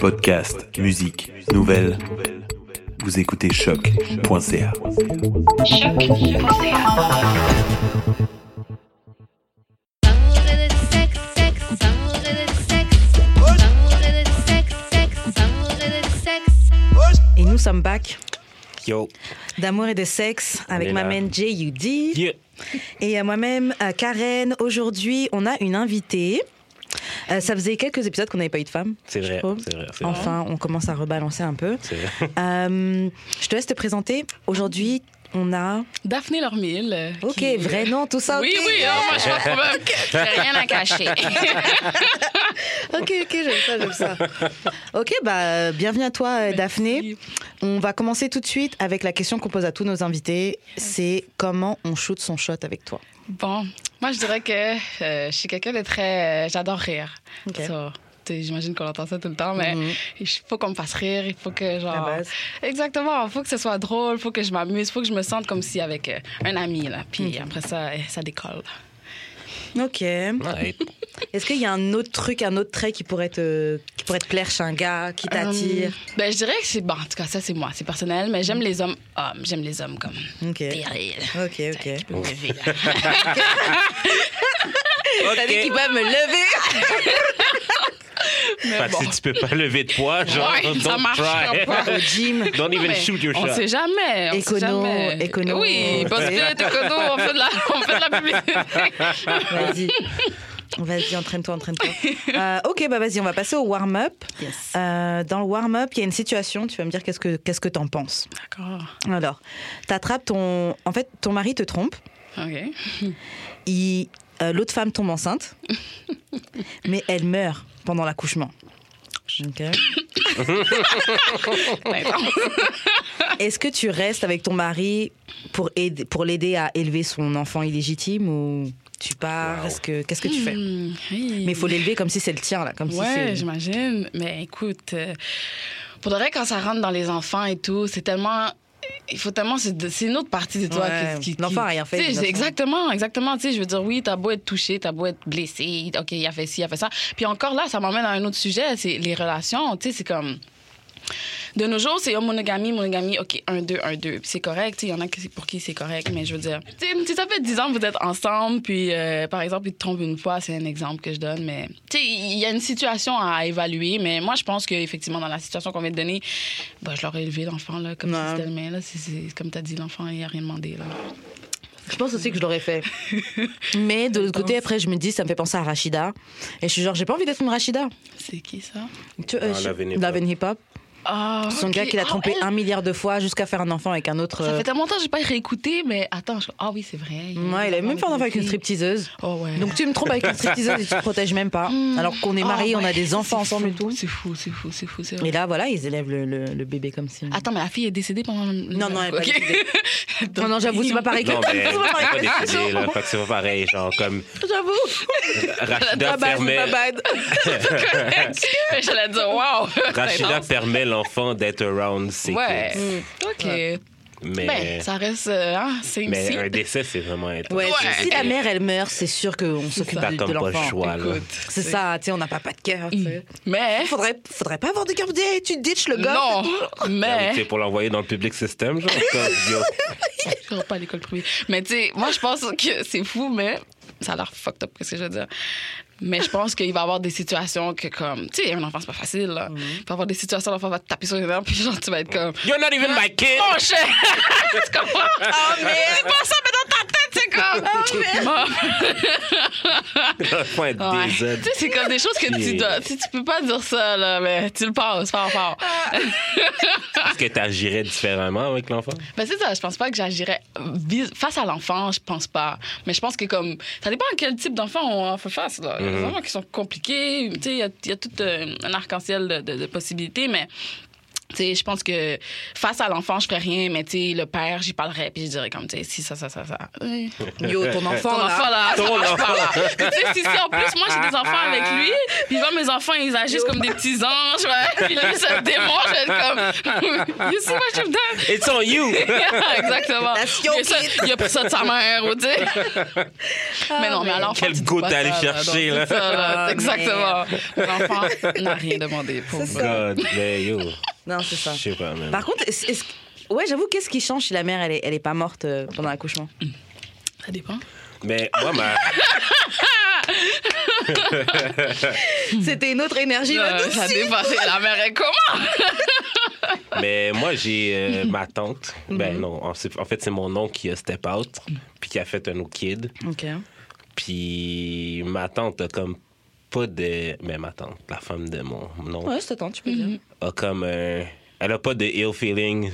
Podcast, musique, nouvelles. Vous écoutez choc.ca. Et nous sommes back Yo. d'amour et de sexe avec est ma là. main J.U.D. et euh, moi-même euh, Karen. Aujourd'hui, on a une invitée. Euh, ça faisait quelques épisodes qu'on n'avait pas eu de femme. C'est je vrai, trouve. c'est vrai, c'est vrai. Enfin, on commence à rebalancer un peu. C'est vrai. Euh, je te laisse te présenter. Aujourd'hui, on a. Daphné Lormille. euh, Ok, qui- vrai nom, tout ça. Oui, ok. oui, oh, moi, je pas de problème. J'ai rien à cacher. Ok, ok, j'aime ça, j'aime ça. Ok, bah, euh, bienvenue à toi, euh, Daphné. Merci. On va commencer tout de suite avec la question qu'on pose à tous nos invités. C'est comment on shoot son shot avec toi Bon, moi, je dirais que euh, je suis quelqu'un de très. euh, J'adore rire. Ça, t'sais, J'imagine qu'on entend ça tout le temps, mais Mhm. il faut qu'on me fasse rire, il faut que genre... La base. Exactement, il faut que ce soit drôle, il faut que je m'amuse, il faut que je me sente comme si avec euh, un ami, là. Puis après ça, eh, ça décolle. Ok. Est-ce Alright. qu'il y a un autre truc, un autre trait qui pourrait te, qui pourrait te plaire chez un gars, qui t'attire Euh, ben, je dirais que c'est... Bon, en tout cas, ça, c'est moi, c'est personnel, mais j'aime les hommes hommes, j'aime les hommes comme... Ok. virils. Ok, ok. Qui peuvent me lever, là. T'as dit qu'il va me lever Mais Parce bon. que tu peux pas lever de poids, genre, Ouais, ça don't marchera try. pas. au gym. Don't Non, even mais shoot your on shot. sait jamais. On Écono, sait jamais. écono. Oui, parce que écono, on fait de la, on fait de la publicité. Vas-y. Vas-y, entraîne-toi, entraîne-toi. Euh, ok, bah vas-y, on va passer au warm-up. Euh, dans le warm-up, il y a une situation, tu vas me dire qu'est-ce que qu'est-ce que t'en penses. D'accord. Alors, t'attrapes ton... En fait, ton mari te trompe, OK. il- euh, l'autre femme tombe enceinte, mais elle meurt pendant l'accouchement. Ok. Est-ce que tu restes avec ton mari pour aider, pour l'aider à élever son enfant illégitime ou tu pars Wow. Est-ce que qu'est-ce que tu fais Hmm, oui. Mais il faut l'élever comme si c'est le tien là, comme Ouais, si c'est. j'imagine. Mais écoute, euh, pour de vrai, quand ça rentre dans les enfants et tout, c'est tellement. Il faut tellement. C'est c'est une autre partie de toi Ouais, qui. qui- qui- l'enfant a rien fait, Tu sais, l'innocent. Exactement, exactement. Tu sais, je veux dire, oui, t'as beau être touché, t'as beau être blessé. OK, il a fait ci, il a fait ça. Puis encore là, ça m'emmène à un autre sujet, c'est les relations. Tu sais, c'est comme. De nos jours, c'est oh, monogamie, monogamie, OK, un, deux, un, deux. Puis c'est correct, tu sais, il y en a qui- pour qui c'est correct, mais je veux dire. Tu sais, si ça fait 10 ans que vous êtes ensemble, puis euh, par exemple, il te trompe une fois, c'est un exemple que je donne, mais tu sais, il y a une situation à évaluer, mais moi, je pense qu'effectivement, dans la situation qu'on vient de donner, bah, je l'aurais élevé, l'enfant, là, comme si Ouais. c'était le mien, là. C'est- c'est- comme tu as dit, l'enfant, il a rien demandé, là. Je pense aussi que je l'aurais fait. Mais de l'autre côté, après, je me dis, ça me fait penser à Rachida. Et je suis genre, j'ai pas envie d'être une Rachida. C'est qui ça? Tu, Ah, je- Love and Hip Hop. Love and Hip Hop. Ah, Son ok. gars qui l'a Ah, trompé elle, un milliard de fois jusqu'à faire un enfant avec un autre. Ça euh, fait tellement longtemps que j'ai pas réécouté, mais attends, je- ah oui, c'est vrai. il a eu Ouais, il des a même fait enfants un enfant avec une fille. stripteaseuse. Oh ouais. Donc tu me trompes avec une stripteaseuse et tu te protèges même pas. Alors qu'on est mariés, Ah on a ouais, des enfants c'est ensemble et tout. fou, C'est fou, c'est fou, c'est fou, Ah, c'est vrai. Et là, voilà, ils élèvent le, le- le bébé comme si. Attends, mais la fille est décédée pendant le. non, non, elle est pas Ok. décédée. non, non, j'avoue, c'est pas pareil. que- Non, mais c'est pas pareil pas que- décidé, là. Fait que c'est pas pareil, genre, comme J'avoue. Rachida Pas bad, permet, pas bad. Correct. J'allais dire, waouh! Rachida intense. permet l'enfant d'être around ses Ouais. kids. Mm. Ok. Mais, Ben, ça reste. euh, hein, c'est une mais si- un décès, c'est vraiment intense. Ouais, Ouais. Si la mère, elle meurt, c'est sûr qu'on s'occupe T'as du- de comme pas le l'enfant. choix, là. Écoute. C'est ça, tu sais, on n'a pas pas de cœur. Mm. tu sais. Mais. Faudrait, faudrait pas avoir de cœur. Dis, Tu ditches le gars. Ah Non, oui, mais. tu sais, pour l'envoyer dans le public system, genre, comme, yo, Je ne pas à l'école privée. Mais tu sais, moi, je pense que c'est fou, mais ça a l'air fucked up, qu'est-ce que je veux dire. Mais je pense qu'il va y avoir des situations que, comme, tu sais, un enfant, c'est pas facile, là. Mhm. Il va y avoir des situations, l'enfant va te taper sur les dents, puis genre, tu vas être comme. Ah, You're not even my kid! Mon chien! tu comprends? Oh, mais. C'est pas ça, mais dans ta tête, c'est comme. Oh, mais. L'enfant est Ouais. Tu DZ. sais, c'est comme des choses que tu dois. Tu, sais, tu peux pas dire ça, là, mais tu le passes fort, fort. Est-ce que t'agirais différemment avec l'enfant? Ben, c'est ça, je pense pas que j'agirais vis- face à l'enfant, je pense pas. Mais je pense que comme. Ça dépend à quel type d'enfant on fait face, là. Il y a des enfants qui sont compliqués, tu sais, il y a, il y a tout euh, un arc-en-ciel de, de- de possibilités, mais. Tu sais, je pense que face à l'enfant, je ferais rien, mais tu sais, le père, j'y parlerais, puis je dirais comme, tu sais, si ça, ça, ça, ça. Oui. Yo, ton enfant, Ton là. enfant, là, ça Ton marche enfant. pas, là. Puis tu sais, si, si, en plus, moi, j'ai des enfants avec lui, puis je vois mes enfants, ils agissent comme des petits anges, ouais. Puis lui, ça démon, je vais être comme, you see what you've done? It's on you! Exactement. That's your Il a ça- kid. Il a pris ça de sa mère, ou tu sais. mais non, mais à l'enfant, Quelle tu dis goutte à pas aller ça, chercher, donc, là. c'est ça, Ah, Exactement. L'enfant n'a rien demandé pour C'est vous. ça. God, damn, yo. Non, c'est ça. Je sais pas, man. Par contre, est-ce- est-ce que- ouais, j'avoue, qu'est-ce qui change si la mère, elle est, elle est pas morte euh, pendant l'accouchement Ça dépend. Mais moi, ma. C'était une autre énergie. là, Euh, tout de ça suite. dépend. La mère est comment? Mais moi, j'ai euh, ma tante. Mhm. Ben non, en c'est- en fait, c'est mon oncle qui a step out, puis qui a fait un autre kid. Ok. Puis ma tante a comme pas de. Mais ma tante, la femme de mon mon oncle, Ouais, je t'attends, tu peux dire. a comme un. Elle a pas de ill feeling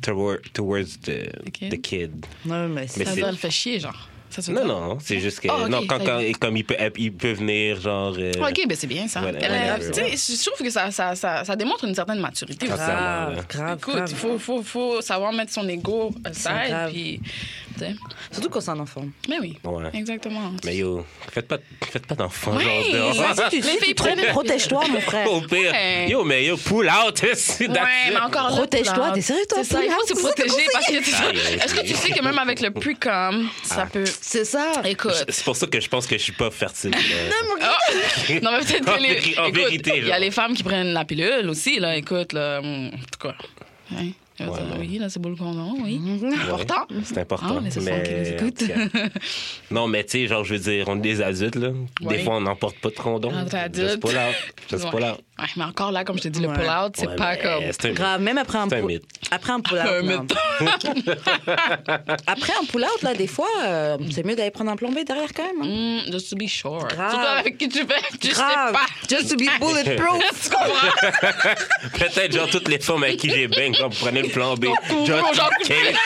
toward- towards the, The kid. the kid. Non, mais c'est Mais Ça c'est- doit le faire chier, genre. Ça se Non, fait. non, c'est juste que. Ah, ok, non, quand, ça quand- y est. comme il peut, il peut venir, genre. euh, Ok, ben c'est bien ça. Voilà, Euh, voilà, tu voilà. Ah, sais, je trouve que ça, ça, ça, ça démontre une certaine maturité. Grave. aussi. Sincèrement, là. grave, grave, Écoute, grave. il faut, faut, faut savoir mettre son ego aside. grave. Puis, tu sais. Surtout quand c'est un enfant. mais oui, Ouais. exactement. Mais yo, faites pas, faites pas d'enfants, Ouais, genre. dehors. vas-y, tu te Les fais filles, prennent- prendre- protège-toi, mon frère. Au pire. Ouais. Yo, mais yo, pull out. that's it. Ouais, mais encore là, Protège-toi, Poulard, t'es sérieux, toi, c'est ça, Il Poulard, faut se c'est ça, t'es protéger parce que tu conseillé? sais- Est-ce que tu sais que même avec le pre-com, Ah. ça peut. C'est ça. Écoute. C'est pour ça que je pense que je suis pas fertile. euh. Non, mais peut-être En que les. véri- en écoute, vérité, Il y a genre. les femmes qui prennent la pilule aussi, là. Écoute, là. hum, En tout cas. Hein? Je veux Ouais, dire, ouais. Oui, là, c'est beau le condom, oui. Mhm. Important. C'est important. Ah, mais c'est ça, qu'ils nous écoutent. écoute. non, mais tu sais, genre, je veux dire, on est des adultes, là. Ouais. Des fois, on n'emporte pas de condom. Entre Just adultes. pull out. Just Ouais. pull out. Ouais, mais encore là, comme je te dis, le Ouais. pull-out, c'est Ouais, pas mais comme. c'est un- Grave, même après un, C'est un pou- mythe. après un pull-out. Un non. mythe. Après un pull-out, là, des fois, euh, c'est mieux d'aller prendre un plombé derrière quand même. hein. Hum, just to be sure. Grave. Surtout avec qui tu fais, tu Grave. Just to be bulletproof. sais pas. Tu comprends? Peut-être, genre, toutes les femmes avec qui j'ai bang, genre, prenez le plan B. couvre, Just genre, in case.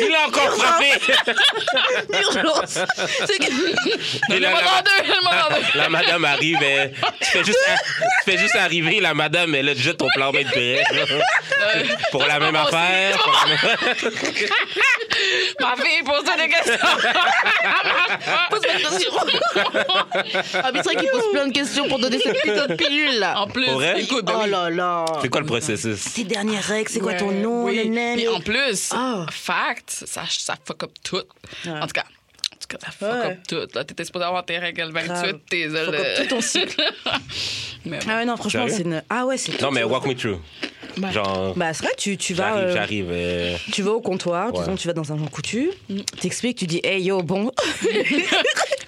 Il a encore frappé. Urgence. C'est que- Et là, la- Donne-moi dans deux, donne-moi dans deux. La madame arrive, elle- tu, fais juste, tu fais juste arriver, la madame, elle a déjà ton plan B de près. Pour la même moi affaire. pour la même- Ma fille, pose-toi des questions. Pose-moi une question. Ah, mais c'est vrai qu'il pose plein de questions pour donner cette putain de pilule, là. en plus, Pour vrai? écoute, ben Oh oui. là là. C'est quoi le processus? Tes dernières règles, c'est quoi ton Ouais, nom, oui. le naine? Puis en plus, Ah. fact, ça, ça fuck up tout. Ouais. En tout cas. en tout cas, Ça fuck Ouais. up tout. Là, t'étais supposé avoir tes règles le 28, Grave. t'es là. Fuck up Ah, tout ton cycle. Mais Ah ouais, non, franchement, Sérieux c'est une... Ah ouais, c'est Non, mais walk me through. Ouais. Genre, Bah, c'est vrai, tu, tu vas... j'arrive, euh, j'arrive. euh, Tu vas au comptoir, Ouais. disons, tu vas dans un Jean Coutu, Mm. t'expliques, tu dis, hey yo, bon,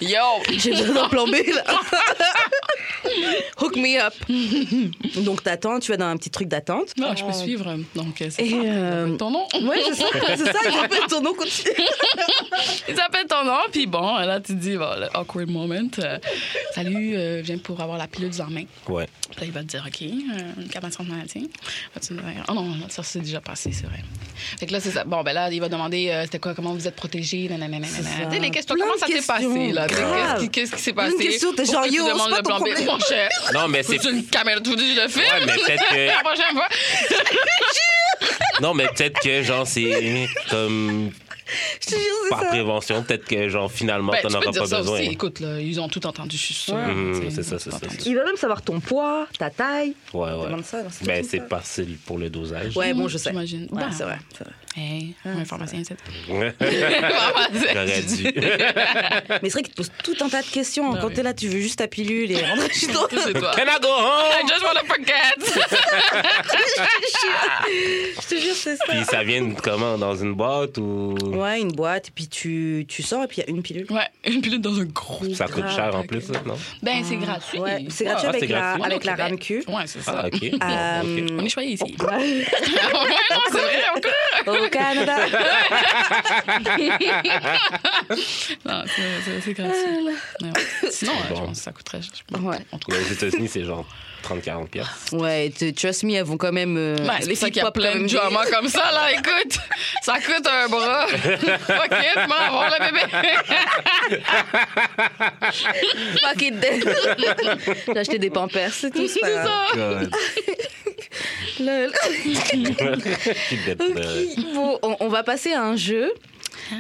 Yo! j'ai besoin d'un plan B là. Hook me up. Donc t'attends, tu vas dans un petit truc d'attente. Non, Ah, je peux suivre. Donc, euh, c'est Et, ça. Ils euh, appellent ton nom. Ouais, c'est ça, c'est ça, ils appellent ton nom continu. Ils appellent ton nom, puis bon, là, tu dis, bon, le awkward moment. euh, Salut, euh, je viens pour avoir la pilule en main. Ouais. Puis là, il va te dire, OK, euh, une capacité de maladie. Vas-tu me dire, oh non, non, ça c'est déjà passé, c'est vrai. Fait que là, c'est ça. Bon, ben là, il va demander, euh, c'était quoi, comment vous êtes protégé, nanana, nanana. ça. Tu sais, les questions, Plein comment de ça s'est questions. passé, là? Tu sais, Grave. Qu'est-ce qui, qu'est-ce qui s'est Plein de passé? questions, t'es genre, Pourquoi tu yo, c'est demandes pas le ton plan B, problème. mon cher. Non, mais c'est. C'est une caméra, tu veux dire, je le filme? Ouais, mais peut-être que- La prochaine fois. Non, mais peut-être que, genre, c'est comme Je te jure, c'est par ça. prévention, peut-être que, genre, finalement, Ben, t'en tu peux auras dire pas ça besoin. aussi. Écoute, là, ils ont tout entendu, je suis sûre. Mhm, tu sais, c'est ça, ils c'est ont ça, tout c'est entendu. Il va même savoir ton poids, ta taille. Ouais, On ouais. demande ça dans cette Ben, question, c'est ça. pas c'est pour le dosage. Ouais, bon, je sais. Ouais, J'imagine. Ben, c'est vrai, Ah, c'est vrai. Hey, un pharmacien, c'est. J'aurais dû. Mais c'est vrai qu'ils te posent tout un tas de questions. Ouais, Quand ouais. t'es là, tu veux juste ta pilule et rentrer chez toi. C'est toi. Can I go home? I just wanna forget. Je te jure, c'est ça. Puis ça vient de comment? Dans une boîte ou. Ouais, une boîte, et puis tu, tu sors, et puis il y a une pilule. Ouais, une pilule dans un gros. Ça coûte drap. cher en plus, là, non? Ben, c'est gratuit. Ouais, c'est Ouais. gratuit Ah, avec c'est la, gratuit. avec la Au Québec. RAMQ. Ouais, c'est ça. Ah, OK. Bon, Euh, ok. On est choyés ici. ouais, non, c'est vrai, encore. Au Canada. Non, c'est- c'est- c'est gratuit. Mais ouais. Sinon, ouais, je pense que ça coûterait. je- Ah, Ouais. En tout cas. Mais aux États-Unis, c'est genre 30-40 piastres. Ouais, tu- trust me, elles vont quand même. euh, Ben, c'est les ça filles qu'il y a pop plein quand de même. dramas comme ça, là, écoute. Ça coûte un bras. Fuck it, m'en avoir le bébé. Fuck it. J'ai acheté des pampers, c'est tout. C'est ça. God. Lol. Keep that, Ok. Hein euh, Bon, on, on va passer à un jeu.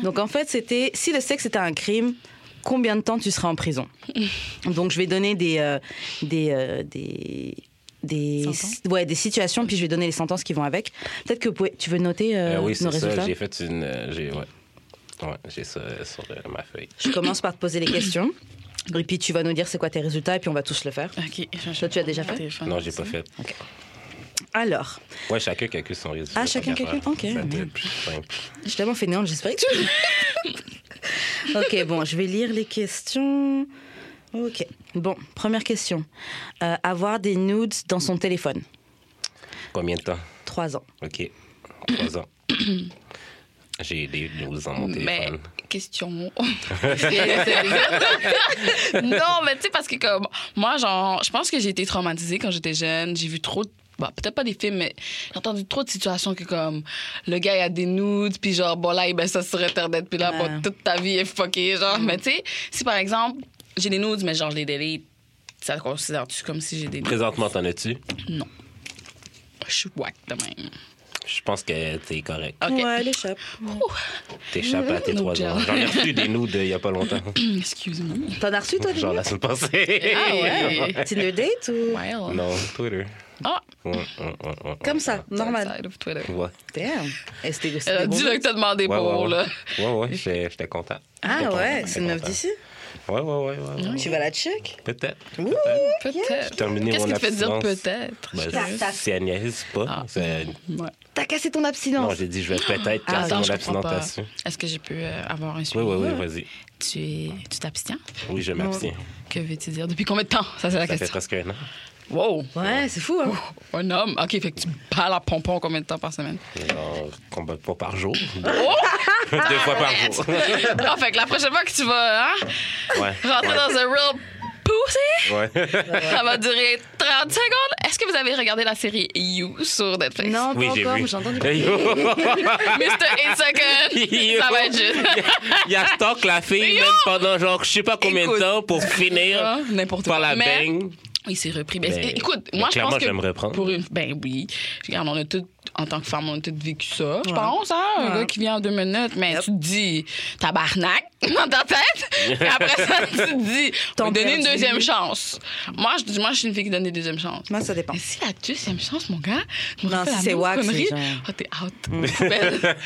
Donc en fait, c'était si le sexe était un crime, combien de temps tu serais en prison Donc je vais donner des euh, des euh, des des, Sentences ouais, des situations, puis je vais donner les sentences qui vont avec. Peut-être que vous pouvez- tu veux noter euh, euh, oui, nos c'est résultats ça. J'ai fait une. euh, j'ai, ouais. Ouais, j'ai ça euh, sur euh, ma feuille. Je commence par te poser les questions, et puis tu vas nous dire c'est quoi tes résultats, et puis on va tous le faire. OK. Toi, tu as déjà fait Non, j'ai pas fait. Alors, Ouais, chacun calcule son résultat. Ah, chacun tant qu'à calcule? faire. Ok, Ça doit merde. être plus simple. je suis tellement fainéante, j'espère que tu... ok, bon, je vais lire les questions. Ok, bon, première question. Euh, avoir des nudes dans son téléphone. Combien de temps? Trois ans. OK. Trois ans. J'ai des news dans mon Mais téléphone. question. non, mais tu sais, parce que comme moi, genre, je pense que j'ai été traumatisée quand j'étais jeune. J'ai vu trop de. bah, peut-être pas des films, mais j'ai entendu trop de situations que, comme, le gars, il a des nudes, puis genre, bon, là, il met ça sur Internet, puis là, Ouais. Mm. bon, toute ta vie est fuckée, genre. Mais tu sais, si par exemple, j'ai des nudes, mais genre, je les délite, ça considère-tu comme si j'ai des nudes? Présentement, t'en as-tu? Non. Je suis whack de même. Je pense que t'es correct. OK. Ouais, elle échappe. T'échappes à tes No trois joke. ans. J'en ai reçu des nudes euh, il y a pas longtemps. Excuse-moi. T'en as reçu, toi, des Genre la nudes semaine passée. Ah ouais? Tinder date ou... Wild. Non, Twitter. Ah, Ouais, ouais, ouais, ouais, Comme ouais. ça, normal. Outside of Twitter. Ouais. Damn. Et c'était c'était Elle a bon. dit là, Euh, que t'as demandé Ouais, pour, ouais, là. ouais. Ouais, ouais, j'étais j'étais content. Ah J'étais ouais, content, c'est une j'étais meuf content. d'ici Ouais, ouais, ouais, ouais. ouais. Tu vas la check Peut-être. peut-être. Peut-être. terminé Qu'est-ce mon qui te fait dire abstinence. peut-être? Ben, Je- Tac, tac. si elle niaise pas, Ah. c'est- Ouais. T'as cassé ton non, abstinence j'ai dit je vais peut-être Ah, casser Attends, mon je comprends pas. abstinence. Est-ce que j'ai pu euh, avoir un Oui, suivi? oui, oui, vas-y. Tu es- tu t'abstiens? Oui, je m'abstiens. Que veux-tu dire? Depuis combien de temps? Ça, c'est Ça la fait question. presque un an. Wow! Ouais, c'est fou, hein Un homme. OK, fait que tu parles à pompon combien de temps par semaine? Genre, combat pas par jour. Deux, Oh! Deux fois par jour. Ah, fait que la prochaine fois que tu vas hein, Ouais. rentrer dans un real pussy, Ouais. ça va durer 30 secondes. Est-ce que vous avez regardé la série You sur Netflix? Non, pas Oui, j'ai encore, vu. mais j'ai entendu Hey, yo. Mr. 8 seconds, ça va être juste. Il y a stock la fille Yo. même pendant genre je sais pas combien Écoute. de temps pour finir Ah, N'importe quoi. par la Mais- beigne. Il s'est repris. Ben, Ben, c'est- écoute, ben, moi, je clairement, pense que. je vais me reprendre. Pour une, ben oui. Regarde, on a toutes, en tant que femme, on a toutes vécu ça. Je pense, hein, un Ouais. gars qui vient en deux minutes, mais Yep. tu te dis tabarnak dans ta tête. Puis après ça, tu te dis, on T'en va donner une perdu. deuxième chance. Moi, je, dis- moi, je suis une fille qui donne des deuxièmes chances. Moi, ça dépend. Mais si la deuxième chance, mon gars, tu me Non, refais si la c'est même wax, c'est connerie, genre- Mm. ah, t'es out. Poubelle.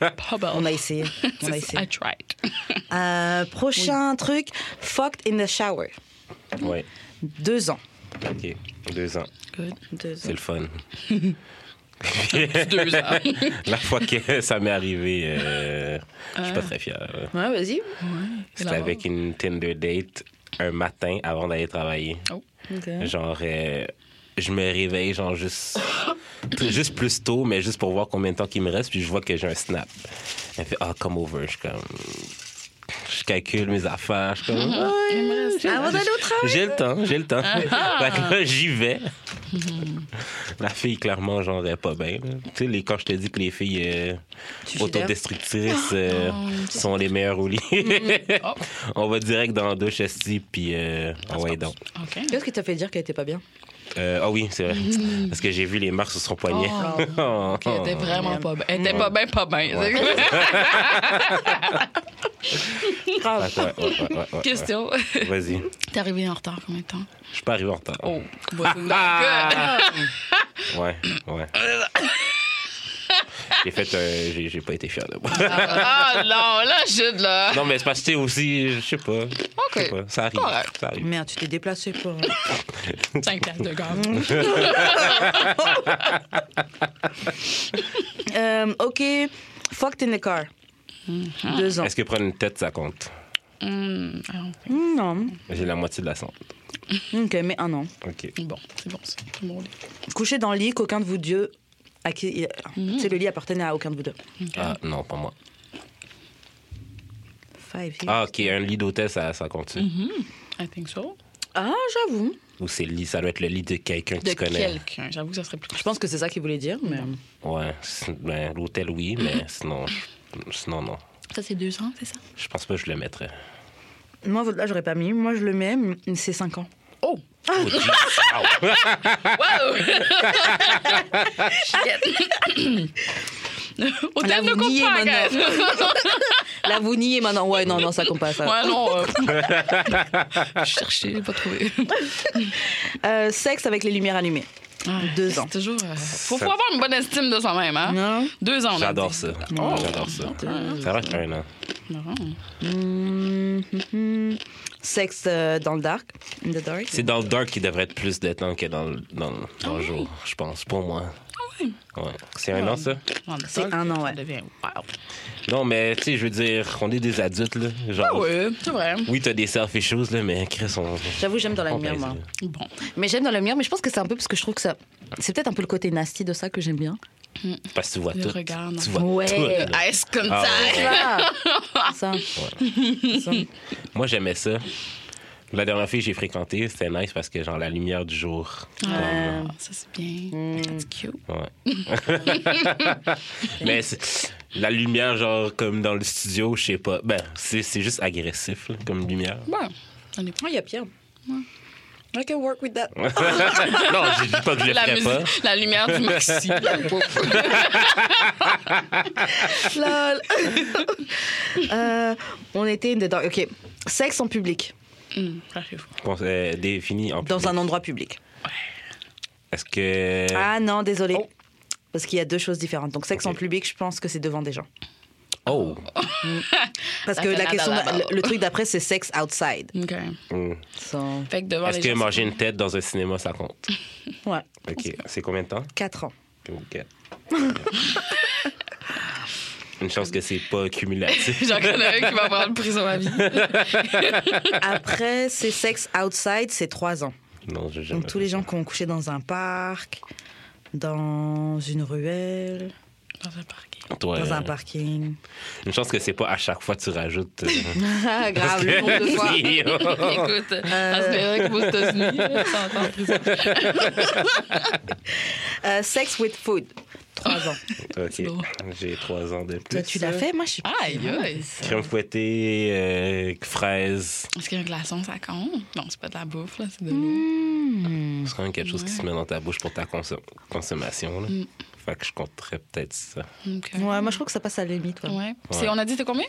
Pas bon. On a essayé. On a C'est ça, I essayé. tried. Euh, prochain truc, fucked in the shower. Ouais. Deux ans. OK. Deux ans. Good. Deux C'est ans. le fun. Deux ans. La fois que ça m'est arrivé, euh, je Ah. suis pas très fier. ouais. Ouais, vas-y. C'était avec une Tinder date un matin avant d'aller travailler. Oh. Genre, euh, je me réveille, genre, juste, juste plus tôt, mais juste pour voir combien de temps qu'il me reste, puis je vois que j'ai un snap. Elle fait, ah, come over. Je suis comme. Je calcule mes affaires. Je suis comme. Ah, Il me reste- Avant d'aller au travail. j'ai le temps, j'ai le temps. Fait que là, j'y vais. La fille, clairement, j'en ai pas bien. là. Tu sais, les- quand je te dis que les filles euh, Suicidaires. autodestructrices euh, sont les meilleures au lit, Oh. on va direct dans la douche esti, puis euh, ouais, donc. Oh, OK. Qu'est-ce qui t'a fait dire qu'elle était pas bien Euh, Ah oui, c'est vrai. Parce que j'ai vu les marques sur son poignet. Oh. Oh. Mm. Elle était vraiment pas bien. Elle était pas bien, pas bien. Ouais, Grave. ouais, ouais, ouais, ouais. Question. Vas-y. T'es arrivé en retard combien de temps? Je suis pas arrivé en retard. Oh, Ah! Ouais, ouais. J'ai fait un- j'ai- J'ai pas été fier de moi. Ah non, là, Jude, là. Non, mais c'est parce que t'es aussi, je sais pas. Je sais pas, Ça arrive. Correct. Ça arrive. Merde, tu t'es déplacé pour. 5 places de gomme. Euh, ok, fucked in the car. Deux ans. Est-ce que prendre une tête, ça compte? Hum, alors, Hmm, Non. J'ai la moitié de la cendre. Ok, mais un an. OK. Bon, c'est bon, c'est tout le monde. Couché dans le lit qu'aucun de vous deux. À qui... Tu sais, le lit appartenait à aucun de vous deux. Ah, non, pas moi. Five years. Ah, OK, un lit d'hôtel, ça, ça compte. ça? Mm-hmm. I think so. Ah, j'avoue. Ou c'est le lit, ça doit être le lit de quelqu'un que De tu connais. quelqu'un. J'avoue que ça serait plus Je pense que c'est ça qu'il voulait dire, mais. Mm-hmm. Ouais, c'est- ben, l'hôtel, oui, mais sinon, je Sinon, non. Ça, c'est deux ans, c'est ça? Je pense pas que je le mettrais. Moi, là, j'aurais pas mis. Moi, je le mets, mais c'est 5 ans. Oh! Oh, jeez. Ow. Wow! Shit. Là, Hôtel vous ne compte niez pas, maintenant. guys. Là, vous niez maintenant. Ouais, non, non, ça compte pas, ça. Ouais, non. euh, Je cherchais, j'ai pas trouvé. Euh, sexe avec les lumières allumées. Deux C'est ans. toujours. euh, faut, Ça- faut avoir une bonne estime de soi-même, hein? Non. Deux ans, on a J'adore dit. ça. Oh. J'adore ça. Ça va être un an. Non. Hum, hum, hum. Sexe euh, dans le dark. In the dark. C'est dans le dark qui devrait être plus de temps que dans le, dans, le- dans Ah le jour, je pense, pour moi. ouais. Ouais. C'est Ah un an, ça? Non, mais C'est ça, un an, ça ouais. devient- Wow. Non, mais tu sais, je veux dire, on est des adultes, là. Genre, Ah oui, c'est vrai. oui, t'as des selfish choses, là, mais Chris, on. J'avoue, j'aime dans la on lumière, baise, moi. là. Bon. Mais j'aime dans la lumière, mais je pense que c'est un peu parce que je trouve que ça. C'est peut-être un peu le côté nasty de ça que j'aime bien. Parce que tu vois Le tout. regard, non. tu vois Ouais. tout. là. Ah, est-ce comme Ah, ça? ouais. Voilà. ça. Ça. Moi, j'aimais ça. La dernière fille que j'ai fréquentée, c'était nice parce que, genre, la lumière du jour. Ah, ça, c'est bien. Mm. That's cute. Ouais. mais c'est- la lumière, genre, comme dans le studio, je sais pas. Ben, c'est c'est juste agressif, là, comme lumière. Ouais. On est Oh, il y a Pierre. I can work with that. non, je dis pas que je le la, ferais pas. musique- la lumière du maxi. Lol. Euh, on était in the dark. Ok. Sexe en public. Hum, rassurez-vous. Bon, c'est défini en Dans public. un endroit public. Est-ce que. Ah non, désolé. Oh. Parce qu'il y a deux choses différentes. Donc, sexe Ok. en public, je pense que c'est devant des gens. Oh! Parce que la question, Blablabla. le, le truc d'après, c'est sexe outside. OK. Hmm. So, Fait que devant Est-ce les que gens, manger une tête dans un cinéma, ça compte? ouais, OK. C'est combien de temps? quatre ans. OK. Une chance que c'est pas cumulatif. J'en connais un qui va avoir une prison à vie. Après, c'est sexe outside, c'est trois ans. Non, je jamais Donc, tous les gens qui ont couché dans un parc, dans une ruelle, Dans un parking. Toi, dans un euh, parking. Une chance que c'est pas à chaque fois que tu rajoutes. euh, Ah, grave, parce le nombre de que- fois. Écoute, à ce moment-là, qu'aux États-Unis, là, ça entend en prison. Euh, sex with food, trois ans. Ah, OK. J'ai trois ans de plus. Toi, tu l'as fait Moi, je suis Aïe, aïe. Est-ce Crème fouettée, euh, fraises. qu'un glaçon, ça compte? Non, c'est pas de la bouffe, là, c'est de l'eau. Ah. C'est quand même quelque chose qui se met dans ta bouche pour ta consom- consommation. Là. Mm. Fait que je compterais peut-être ça. OK. Mm. Ouais, moi, je trouve que ça passe à la limite. ouais. Ouais. C'est- On a dit, c'est combien?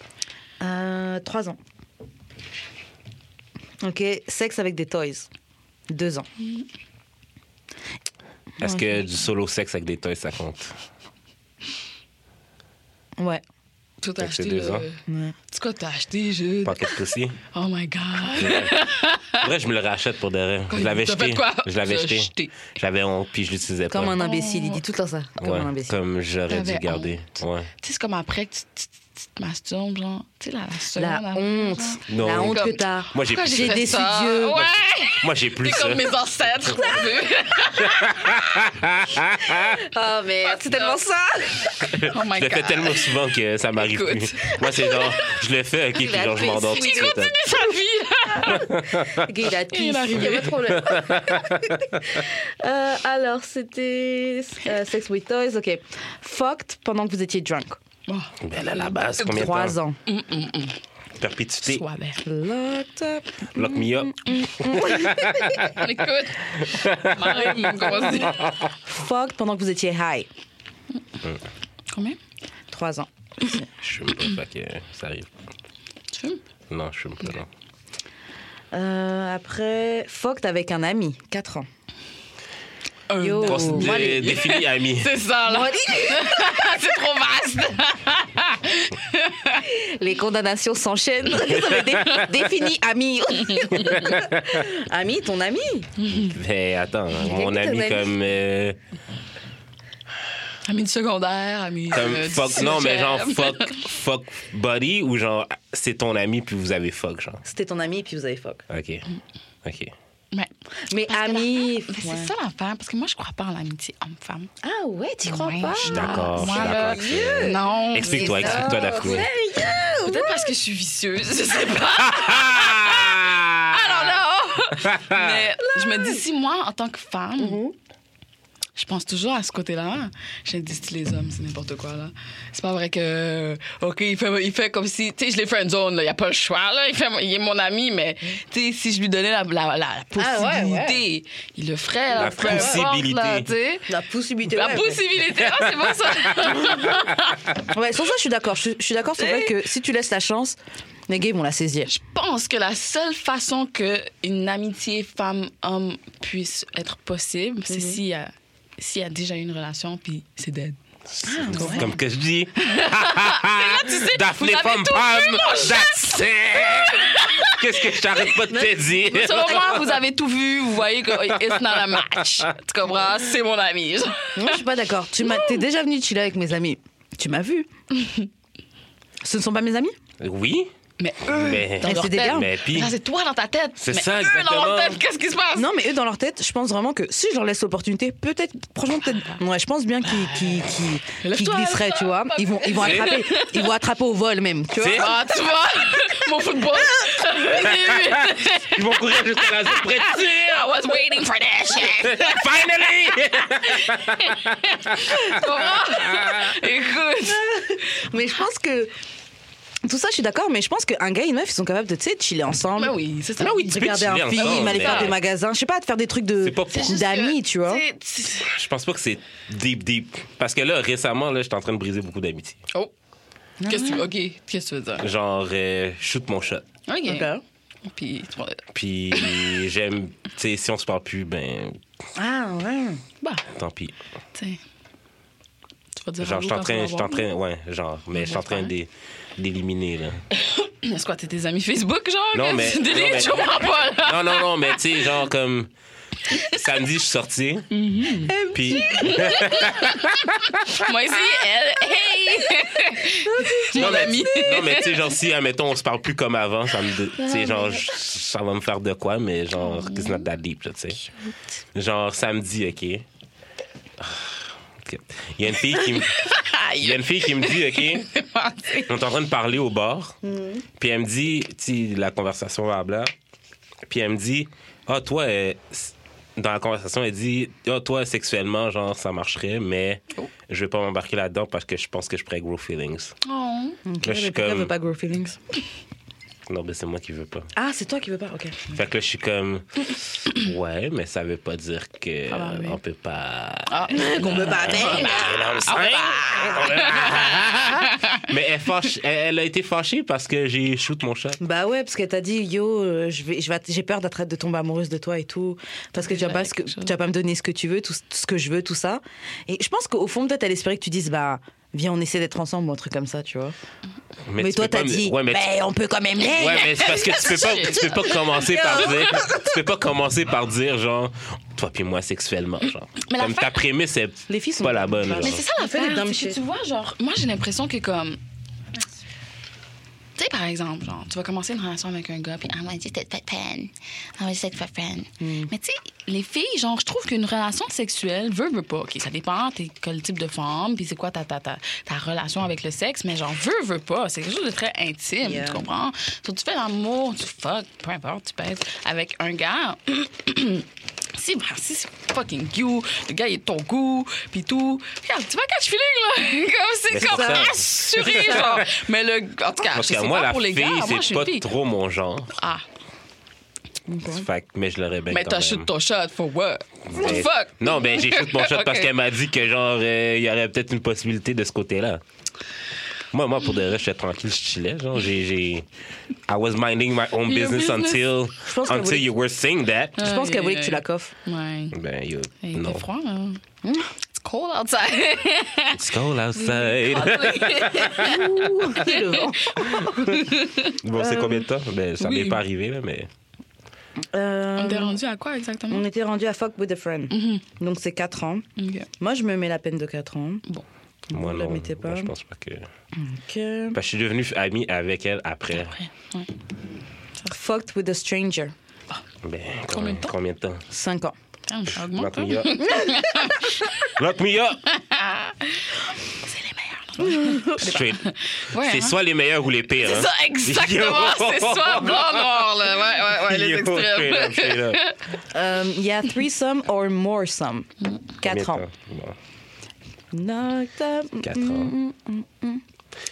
Euh, trois ans. Ok, sexe avec des toys, deux ans. Est-ce que du solo sexe avec des toys, ça compte? Ouais. Tout Fait que c'est acheté. euh, deux là. ans. Ouais. C'est quoi t'as acheté, je... Pocket pussy? Oh my God. Vrai, je me le rachète pour derrière. Je l'avais T'as jeté. fait quoi? Je l'avais T'as jeté. J'avais honte, puis je l'utilisais pas. Comme un imbécile, il dit tout le temps ça. Comme Ouais, un imbécile. comme j'aurais dû T'avais garder. Ouais. Tu sais, c'est comme après que tu, tu- tu- tu te masturbes, genre. Tu sais, la, la seconde. La avant, honte. genre. Non. La honte Comme- que t'as. Moi, j'ai Pourquoi plus j'ai ça. fait déçu ça? Dieu. Ouais! Moi, j'ai plus T'es ça. comme mes ancêtres. Oh, mais c'est tellement ça. oh my Je le God. fais tellement souvent que ça m'arrive Écoute. plus. Moi, c'est genre, je le fais, ok, puis a genre, je fait m'endors tout de sweet. suite. Sa vie. Ok, il a pissé. Il est y arrivé. a pas de problème. Euh, alors, c'était euh, Sex with Toys. Ok. Fucked pendant que vous étiez drunk. Oh. Ben, là, la base, combien de Trois temps? ans. Perpétuité. Sois belle. Locked up. Lock me up. Écoute. Même, comment on dit? Fucked pendant que vous étiez high. Combien? Trois ans. Je fume pas, fait que ça arrive. Tu fumes? Non, je fume pas, non. Euh, après, fucked avec un ami. Quatre ans. Un. Yo. Considé- Moi, les- Défini ami. C'est ça, là. c'est trop vaste. Les condamnations s'enchaînent. Ça fait dé- défini ami. ami, ton ami. Ben, attends, mon tes ami amis. comme. euh, Ami du secondaire, ami. Comme euh, du fuck, non, mais genre cégep. fuck, fuck buddy ou genre c'est ton ami puis vous avez fuck, genre. C'était ton ami et puis vous avez fuck. Ok. Ok. Ouais. Mais Parce que ami. l'affaire- Mais ouais. c'est ça l'affaire, parce que moi, je crois pas en l'amitié homme-femme. ben, Ah ouais, tu crois Ouais, pas je suis D'accord, je suis Moi, d'accord. là, avec ça. Non. Explique-toi, mais ça- explique-toi, Daphné. Peut-être parce que je suis vicieuse, je sais pas. Ah! Mm-hmm. Alors là, mais je me dis, si moi, en tant que femme, Je pense toujours à ce côté-là. Je me dis, c'est les hommes, c'est n'importe quoi, là. C'est pas vrai que. euh, OK, il fait, il fait comme si. Tu sais, je l'ai fait une zone, là. Il n'y a pas le choix, là. Il, fait, il est mon ami, mais. Tu sais, si je lui donnais la, la, la possibilité, Mm-hmm. Ah, ouais, il le ferait, là. La peu importe, là, possibilité. tu sais. La possibilité. La ouais, possibilité. Ah, c'est bon, ça. mais- Ouais, sur ça, je suis d'accord. Je, je suis d'accord sur le fait que si tu laisses la chance, les gays vont la saisir. Je pense que la seule façon que une amitié femme-homme puisse être possible, c'est Mhm. s'il y a- s'il y a déjà une relation, puis c'est dead. Ah, C'est Comme que je dis. tu sais, Daphné vous avez Pam tout Pam, that's it. Qu'est-ce que je t'arrête pas de te Mais dire? selon moi, vous avez tout vu, vous voyez que it's not a match. Tu comprends? C'est mon ami. Moi, je suis pas d'accord. Tu m'as, t'es déjà venu chiller avec mes amis. Tu m'as vu. Ce ne sont pas mes amis. Oui, Mais eux, Mais- dans Mais leur c'est tête, des gars. mais puis. Ça, c'est toi dans ta tête. C'est Mais ça, eux, dans leur exactement. tête, qu'est-ce qui se passe? Non, mais eux, dans leur tête, je pense vraiment que si je leur laisse l'opportunité, peut-être, franchement, peut-être. Ouais, je pense bien qu'ils qu'ils- qu'ils- qu'ils Lève-toi, glisseraient, lève-toi, tu vois. Ils vont, ils vont C'est- attraper. Ils vont attraper au vol, même. Tu vois. C'est- Ah, tu vois? mon football. Ils vont courir jusqu'à la zone près de tir. I was waiting for that shit. Finally! Tu comprends? Écoute. Mais je pense que. Tout ça, je suis d'accord, mais je pense qu'un gars et une meuf, ils sont capables de, tu sais, de chiller ensemble. Mais oui, c'est ça. Mais Bah oui, tu peux Regarder chiller un film, ensemble, aller mais- faire des magasins, je sais pas, de faire des trucs de C'est pas pour- C'est juste d'amis, que, tu vois. sais, tu- Je pense pas que c'est deep, deep. Parce que là, récemment, là, j'étais en train de briser beaucoup d'amitié. Oh. Qu'est-ce que tu... OK. Qu'est-ce que tu veux dire? Genre, euh, shoot mon shot. OK. Puis, tu vois, Puis, j'aime. Tu sais, si on se parle plus, ben, Ah ouais. bah, tant pis. tu sais. Tu vas dire Genre, je suis en train. Je suis en train. Ouais, genre. Mais je suis en train j'espère. d'é- d'éliminer, là. Est-ce quoi, t'es tes amis Facebook, genre? Non, que mais- Tu délites, non, mais- je comprends pas, là. Non, non, non, mais tu sais, genre, comme. Samedi, je suis sorti. Mm-hmm. Puis. Moi ici, elle, hey! Non, Mon mais- ami. Non, mais tu sais, genre, si, admettons, on se parle plus comme avant, ça me. Tu sais, genre, je- ça va me faire de quoi, mais Oh, genre, it's not that deep, là, tu sais. Genre, samedi, OK. Ah, ok. Il y a une fille qui me. Il y a Aïe! une fille qui me dit, OK, on est en train de parler au bar. Mm. Puis elle me dit, tu sais, la conversation va bla. Puis elle me dit, ah, toi, euh, s- dans la conversation, elle dit, ah, toi, sexuellement, genre, ça marcherait, mais Oh. je vais pas m'embarquer là-dedans parce que je pense que je pourrais grow feelings. Oh. Là, je suis comme, pas grow feelings non, mais c'est moi qui veux pas. Ah, c'est toi qui veux pas, ok. Fait que là, je suis comme, ouais, mais ça veut pas dire que Ah, bah oui. on peut pas. Ah. Qu'on peut pas Ben, dans le Ah, sein. bah! Mais elle, fâche- elle- elle a été fâchée parce que j'ai shoot mon chat. Bah ouais, parce qu'elle t'a dit, yo, euh, je vais, je vais, j'ai peur d'être de tomber amoureuse de toi et tout, parce que tu vas Déjà, pas, ce que- quelque chose. tu vas pas me donner ce que tu veux, tout, ce- tout ce que je veux, tout ça. Et je pense qu'au fond, peut-être, elle espérait que tu dises, bah, viens, on essaie d'être ensemble ou un truc comme ça, tu vois. Mais, tu toi, peux pas t'as me- dit, Ouais, mais tu- Ben, on peut quand même l'aimer. Ouais, mais c'est parce que tu peux pas, tu peux pas commencer par dire, tu peux pas commencer par dire genre, toi puis moi sexuellement, genre. Mais Comme l'affaire- ta prémisse est Les filles sont pas la bonne. Mais Genre. Mais c'est ça On fait des l'affaire, dumb c'est que shit. tu vois, genre, moi j'ai l'impression que comme... Tu sais, par exemple, genre, tu vas commencer une relation avec un gars, puis ah, I want you to be friend. I want you to be friend. Mais tu sais, les filles, genre, je trouve qu'une relation sexuelle, veut, veut pas. OK, ça dépend, t'es quel type de femme, puis c'est quoi ta, ta, ta, ta relation avec le sexe, mais genre, veut, veut pas. C'est quelque chose de très intime, Yeah. tu comprends? Soit tu fais l'amour, tu fuck, peu importe, tu pètes avec un gars. Si, bah, si c'est fucking cute, le gars il est de ton goût, puis tout. Regarde, tu vois catch feeling là, comme Mais c'est c'est comme ça. assuré genre. Mais le, en tout cas, Parce je que sais moi, pas la pour les gars, fille, moi je c'est suis pas fille. trop mon genre. Ah, Fait que- mais je l'aurais bien. mais quand t'as même. shoot ton shot for what? Mais- Fuck. Non, ben j'ai shoot mon shot parce Ok. qu'elle m'a dit que genre euh, il y aurait peut-être une possibilité de ce côté-là. Moi, moi pour de vrai, j'étais tranquille, je chillais. Genre, j'ai, j'ai, I was minding my own Your business, business. until, Je pense que until oui. you were saying that. Je pense Aïe, qu'elle voulait que aïe, tu la coffres. Ouais. Ben, yo, Il non. fait froid là. Hum, It's cold outside. It's cold outside. Ah, Le vent. Bon, c'est combien de temps? Ben, ça oui. m'est pas arrivé, là, mais. Euh, On t'est rendu à quoi on Mhm. exactement? était rendu à Fuck with a Friend. Donc c'est 4 ans. Ok. Moi, je me mets la peine de 4 ans. Bon. Moi, Vous la non. mettez pas. Moi, je pense pas que. Que... Parce que je suis devenu ami avec elle après. Après, ouais. Fucked with a Stranger. Ben, Combien de temps? Combien de temps? 5 ans. Damn, ça Lock augmente. hein? me up. Lock me up! C'est les meilleurs. Straight. Ouais, c'est hein. soit les meilleurs ou les pires. C'est hein. ça, exactement. Yo. C'est soit blanc-noir, là. Ouais, ouais, ouais, les Yo, straight up, extrêmes. straight up. Euh, Il y a threesome or moresome. Quatre Combien ans. de temps? Bon. Knocked up. Quatre Mm, ans. Mm-hmm. mm, mm, mm.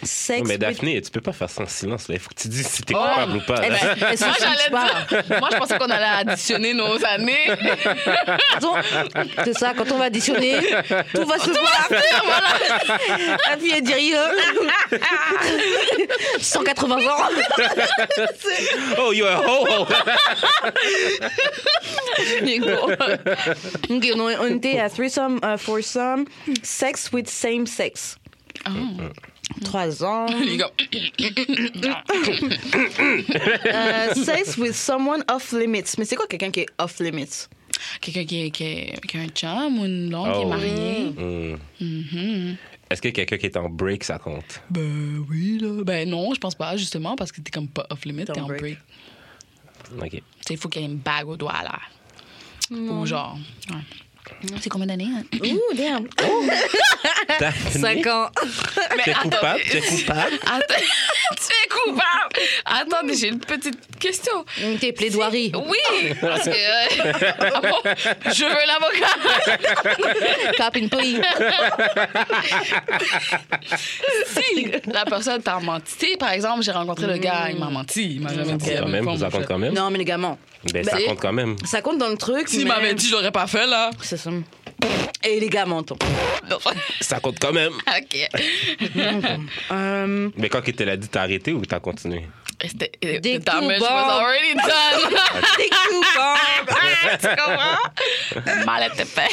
Sex. Non, mais with- Daphné, tu peux pas faire ça en silence. Là. Il faut que tu dises si t'es Oh. coupable ou pas. Eh là. ben, elle se Moi, suit j'allais pas. dire. Moi, je pensais qu'on allait additionner nos années. Pardon. C'est ça, quand on va additionner, tout va se voir. La fille, elle dit rien. 180 ans. Oh, you're a hoe! Mais gros. Ok, on, on était à threesome, euh, foursome, sex with same sex. Trois ans. Ah. Les gars. Euh, sex with someone off limits. Mais c'est quoi quelqu'un qui est off limits? Quelqu'un qui, est- qui, est- qui a un chum ou une blonde qui est Oh. mariée. Hmm. Est-ce que quelqu'un qui est en break, ça compte? Ben oui, là. Ben non, je pense pas, justement, parce que t'es comme pas off-limit, T'es t'es en en break. break. OK. Tu sais, il faut qu'il y ait une bague au doigt, là. Ou genre. ouais. C'est combien d'années? hein? Ouh, damn. Oh. Daphné, Cinq ans. tu es coupable? Tu es coupable? Attends, tu es coupable! Attendez, j'ai une petite question. Tes plaidoiries. Oui, parce que. euh, ah bon? je veux l'avocat! Cap in plea. Si la personne t'a menti, Tu sais, par exemple, j'ai rencontré le gars, il m'a Mm. menti. Il m'a jamais dit. euh, Quand même, Bon, vous ça compte quand même? Non, mais les gamins. Ben, ça Ben, compte quand même. Ça compte dans le truc. S'il mais- m'avait dit, je l'aurais pas fait, là. C'est ça. Et les gars mentent. Non. Ça compte quand même. OK. Euh, Mais quand il te l'a dit, t'as arrêté ou t'as continué? C'était. euh, Des damage coups was bas. already done. c'est coupable. Ah, tu comprends? Mal était fait.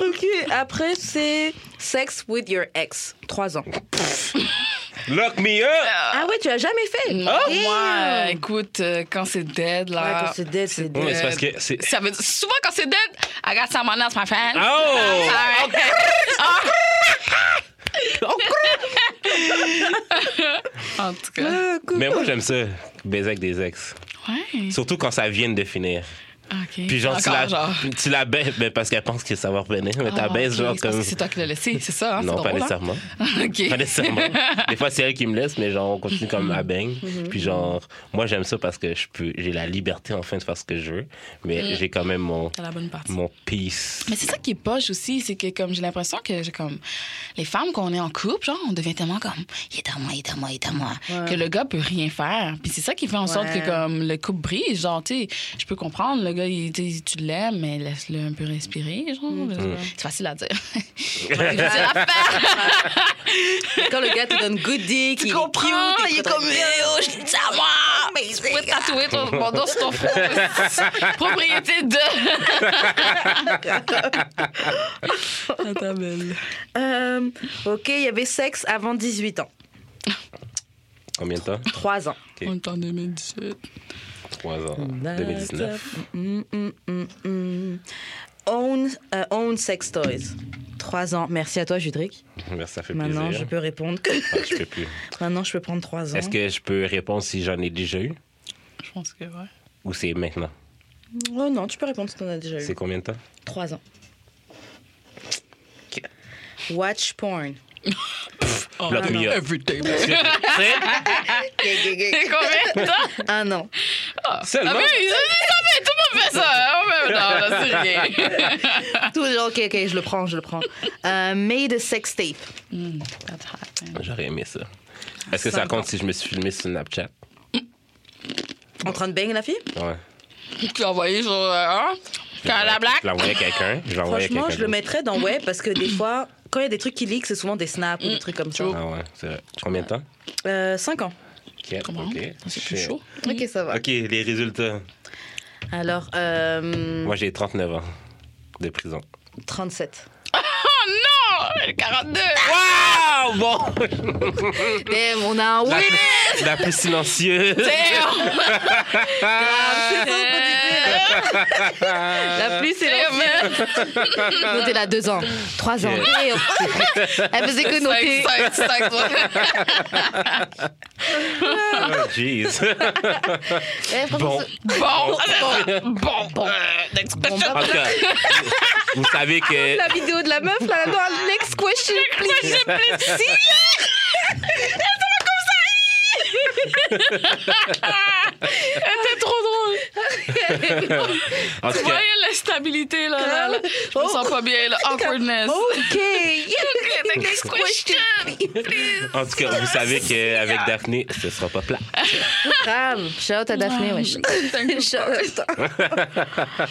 Ok, après c'est sex with your ex. Trois ans. Lock me up! Ah ouais, tu as jamais fait Damn. Moi, écoute, euh, quand c'est dead, là. Oh! Ouais, quand c'est dead, c'est Oui, mais dead. c'est parce que c'est. euh, Ça veut dire, souvent quand c'est dead, I got someone else, my friend. Ah! Oh! I'm sorry. Ah! en tout cas. Ah, cool. Mais moi, j'aime ça, baiser avec des ex. Ouais. Surtout quand ça vient de finir. OK. Puis genre, tu Encore, la, tu la baisses ben, parce qu'elle pense que ça va revenir, mais Ah, t'as baisses ok, genre c'est parce comme. que C'est toi qui l'as laissé, c'est ça? Hein? non, c'est pas drôle, hein? nécessairement. OK. Pas nécessairement. Des fois, c'est elle qui me laisse, mais genre, on continue comme à bang. Mhm. Puis genre, moi, j'aime ça parce que je peux, j'ai la liberté enfin de faire ce que je veux, mais Mm. j'ai quand même mon, T'as la bonne partie. mon peace. Mais c'est ça qui est poche aussi, c'est que comme j'ai l'impression que j'ai comme les femmes qu'on est en couple, genre on devient tellement comme il est à moi, il est à moi, il est à moi que le gars peut rien faire. Puis c'est ça qui fait en sorte Ouais. que comme le couple brise, genre tu sais, je peux comprendre le gars il, tu sais, tu l'aimes mais laisse-le un peu respirer, genre Mm. c'est facile à dire. C'est facile à faire. Quand le gars te donne good dick, il est comprends, cute, il est te comme, donne- Eh, oh, je dis à moi, mais tu peux tatouer ton mon dos sur ton front. Propriété de. Attends, belle. Euh, ok, il y avait sexe avant 18 ans. Combien de temps? Trois ans. On est en 2018. 3 ans. 2019. Mm, mm, mm, mm. Own, euh, own sex toys. Trois ans. Merci à toi, Judric. Merci, ça fait Maintenant, je plaisir. peux répondre. Ah, je peux plus. Maintenant, je peux prendre trois ans. Est-ce que je peux répondre si j'en ai déjà eu Je pense que ouais. ou c'est maintenant? Oh non, tu peux répondre si t'en as déjà eu. C'est combien de temps? Trois ans. Watch porn. Lock me up. Combien de temps? Un an. Ah, Seulement? mais ils ont dit, Ah, mais tout le monde fait ça. hein. Ah, mais non, là, c'est rien. Tout le ok, ok, je le prends, je le prends. Euh, made a sex tape. J'aurais aimé ça. Est-ce que ça Cinq ans. compte si je me suis filmé sur Snapchat? En train de bang la fille Ouais. Tu l'as envoyé sur. euh, hein? Quand la blague. Je l'envoyais à quelqu'un. Je l'envoyais à Franchement, quelqu'un. je le mettrais dans web parce que des fois, quand il y a des trucs qui leak, c'est souvent des snaps ou des trucs comme ça. Ah ouais, c'est vrai. Combien de temps? Euh, cinq ans. Quatre, Comment? ok. C'est plus Shit. chaud. Ok, ça va. OK, les résultats. Alors, euh, Mm. Moi, j'ai 39 ans de prison. 37. Oh non! 42! Ah, Wow! Bon! Damn, on a un La, web plus, la plus silencieuse. Damn! La plus, c'est Damn, man! la noter là, deux ans. Trois ans. Damn. Elle faisait que noter. Cinq, cinq, cinq, ouais. Oh, Jeez. Eh, franchement, Bon. c'est- Bon! Bon! Euh, next Bon, ben. question. En tout cas, vous savez que. La vidéo de la meuf, là, dans le next question, please. C'était trop drôle. En Tu tout cas, voyais la stabilité, là. là, là. Je me sens pas bien, là. Awkwardness. OK. The next question. en tout cas, vous savez qu'avec Daphné, ce sera pas plat. Grave. Shout à Daphné, wesh. Shout out.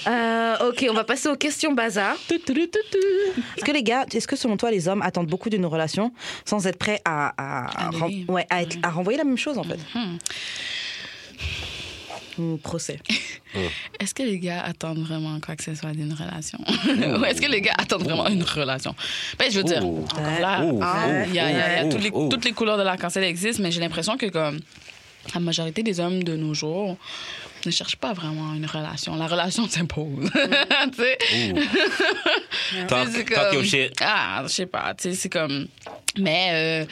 Euh, ok, on va passer aux questions bazar. Est-ce que les gars, est-ce que selon toi, les hommes attendent beaucoup d'une relation sans être prêts à, à, À ren- donner. ouais, à, être- à renvoyer la même chose, en fait Hmm. Ou procès. Est-ce que les gars attendent vraiment quoi que ce soit d'une relation? Oh. Ou est-ce que les gars attendent vraiment une relation? Ben, je veux dire, Ouh. encore là, Ouh. hein, il y a, il y a- il y a Ouh. toutes, les, Ouh. toutes les couleurs de l'arc-en-ciel existent, mais j'ai l'impression que comme la majorité des hommes de nos jours ne cherchent pas vraiment une relation. La relation s'impose. Tu sais? Tant Tu sais, que- c'est Oh. tant comme- que shit. Ah, je sais pas. Tu sais, c'est comme. Mais,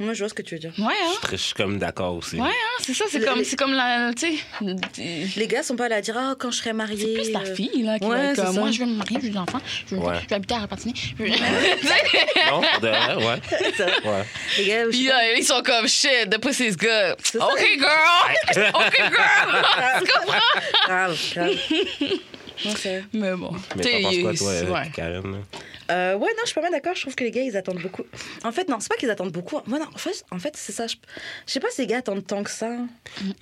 Moi, je vois ce que tu veux dire. euh, ouais, hein. Je suis comme d'accord aussi. Ouais, hein, c'est ça, c'est comme, c'est comme la. Tu sais, Les gars sont pas là à dire, ah, quand je serai mariée. C'est plus la euh, fille là, qui ouais, va être c'est comme, ça. moi je veux me marier, je veux des enfants, je veux, Ouais. je veux habiter à Repentigny. je veux- Non, pour de vrai, ouais. ouais. Les gars, je Puis sais là, ils sont comme shit, the pussy's good. C'est ça. OK girl. OK girl. tu comprends pas, grave, grave. Non, c'est vrai. Mais bon, Mais t'sais, t'en penses quoi, il- toi, euh, ouais. Karen? là? Euh, ouais, non, je suis pas mal d'accord. Je trouve que les gars, ils attendent beaucoup. En fait, non, c'est pas qu'ils attendent beaucoup. Moi, non, en fait, en fait c'est ça. Je je sais pas si les gars attendent tant que ça.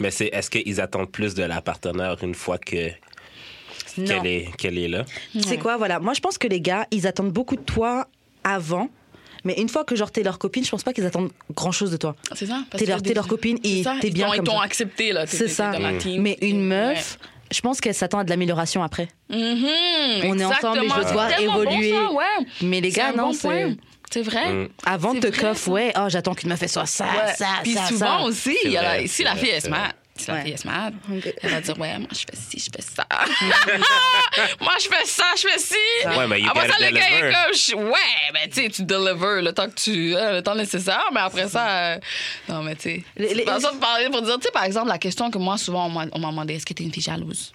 Mais c'est, est-ce qu'ils attendent plus de la partenaire une fois que, Non. qu'elle, est, qu'elle est là? Tu sais quoi, voilà. Moi, je pense que les gars, ils attendent beaucoup de toi avant. Mais une fois que, genre, t'es leur copine, je pense pas qu'ils attendent grand chose de toi. C'est ça parce T'es que leur, des- t'es leur copine c'est et ça, t'es ils bien t'ont- comme Ils t'ont ça. accepté là, t'es- C'est t'es ça. dans Mm. la team. Mais t'es- une ouais. meuf, je pense qu'elle s'attend à de l'amélioration après. Mhm, On est ensemble et je veux te exactement. voir C'est tellement bon, évoluer. ça, ouais. Mais les C'est gars, un non, bon c'est. point. C'est vrai. Mm. Avant de te C'est vrai, coffre, ça. ouais, oh, j'attends qu'une meuf fasse soit ça, Ouais. ça, Puis ça, souvent ça. aussi, il y a la- vrai, si c'est la vrai, fille est c'est smart, si la Ouais. Oh, fille est smart, Ok. elle va dire Ouais, moi je fais ci, je fais ça. moi je fais ça, je fais ci. Ah Ouais, mais you après gotta ça, le gars il est deliver. comme je- Ouais, mais tu sais, tu delivers le temps que tu. euh, le temps nécessaire, mais après ça. euh, non, mais tu sais. Les- c'est les- pas ça de parler pour dire, tu sais, par exemple, la question que moi souvent on m'a on m'a demandé Est-ce que t'es une fille jalouse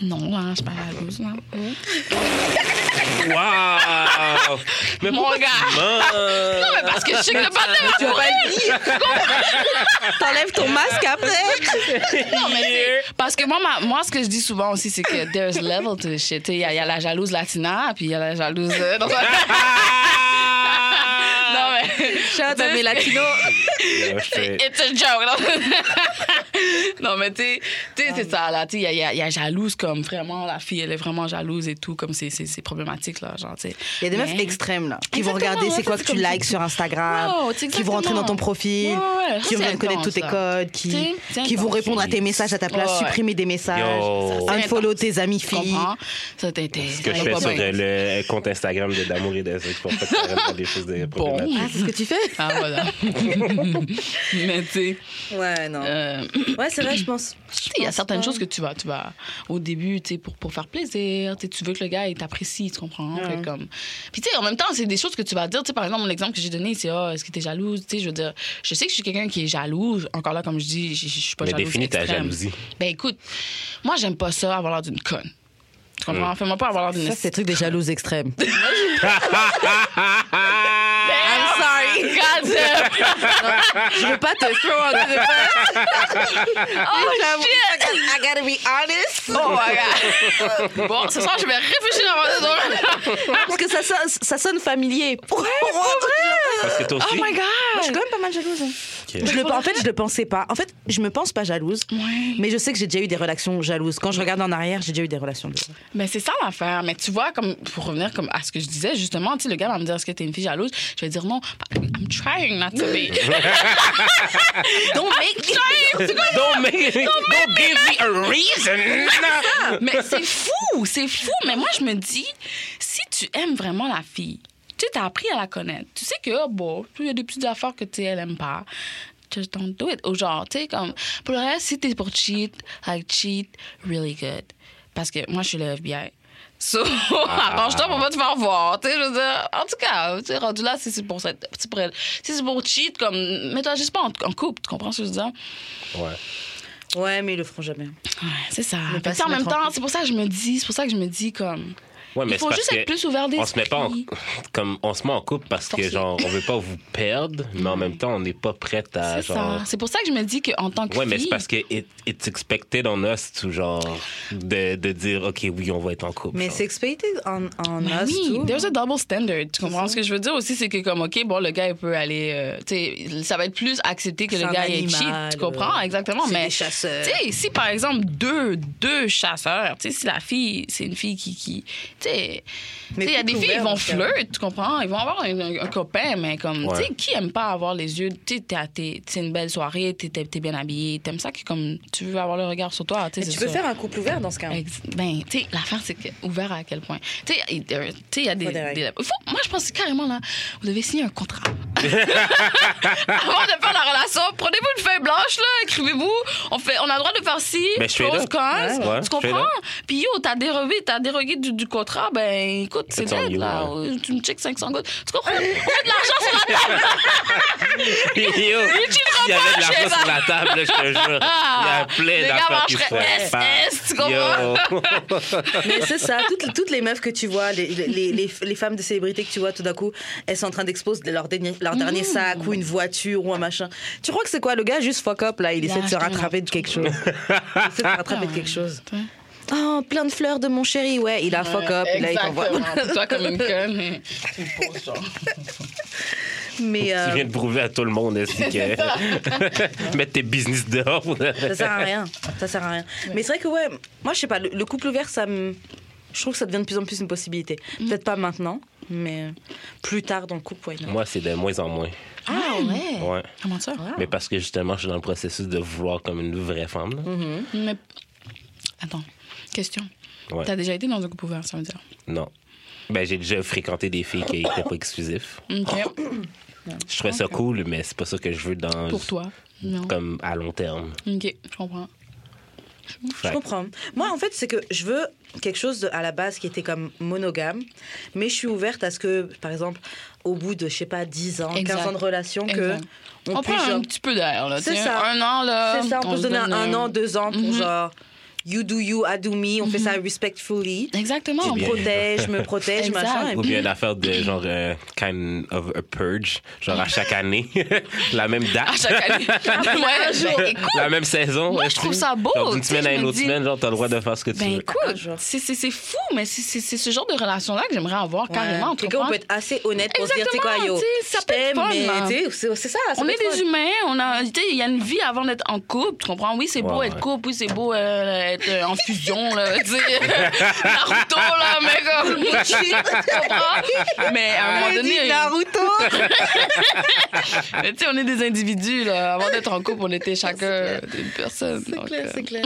Non, hein, je suis pas jalouse. non. Oh. Wow! Ah! Mais Mon pourquoi gars. tu mens? Non, mais parce que je sais que le bonheur. Tu vas pas le dire. T'enlèves ton masque après. Non, mais t'sais, parce que moi, ma- moi, ce que je dis souvent aussi, c'est que there's level to this shit. T'sais, Il y, a il y a la jalouse latina, puis il y a la jalouse. euh, donc- non, mais. Shout à mes latinos. Ouais, je fais- It's a joke, non? non, mais tu sais, c'est ça, là. Tu sais, il y a, il y a- il y a jalouse, comme vraiment, la fille, elle est vraiment jalouse et tout, comme c'est- c'est c'est problématique, là, genre, tu sais. Il y a des meufs Mais- extrêmes là, qui vont Exactement, regarder ouais, c'est ça, quoi que c'est tu comme- likes sur Instagram, Wow, c'est qui vont rentrer dans ton exactement. profil, Ouais, ouais, ça, qui c'est vont connaître intense, tous tes là. codes, C'est- qui, c'est qui vont intense. répondre à tes messages à ta place, Ouais, ouais. supprimer des messages, Yo! Ça, c'est unfollow intense. tes amis Tu filles. comprends? Ça t'intéresse. Ce que je ça fais va sur euh, pas bien. le compte Instagram de D'amour et de sexe pour pas que Karen fasse des choses de problématiques. Ah, c'est ce que tu fais Ah, voilà. mais tu sais. Ouais, non. euh, Ouais, c'est vrai, je pense. Tu sais, Il y a certaines choses que tu vas, tu vas au début, tu sais, pour, pour faire plaisir, tu sais, tu veux que le gars il t'apprécie, tu comprends. hein, Fait comme... Puis tu sais, en même temps, c'est des choses que tu vas dire. Tu sais, par exemple, l'exemple que j'ai donné, c'est Ah, est-ce que t'es jalouse Tu sais, je veux dire, je sais que je suis quelqu'un qui est jaloux. Encore là, comme je dis, je, je suis pas Mais jalouse. définis ta extrême. jalousie. Ben écoute, moi j'aime pas ça avoir l'air d'une conne. Tu comprends Mm. Fais-moi pas avoir l'air d'une. Ça, c'est le truc des jalouses extrêmes. I'm sorry. God damn. je veux pas te throw on the bus. Oh shit. I gotta be honest. Oh my god. Bon, ce soir, je vais réfléchir avant de dormir. Parce que ça, sonne- ça sonne familier. Pour- pour moi, Parce que toi Oh aussi, my je suis god. quand même pas mal jalouse. hein. Ok. Je le, en fait, je le pensais pas. En fait, je me pense pas jalouse. Ouais. Mais je sais que j'ai déjà eu des relations jalouses. Quand je regarde en arrière, j'ai déjà eu des relations de. Mais c'est ça l'affaire. Mais tu vois, comme pour revenir comme à ce que je disais, justement, tu sais, le gars va me dire est-ce que t'es une fille jalouse Je vais dire non. Bah, I'm trying not to be. Donc, mec, don't, make, don't give me a reason! mais c'est fou, c'est fou. Mais moi, je me dis, si tu aimes vraiment la fille, tu sais, t'as appris à la connaître. Tu sais que, oh, bon, il y a des petites affaires que tu sais, elle aime pas. Just don't do it. Au genre, tu sais, comme, pour le reste, si t'es pour cheat, like, cheat really good. Parce que moi, je suis le FBI. So, Ah. arrange-toi pour pas te faire voir. Tu sais, je veux dire, en tout cas, tu sais, rendu là, si c'est pour, cette- si c'est pour, elle- si c'est pour cheat, comme, mets-toi juste pas en, en couple, tu comprends ce que je veux dire? Ouais. Ouais, mais ils le feront jamais. Ouais, c'est ça. Ne Mais pas tu sais, en se même mettre en temps, couple. c'est pour ça que je me dis, c'est pour ça que je me dis comme Ouais, mais il faut c'est juste parce être que plus ouvert d'esprit. On se met pas en- comme on se met en couple parce que Forcé. genre on veut pas vous perdre, mais en même temps on n'est pas prête à C'est Ah, genre. ça. C'est pour ça que je me dis qu'en tant que Ouais, mais c'est fille, parce que it, it's expected on us to genre de, de dire ok oui on va être en couple. Mais genre. c'est expected en, en Ben us, oui, too. there's a double standard. Tu comprends ce que je veux dire aussi, c'est que comme ok, bon le gars il peut aller, euh, tu sais, ça va être plus accepté que C'est le un gars il est cheat. animal, Tu comprends euh, exactement, c'est mais des chasseurs. Tu sais, si par exemple deux deux chasseurs, tu sais, si la fille c'est une fille qui qui, tu sais, tu Mais sais, il y a plus des filles ouvert, ils euh, vont en tout cas. flirt, tu comprends, ils vont avoir un, un- un copain, mais comme Ouais. tu sais, qui aime pas avoir les yeux, tu sais, t'es à tes- c'est une belle soirée, t'es t'es- t'es bien habillé, t'aimes ça que comme tu veux avoir le regard sur toi, tu Mais sais, tu c'est peux ça. faire un couple ouvert dans ce cas. Ex- Ben, tu sais, l'affaire, c'est que- ouvert à quel point. Tu sais, il euh, tu sais, il y a des. Faut des règles. des- faut- moi, je pense que carrément, là, vous devez signer un contrat. Avant de faire la relation, prenez-vous une feuille blanche, là, écrivez-vous. On, fait, on a le droit de faire ci, Ben, straight close up. cons. Ouais, ouais, tu straight comprends? up. Puis, yo, t'as dérogué, t'as dérogué du, du contrat, ben, écoute, c'est It's on dead, you, là. ouais. Euh, Tu me checks 500 gouttes. Tu comprends? On met de l'argent sur la table. Yo, il y avait de l'argent chez sur la table, là, je te jure. Il y a Les plein gars d'affaires qui se mangeraient font pas. SS, tu comprends? Yo. Mais c'est ça, toutes, toutes les meufs que tu vois, les, les, les- les- les femmes de célébrités que tu vois tout d'un coup, elles sont en train d'exposer leur, dernier- leur dernier sac ou une voiture ou un machin. Tu crois que c'est quoi Le gars juste fuck up là, il Il a essaie de se acheté rattraper de quelque chose. Il essaie de se Ah, rattraper de quelque chose. Oh, plein de fleurs de mon chéri, ouais, il a fuck up, là il t'envoie. Exactement. Toi, comme une conne. mais- Mais euh, Tu viens de prouver à tout le monde est-ce que mettre tes business dehors. ça sert à rien, ça sert à rien. Mais c'est vrai que ouais, moi je sais pas, le, le couple ouvert, ça me, je trouve que ça devient de plus en plus une possibilité. Mm. Peut-être pas maintenant, mais plus tard dans le couple, ouais. non. Moi, c'est de moins en moins. Ah ouais? Ouais. Comment ça? Mais parce que justement, je suis dans le processus de vouloir comme une vraie femme. là. Mhm. Mais... Attends, question. Ouais. T'as déjà été dans un couple ouvert, ça veut dire? Non. Ben, j'ai déjà fréquenté des filles qui n'étaient pas exclusives. OK. Ah. Je trouvais ça cool, mais c'est pas ça que je veux dans. Pour toi? Non. Comme à long terme. OK, je comprends. Je Fait que- comprends. Moi, en fait, c'est que je veux quelque chose de- à la base qui était comme monogame, mais je suis ouverte à ce que, par exemple, au bout de, je sais pas, 10 ans, Exact. 15 ans de relation, que Exact. on, On, puisse, prend un genre- petit peu d'air, là. C'est tu sais, ça. Un an, là. C'est ça, on peut se donner un, un euh, an, deux ans pour genre, you do you, I do me, on fait ça respectfully. Exactement. C'est On bien. protège, me protège, Mhm. Oh. Exact. machin. et Ou puis- bien l'affaire de genre euh, kind of a purge, genre à chaque année, la même date. À chaque année. ouais, ben, écoute, la même saison. moi, je est-ce trouve que- ça beau, genre, D'une tu sais, semaine je à une me autre dis- semaine, genre, t'as le droit de faire ce que tu ben, veux. écoute, c'est- c'est c'est fou, mais c'est- c'est c'est ce genre de relation-là que j'aimerais avoir Ouais. carrément. En tu tout cas, on comprends? peut être assez honnête pour se dire, tu sais quoi, yo, Exactement, tu sais, ça je peut être t'aime, fun, mais là. tu sais, c'est- c'est ça, ça on peut est être fun. des humains, on a, tu sais, il y a une vie avant d'être en couple, tu comprends? Oui, c'est beau Ouais, être ouais. couple, oui, c'est beau euh, être euh, en fusion, là, tu sais, Naruto, là, mais comme, tu comprends? Mais à un moment Dit donné, hein. Naruto. mais tu sais, on est des individus, là. Avant d'être en couple, on était chacun une personne. C'est donc, clair, euh, c'est clair.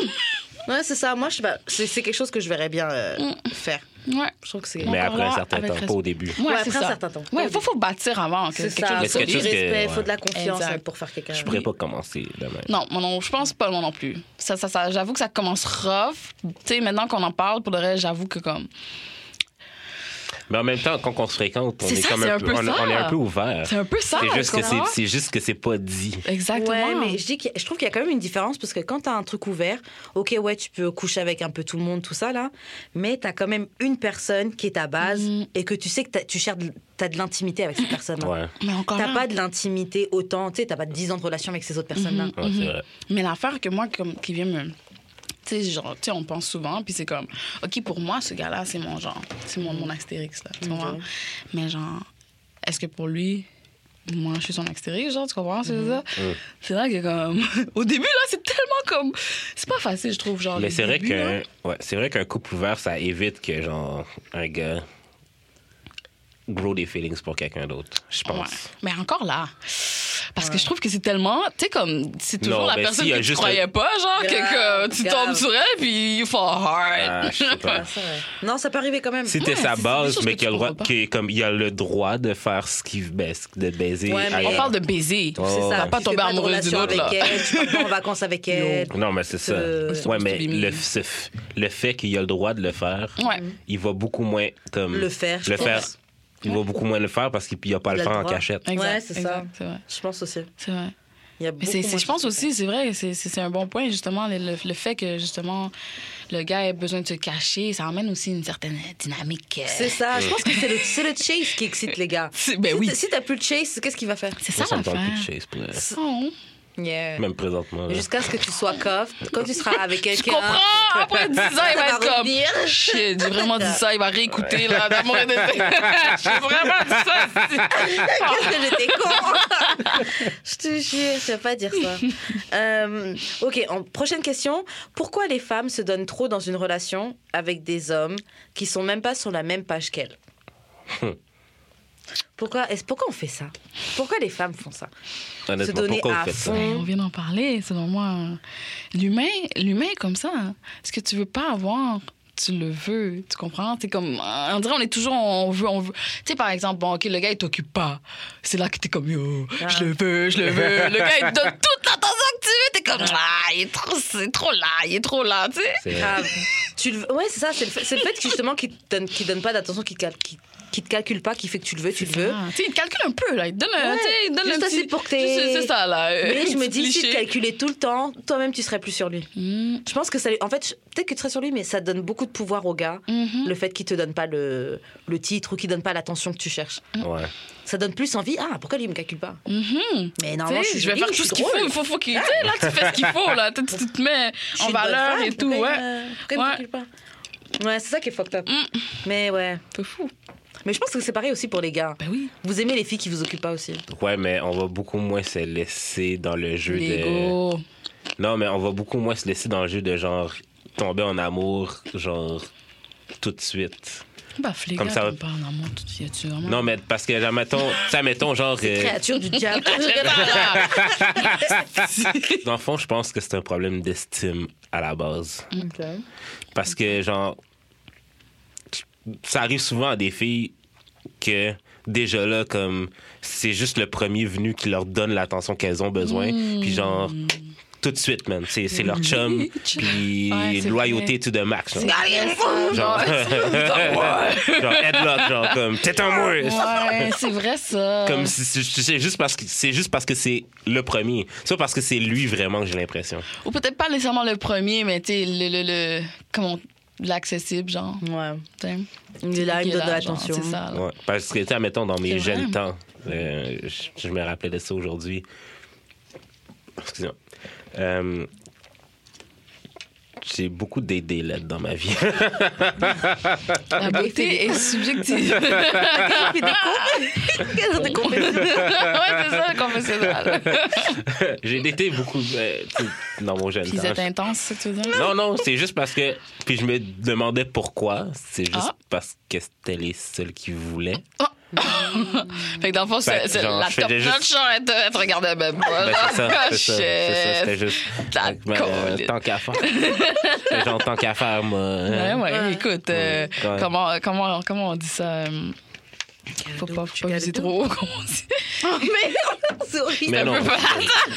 Ouais, c'est ça. Moi, je sais pas. C'est c'est quelque chose que je verrais bien euh, faire. Mm. Ouais. Je trouve que c'est. Mais Encore après un là, certain avec temps, pas respect. au début. Ouais, Ouais, c'est après un ça. certain temps. Ouais, faut, faut bâtir avant. que- C'est quelque ça. chose de Mais Faut c'est quelque du chose solide. que- respect, ouais. faut de la confiance Exact. euh, pour faire quelqu'un. Je pourrais pas commencer de même. Non, moi non, je pense pas moi non plus. Ça, ça, ça- j'avoue que ça commence rough. Tu sais, maintenant qu'on en parle, pour le reste, j'avoue que comme. Mais en même temps, quand on se fréquente, on C'est est ça, comme c'est un un peu, peu on, ça. on est un peu ouvert. C'est un peu ça. C'est juste tu que c'est, comprends? c'est juste que c'est pas dit. Exactement. Ouais, mais je, dis qu'il y a- je trouve qu'il y a quand même une différence parce que quand t'as un truc ouvert, ok, ouais, tu peux coucher avec un peu tout le monde, tout ça là, mais t'as quand même une personne qui est ta base Mm. et que tu sais que t'as- tu cherches, de- t'as de l'intimité avec cette personne-là. Ouais, Mais encore T'as là. pas de l'intimité autant, tu sais, t'as pas 10 ans de relation avec ces autres personnes-là. Mhm. ouais, c'est vrai. Mm-hmm, Mais l'affaire que moi, comme, qui vient me. Tu sais, genre, tu sais, on pense souvent, puis c'est comme, OK, pour moi, ce gars-là, c'est mon genre. C'est mon, mon Mm-hmm. Astérix, là. Tu comprends? Mais genre, est-ce que pour lui, moi, je suis son Astérix, genre, tu comprends? C'est ça? Mm-hmm. C'est vrai que, comme, au début, là, c'est tellement comme. C'est pas facile, je trouve, genre. Mais les c'est vrai débuts, là. que ouais, c'est vrai qu'un couple ouvert, ça évite que genre un gars grow des feelings pour quelqu'un d'autre, je Ouais. pense. Mais encore là. Parce que je trouve que c'est tellement. Tu sais, comme. C'est toujours Non, la ben, personne s'il y a que tu juste croyais un- pas, genre, que, Grave, que tu grave. tombes sur elle, puis you fall hard. Ah, je sais pas. Non, ça peut arriver quand même. Si t'es Ouais, sa Euh, c'est des base, choses mais que qu'il a tu le droit, comprends pas. qu'il- comme il a le droit de faire ce qu'il baisse, de baiser. Ouais, mais- ailleurs. On parle de baiser. Ouais. C'est Oh. ça. T'as tu pas fais tombé de amoureuse relation d'une autre, avec là. elle, tu pars pas en vacances avec elle. Non, mais c'est ça. Euh, Ouais, c'est mais sublime. le, ce f- le fait qu'il a le droit de le faire, Ouais. il va beaucoup moins comme Le faire, je le faire. pense. Il va beaucoup moins le faire parce qu'il n'a pas à le Il a le faire en droit. cachette. Ouais, c'est ça. exact, C'est vrai. Je pense aussi. C'est vrai. Il y a beaucoup Mais c'est, c'est- moins je pense de aussi, c'est vrai, c'est, c'est- c'est un bon point, justement, le, le- le fait que, justement, le gars ait besoin de se cacher, ça emmène aussi une certaine dynamique. euh, C'est ça. Je pense que c'est le, c'est le chase qui excite les gars. C'est- ben si oui. t'as- Si t'as plus de chase, qu'est-ce qu'il va faire c'est ça, Moi, ça me tente l'affaire. plus de chase, pour le- Oh. Yeah. Même présentement. là. Jusqu'à ce que tu sois coffre. Quand tu seras avec Je quelqu'un. comprends! Après 10 ans, il va Ça va être comme. revenir. Shit, j'ai vraiment dit ça, il va réécouter, là, d'amour et de J'ai vraiment dit ça, Qu'est-ce que j'étais con Je te jure, je vais pas dire ça. Euh, ok, en, prochaine question. Pourquoi les femmes se donnent trop dans une relation avec des hommes qui sont même pas sur la même page qu'elles Pourquoi, est-ce- pourquoi on fait ça Pourquoi les femmes font ça Se Honnêtement, hein. donner pourquoi à vous faites ça? fond. Ben, on vient d'en parler, selon moi. L'humain, l'humain est comme ça. hein. Ce que tu veux pas avoir, tu le veux. Tu comprends? C'est comme. On dirait, on est toujours. On veut, on veut. Tu sais, par exemple, bon, OK, le gars, il t'occupe pas. C'est là que t'es comme, yo, Ah. je le veux, je le veux. Le gars, il te donne toute l'attention que tu veux. T'es comme, ah, il est trop, c'est trop là, il est trop là, tu sais. C'est vrai. Grave. Ah, tu le, ouais, c'est ça, c'est le, fait- c'est le fait que, justement qu'ils te donnent qu'ils donnent pas d'attention, qu'ils ne te calculent pas, qui fait que tu le veux, tu le veux. Ah, Tu sais, il te calcule un peu, là. Il te donne, un- Ouais, tu sais, il te donne juste un petit. assez pour que t'aies- C'est- C'est ça, là. euh, Mais je me petit dis, si tu cliché. te calculais tout le temps, toi-même, tu serais plus sur lui. Mhm, Je pense que ça lui- En fait, je- peut-être que tu serais sur lui, mais ça donne beaucoup de pouvoir au gars, mhm. le fait qu'il te donne pas le, le titre ou qu'il donne pas l'attention que tu cherches. Ouais. Ça donne plus envie. Ah, pourquoi lui, il me calcule pas Mhm. Mais Tu normalement, sais, je suis je vais jolie, je faire tout suis ce qu'il faut. drôle. Il faut, faut qu'il. Tu sais, là, tu fais ce qu'il faut, là. Tu, tu te mets Je en suis une bonne valeur femme, et tout, pourquoi il ouais. me- pourquoi il me Ouais. calcule pas Ouais, c'est ça qui est fucked up. Mm. Mais ouais. T'es fou. Mais je pense que c'est pareil aussi pour les gars. Ben oui. Vous aimez les filles qui vous occupent pas aussi. Ouais, mais on va beaucoup moins se laisser dans le jeu de. L'ego. Non, mais on va beaucoup moins se laisser dans le jeu de genre tomber en amour, genre tout de suite. Bah, les Comme gars, ça- ça... pas en amour. tu- Y a-tu vraiment. Non, mais parce que, genre, mettons, tu sais, mettons, genre. euh, Créature du diable. dans le fond, je pense que c'est un problème d'estime à la base. Ok. Parce que, genre, ça arrive souvent à des filles que, déjà là, comme, c'est juste le premier venu qui leur donne l'attention qu'elles ont besoin. Hmm. Puis, genre, tout de suite, man. C'est c'est leur chum. Bitch. Puis, Ouais, c'est loyauté to the max. Genre, Ah, rien de fou. genre, genre headlock, genre, comme, t'es un mur. Ouais, c'est vrai, ça. Comme si, si- si- c'est juste parce que c'est juste parce que c'est le premier. C'est pas parce que c'est lui vraiment que j'ai l'impression. Ou peut-être pas nécessairement le premier, mais tu sais, le, le, le. Comment. L'accessible, genre. Ouais. tu sais. Il est là, il me donne de Là, genre, l'attention. C'est ça, là. Ouais, parce que, tu sais, admettons, dans mes C'est vrai. jeunes temps, euh, je- je me rappelais de ça aujourd'hui. Excusez-moi. Euh, j'ai beaucoup d'aider là dans ma vie. La beauté est subjective. Quelle Oh. des compétences. ouais, c'est ça, le confessionnal. j'ai daté beaucoup euh, tu sais, dans mon jeune Puis ils temps. étaient intenses, c'est ça que tu veux dire? Non, non, c'est juste parce que. Puis je me demandais pourquoi. C'est juste Ah. parce que c'était les seuls qui voulaient. Fait que dans le fond, Fait c'est, que c'est Ben, genre, la je top faisais notch, juste- genre, elle te, elle te regardait même pas. Ben, c'est ça, genre, c'est ça, c'est ça, c'était shit. juste. euh, La Fait que, ben, euh, colline. tant qu'à faire. Fait genre, tant qu'à faire, moi. Ouais, hein. ouais, Ouais. écoute, euh, Ouais, ouais. Comment, comment, comment on dit ça? euh, Faut pas, faut pas viser trop Oh, haut, comment on dit? Mais non, c'est horrible. Mais Ah non. peut pas.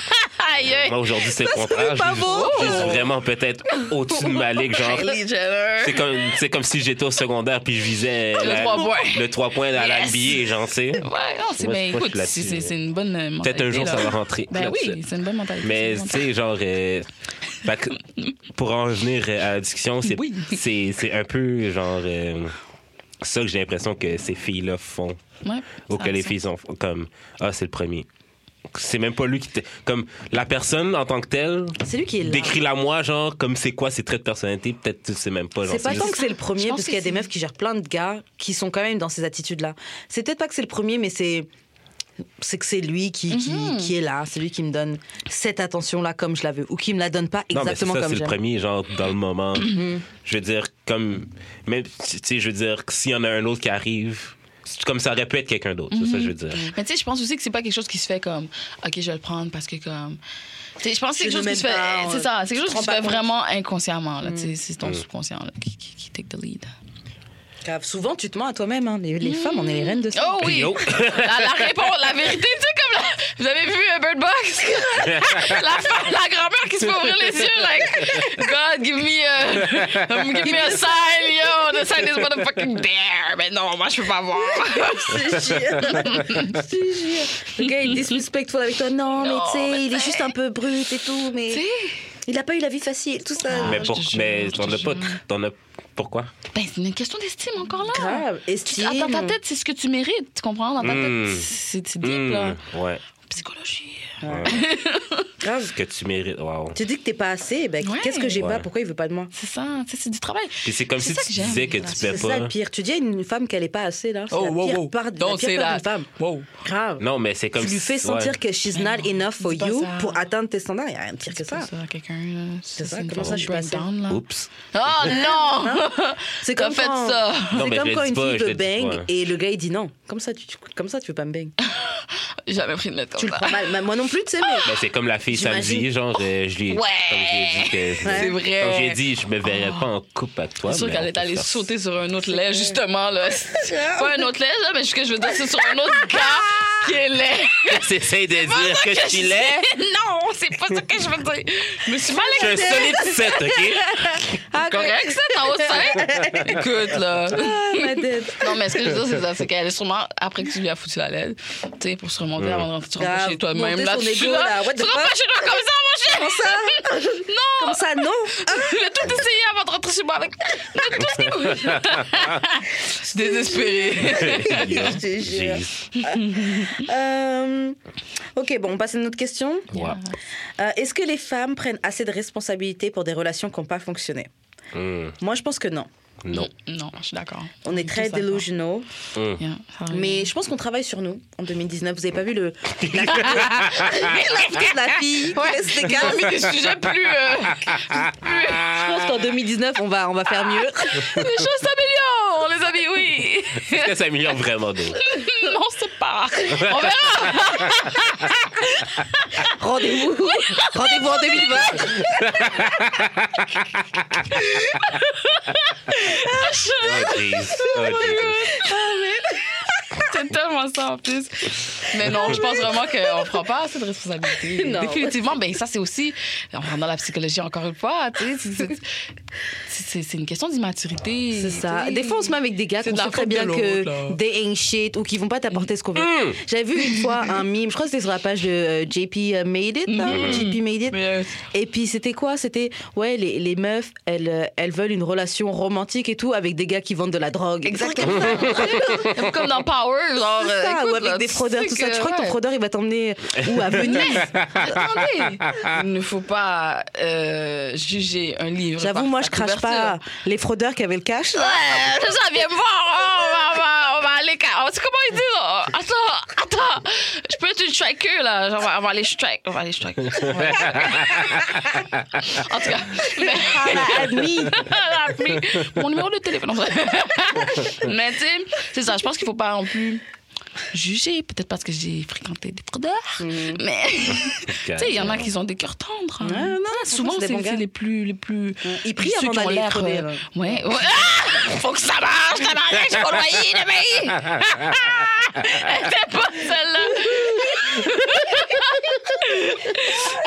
Aïe, aïe! Moi, aujourd'hui, c'est le Ça, c'est contraire. pas Je- beau. je suis vraiment peut-être au-dessus de ma ligue. Genre, Kylie Jenner. c'est comme, c'est comme si j'étais au secondaire puis je visais Le la- trois points. le trois points à la Yes. NBA, j'en sais. Ouais, non, c'est Moi, je- moi, je bien. suis Écoute, c'est, là-dessus. c'est, c'est une bonne euh, mentalité. Peut-être un jour, là. ça va rentrer. Ben là-dessus. oui, c'est une bonne mentalité. Mais c'est tu une bonne sais, genre, euh, fait que pour en venir à la discussion, c'est Oui. c'est- c'est un peu genre euh, ça que j'ai l'impression que ces filles-là font. mentalité. Ouais, Ou ça que a les du filles sont comme Ah, c'est le premier. C'est même pas lui qui. t- Comme la personne en tant que telle, C'est lui qui est là. décris-la moi, genre, comme c'est quoi ses traits de personnalité. Peut-être tu le sais même pas. genre, C'est pas juste- tant que c'est le Je premier, pense parce que qu'il y a des c'est- meufs qui gèrent plein de gars qui sont quand même dans ces attitudes-là. C'est peut-être pas que c'est le premier, mais c'est. C'est que c'est lui qui, qui, Mhm. qui est là, c'est lui qui me donne cette attention-là comme je la veux, ou qui me la donne pas Non, mais c'est exactement ça, comme c'est le j'aime. premier, genre, dans le moment. je veux dire, comme. Même, tu sais, je veux dire, s'il y en a un autre qui arrive, c'est comme ça aurait pu être quelqu'un d'autre. C'est ça, que je veux dire. Mais tu sais, je pense aussi que c'est pas quelque chose qui se fait comme, OK, je vais le prendre parce que comme. Tu sais, je pense que c'est Je quelque le chose qui se mets fait. pas, C'est euh, ça, c'est tu quelque te chose qui rends se pas fait compte. vraiment inconsciemment, là. tu sais, C'est ton subconscient, là, qui, qui, qui take the lead. Grave, souvent, Mmh. tu te mens à toi-même. hein. Les, les femmes, on est les reines de ça. Oh oui! Yo. la, la réponse, la vérité, tu sais, comme Vous avez vu euh, Bird Box? la femme- la grand-mère qui se fait ouvrir les yeux, like, God, give me a, give me a sign, yo, the sign is motherfucking there. Mais non, moi, je peux pas voir. Je te jure. Je te jure. Le gars est disrespectful avec toi. Non, mais Non, tu mais sais, il est t'sais. juste un peu brut et tout, Tu mais sais? il a pas eu la vie facile, tout ça. Ah, mais je pour, te jure, mais je te t'en as pas. jure. T'en as. Pourquoi? Ben, c'est une question d'estime encore là. Grave, Tu- Dans ta estime. tête, c'est ce que tu mérites, tu comprends? Dans ta Mm. tête, c'est c'est deep, là. Hmm, ouais. Psychologie. Grave. Que tu mérites. Wow. Tu dis que t'es pas assez, ben, Ouais. qu'est-ce que j'ai Ouais. pas Pourquoi il veut pas de moi C'est ça, tu sais, c'est du travail. Puis c'est comme C'est si ça tu que j'aime, disais que les tu fais C'est ça pas. le pire. Tu dis à une femme qu'elle est pas assez, là. C'est Oh, la wow, pire wow. part la Don't pire say peur that. d'une femme. Wow. Grave. Non, mais c'est comme tu si. lui fais sentir ouais. que she's Mais not non, enough for dis pas you ça. pour atteindre tes standards. Il y a rien de pire que C'est ça. pas ça, quelqu'un, là. C'est ça, une comment ça, je suis forme de pas breakdown, là. Oups. Hein? Oh non! C'est T'as comme fait quand- ça. C'est Non, mais je comme le quand dis une pas, fille je te le dis bang pas. Ah et le gars il dit non. Comme ça, tu, comme ça, tu veux pas me bang. J'avais pris une lettre. bah. Tu le prends mal. Mais Moi non plus, tu sais, mais. Ben, c'est comme la fille samedi, J'imagine. genre, euh, je lui ai Ouais. comme je lui ai dit que je- C'est vrai. Comme j'ai dit, je me verrais pas en couple à toi. C'est sûr mais qu'elle on est peut allée faire- sauter sur un autre lait, justement, là. Pas un autre lait, là, mais ce que je veux dire, c'est sur un autre Ah! gars qui est laid. J'essaie de dire ça que je suis laid. Non, c'est pas ça que je veux dire. Je me suis mal Je suis un exprimée. solide 7, OK? Ah, Correct, ça, t'as au sein? Écoute, là. ma tête. Non, mais ce que je veux dire, c'est ça. C'est qu'elle est sûrement, après que tu lui as foutu la lettre, tu sais, pour se remonter avant de rentrer Grave. chez toi-même. Monter Là, son tu suis ego, là. là. What the Tu rentres pas fuck? chez toi comme ça, mon Comme chéri. ça, Non! comme ça, non. J'ai tout essayé avant de rentrer chez moi avec. J'ai tout essayé. Je suis désespérée. Je te jure. Jeez. Euh, ok, bon, on passe à une autre question. Ouais. Euh, Est-ce que les femmes prennent assez de responsabilités pour des relations qui n'ont pas fonctionné Hmm, Moi, je pense que non. Non. Non, je suis d'accord. On est très Tout ça, delusional, Hmm. Yeah, ça arrive. mais je pense qu'on travaille sur nous en 2019. Vous avez pas vu le la, la photo de la fille qui laisse les gars Ah, mais des sujets plus. euh, Je pense qu'en 2019, on va, on va faire mieux. les choses s'améliorent, les amis, oui. Est-ce que ça améliore vraiment d'autres? On sait pas. On verra. Rendez-vous Rendez-vous en 2020 Oh, jeez. Oh, jeez. C'est tellement ça en plus. Mais non, je pense vraiment qu'on ne prend pas assez de responsabilités. Non. Définitivement, ben ça, c'est aussi. On rentre dans la psychologie encore une fois. tu sais, c'est- c'est- C'est c'est une question d'immaturité. C'est ça. tu sais. Des fois, on se met avec des gars C'est qu'on de la sait très faute bien de que l'autre, là. des ain't shit ou qui vont pas t'apporter ce qu'on veut. J'avais vu une fois un mime, je crois que c'était sur la page de euh, JP Made It. hein, JP Made It. Mais, euh, Et puis c'était quoi C'était, ouais, les, les meufs, elles, euh, elles veulent une relation romantique et tout avec des gars qui vendent de la drogue. Exactement. comme dans Power, genre. C'est ça, euh, écoute, ou avec là, des tu fraudeurs, sais tout ça. que- Tu crois que ton ouais. fraudeur, il va t'emmener où à Venise Attendez, il ne faut pas euh, juger un livre. J'avoue, par moi, sa je crache couverture. Ah, pas les fraudeurs qui avaient le cash. Ouais, là. c'est ça, viens me voir. Oh, on, va, on, va, on va aller. ca- C'est comment ils disent là? Attends, attends. Je peux être une striker, là. Genre, on, va, on va aller strike. On va aller strike. On va aller strike. en tout cas, mais- Ah, la bah, admis. Rappelez mon numéro de téléphone. Non, c'est- mais tu sais, c'est ça. Je pense qu'il faut pas non plus juger. Peut-être parce que j'ai fréquenté des fraudeurs. Mais Oh, tu sais, il y en a qui ont des cœurs tendres. hein. Ouais, non, Souvent, franchement, c'est c'est des bons gars. c'est les plus, les plus. Ils prient ceux avant qui ont d'aller l'air, frauder, euh, là. Ouais. ouais. Ah! Faut que ça marche, t'as marre, je suis loyer demain. Elle était pas celle-là.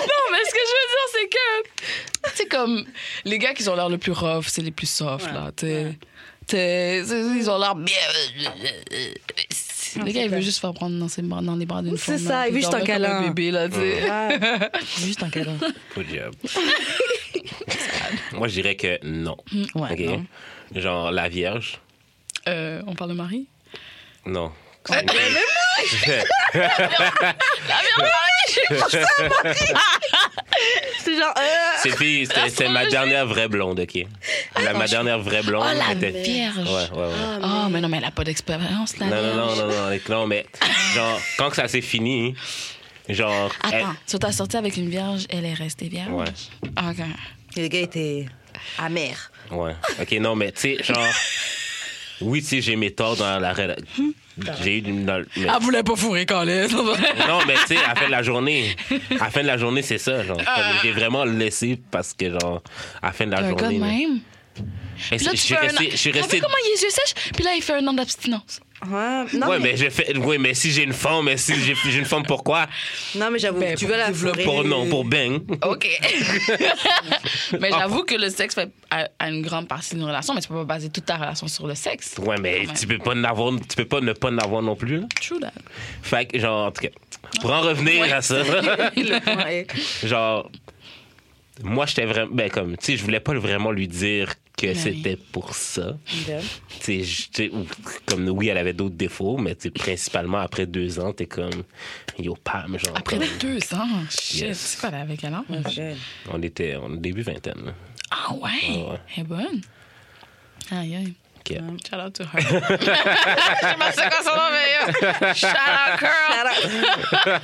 non, mais ce que je veux dire, c'est que. C'est comme les gars qui ont l'air le plus rough, c'est les plus soft, là. T'es. t'es- c'est- Ils ont l'air bien. Les gars, ils veulent juste faire prendre dans, ses bras- dans les bras d'une C'est femme. ça, là, ils veulent puis juste un dormir comme câlin. bébé, là, tu sais. Ah, juste un câlin. Good job. Moi, je dirais que Hmm. non. Ouais, OK? non. Genre, la Vierge, Euh, on parle de Marie? non. C'est genre. euh, C'est puis, c'était- c'est ma dernière vraie blonde, OK? La, ma dernière vraie blonde. Oh, la était- Vierge. Ouais, ouais, ouais. Oh, mais non, mais elle a pas d'expérience, là. Non, non, non, non, non, non, mais genre, quand que ça s'est fini, genre. Attends, tu t'as sorti avec une vierge, elle est restée vierge? Ouais. Ah, OK. Et le gars était amer. elle- ouais. Ok, non, mais tu sais, genre. Oui, tu sais, j'ai mes torts dans la. rela- J'ai eu. du- dans le- mais- Elle voulait pas fourrer quand même. Non, mais tu sais, à la fin de la journée, à la fin de la journée, c'est ça, genre. Comme J'ai vraiment laissé parce que, genre, à la fin de la Ah. Un gars de journée. même. mais- mais Puis c'est- là, Je tu suis fais un an. resté. Je suis T'as vu resté. comment il a les yeux sèches? Puis là, il fait un an d'abstinence. Ouais, non, ouais, mais, mais, j'ai fait, ouais, mais si j'ai une femme, mais si j'ai j'ai une femme, pourquoi? non, mais j'avoue, Ben, tu veux la fourrer. Pour non, pour bang. OK. mais Ah. j'avoue que le sexe fait à, à une grande partie d'une relation, mais tu peux pas baser toute ta relation sur le sexe. Ouais, mais Ouais. tu peux pas en avoir- tu peux pas ne pas en avoir non plus. là. True that. Fait que, genre, en tout cas, pour en revenir Ouais. à ça, Le point est- genre, moi, j'étais vraiment, ben, comme, tu sais, je voulais pas vraiment lui dire que Ben oui. c'était pour ça. Tu sais, je- tu sais, ou- comme, oui, elle avait d'autres défauts, mais tu sais, principalement, après deux ans, t'es comme, yo, pam, genre, Après comme, deux ans, shit, Yes. c'est quoi, elle avait quel âge? on était, on début vingtaine, là. Ah ouais? Ouais, ouais. Elle est bonne. Aïe, aïe. Ok. Shout out to her. Je sais pas c'est quoi son nom, mais yo, Shout out, Ah, girl.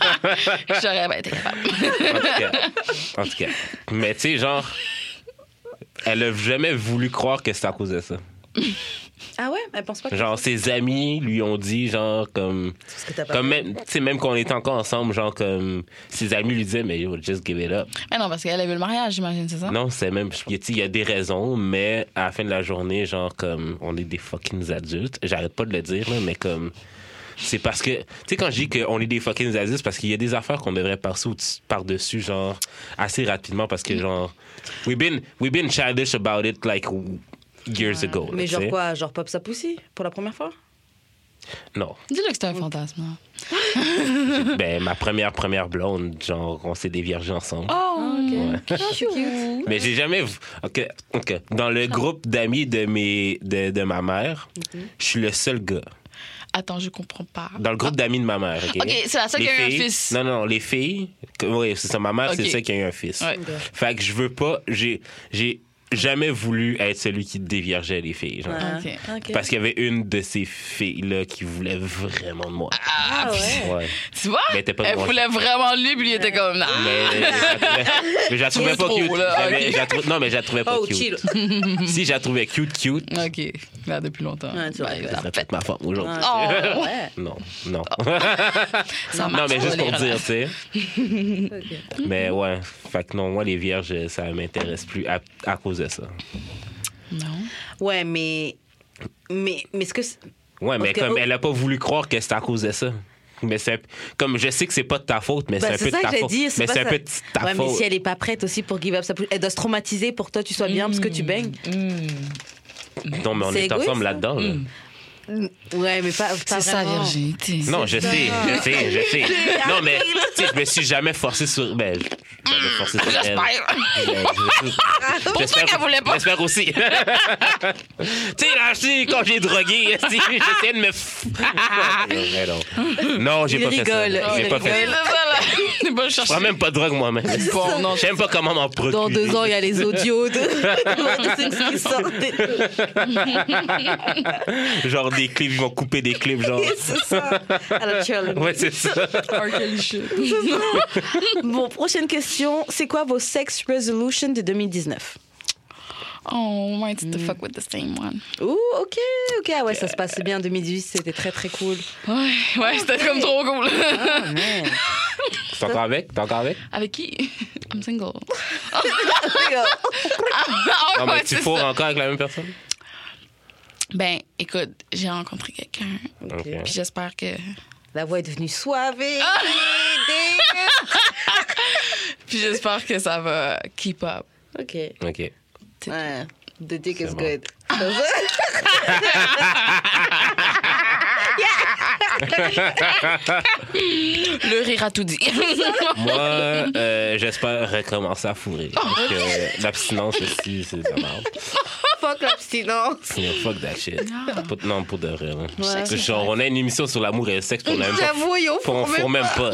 J'aurais pas été capable. En tout cas. En tout cas. Mais tu sais, genre, elle a jamais voulu croire que c'était à cause de ça. Ah ouais, elle pense pas que Genre, ses amis lui ont dit, genre, comme. Parce que t'as pas Comme même, tu sais, même qu'on était encore ensemble, genre, comme. Ses amis lui disaient, mais yo, just give it up. Mais non, parce qu'elle avait le mariage, j'imagine, c'est ça? Ah. Non, c'est même. tu sais, Il y a des raisons, mais à la fin de la journée, genre, comme, on est des fucking adultes. J'arrête pas de le dire, là, mais comme. C'est parce que, tu sais, quand je dis qu'on est des fucking adultes, c'est parce qu'il y a des affaires qu'on devrait passer au-dessus- par-dessus, genre, assez rapidement, parce Mm. que, genre, we've been, we've been childish about it, like, years ago. là, Mais tu genre sais. quoi Genre Pop sa poussy pour la première fois Non. Dis-le que c'était un fantasme. hein. Ben, ma première, première blonde, genre, on s'est déviergés ensemble. Oh, Mais j'ai jamais. v- ok, ok. Dans le groupe d'amis de, mes... de, de ma mère, je suis le seul gars. Attends, je comprends pas. Dans le groupe d'amis de ma mère, OK? Ok, c'est la seule Les qui a eu un filles- fils. Non, non, les filles... que- Oui, c'est ça, ma mère, Ok. c'est celle qui a eu un fils. Ouais. Fait que je veux pas... J'ai j'ai jamais voulu être celui qui déviergeait les filles, genre. Ah, Ok. ok. Parce qu'il y avait une de ces filles-là qui voulait vraiment de moi. Ah, Ah pff, ouais. Ouais. Tu vois? Mais t'es pas elle de moi. voulait vraiment lui, puis il était comme. Nah. Mais mais je la trouvais pas Ah. Trop, cute. là, J'avais- ok. je la trou- Non, mais je la trouvais pas Oh, chill. cute. Si je la trouvais cute, cute, Ok, là, depuis longtemps. Ouais, tu vois, Ben, ça ça serait peut-être ma femme aujourd'hui. Oh, Ouais. Non, non. Ah, ça Non, marche mais pas, juste les pour dire, relations. tu sais. Mais ouais, fait que non, moi, les vierges, ça m'intéresse plus à, à cause de ça. Non. Ouais, mais. Mais, mais ce que. c'est- Ouais, mais Parce que- comme elle a pas voulu croire que c'était à cause de ça. Mais c'est comme je sais que c'est pas de ta faute, mais Bah, c'est un peu de c'est ça ta que j'ai faute. dit. mais pas c'est un ça. peu de ta ouais, faute. mais si elle est pas prête aussi pour give up sa poussée, elle doit se traumatiser pour que toi tu sois bien parce que tu baignes. Hmm. Non, mais on C'est est, égoïste, hein. Hmm. ensemble ça. là-dedans. là. Ouais, mais pas. pas C'est ça, vraiment. virginité. Non, je ça. sais, je sais, je sais. non, mais tu sais, je me suis jamais forcé sur. Ben, je- jamais forcé sur elle. J'espère. Ben, je- Ah, ça qu'elle voulait pas. J'espère aussi. tu sais, là, je sais, quand j'ai drogué, si, j'essayais de me. f- Mais non, non j'ai Il pas fait ça. rigole, J'ai il pas fait C'est ça. ça, là. T'es pas Je prends cherché. même pas de drogue moi-même. Bon, non. Je sais même pas comment m'en procurer. Dans deux ans, il y a les audios de. de- qui sortent. Genre des clips, ils vont couper des clips, genre. C'est ça. Alors, tu as le- Ouais, c'est ça. R. Kelly shit. Bon, prochaine question. C'est quoi vos sex resolutions de 2019 Oh, why did the fuck with the same one? Ouh, ok, ok. Ah ouais, ça se passait bien. 2018, c'était très, très cool. Ouais, ouais c'était comme trop cool. Ouais. T'es encore avec? T'es encore avec? Avec qui? I'm single. Non, Ah, mais ouais, tu c'est fourres ça. encore avec la même personne? Ben, écoute, j'ai rencontré quelqu'un, Ok. Ok. puis j'espère que. La voix est devenue suave. et- Ah. Puis j'espère que ça va keep up. ok. Ok. Ouais. The dick is bon. good. Le rire a tout dit. Moi, euh, j'espère recommencer à fourrer. Oh, Parce que l'abstinence aussi, c'est de la merde. Fuck l'abstinence. Yeah, fuck that shit. Pour- non, pour de vrai. là. Ouais. C'est Genre, on a une émission sur l'amour et le sexe, puis on a même pas. J'avoue, yo, On fourre même pas.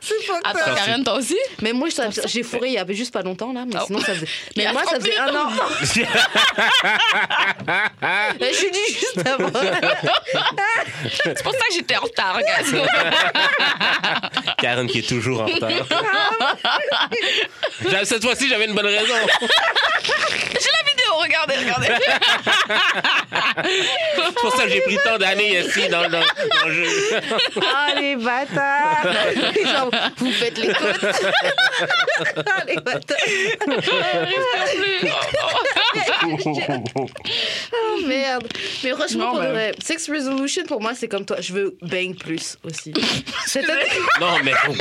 C'est fucked up. Attends, Karen, toi aussi? Mais moi, je savais- j'ai fourré il y avait juste pas longtemps, là. Mais Oh. sinon, ça faisait. Il y Mais a moi, ça combien faisait un an. Mais je suis dit juste avant. C'est pour ça que j'étais en retard, regarde. Karen qui est toujours en retard. J'avais- Cette fois-ci, j'avais une bonne raison. J'ai la vidéo, regardez, regardez. C'est pour ça que j'ai pris tant d'années ici dans, dans, dans le jeu. Ah, les bâtards. Genre, vous faites les côtes. Ah, les Ah, bâtards. J'arrive pas plus. Oh merde. Mais franchement, Non, pour mais- de vrai, Sex Resolution, pour moi, c'est comme toi. Je veux bang plus aussi. Cette année- Non, mais. oh,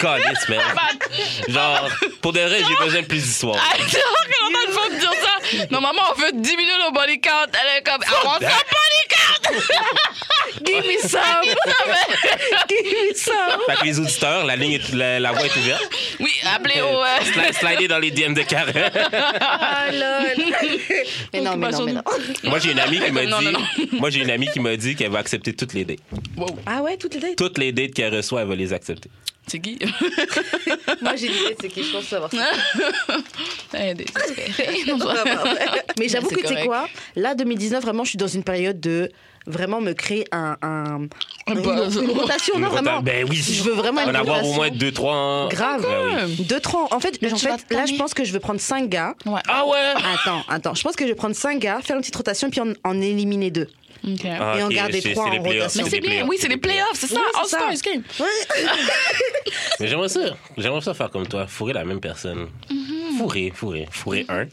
Calisse, man. Genre, pour de vrai, j'ai besoin de plus d'histoires. Attends, comment t'as le fun de dire ça? Normalement, on veut diminuer nos body count. Elle est comme, ah, avance ton body count! Give me some. Give me some. Fait que les auditeurs, la, ligne est- la, la voie est ouverte. Oui, appelez au. euh, Sli- Slidez dans les DM de Karen. Ah, lol. Mais non, mais non, mais non. Moi, j'ai une amie qui m'a dit. Non, non, non. Moi, j'ai une amie qui m'a dit qu'elle va accepter toutes les dates. Wow, Ah ouais, toutes les dates Toutes les dates qu'elle reçoit, elle va les accepter. c'est qui? Moi, j'ai dit, c'est qui je pense savoir. Elle est désespérée. Mais j'avoue Ah, bah, C'est que tu sais correct. quoi Là, 2019, vraiment, je suis dans une période de vraiment me créer un. un- Un une- buzz. Une, rotation, non, Une rota- vraiment. Ben oui. Je veux vraiment On une va avoir rotation. au moins deux, trois. en- Grave. Ben oui. Deux, trois. En fait, Mais en tu vas fait te là, je tanner. pense que je vais prendre cinq gars. Ouais. Ah ouais! Attends, attends. Je pense que je vais prendre cinq gars, faire une petite rotation, puis en, en éliminer deux. OK. Ah, Et on ok, garde les c'est- trois c'est en les playoffs, rotation. Mais c'est des bien, oui, c'est les playoffs, c'est ça. Oui, c'est All ça. Stars Game. Mais j'aimerais ça. J'aimerais ça faire comme toi. Fourrer la même personne. Mhm. Fourrer, fourrer. Fourrer un.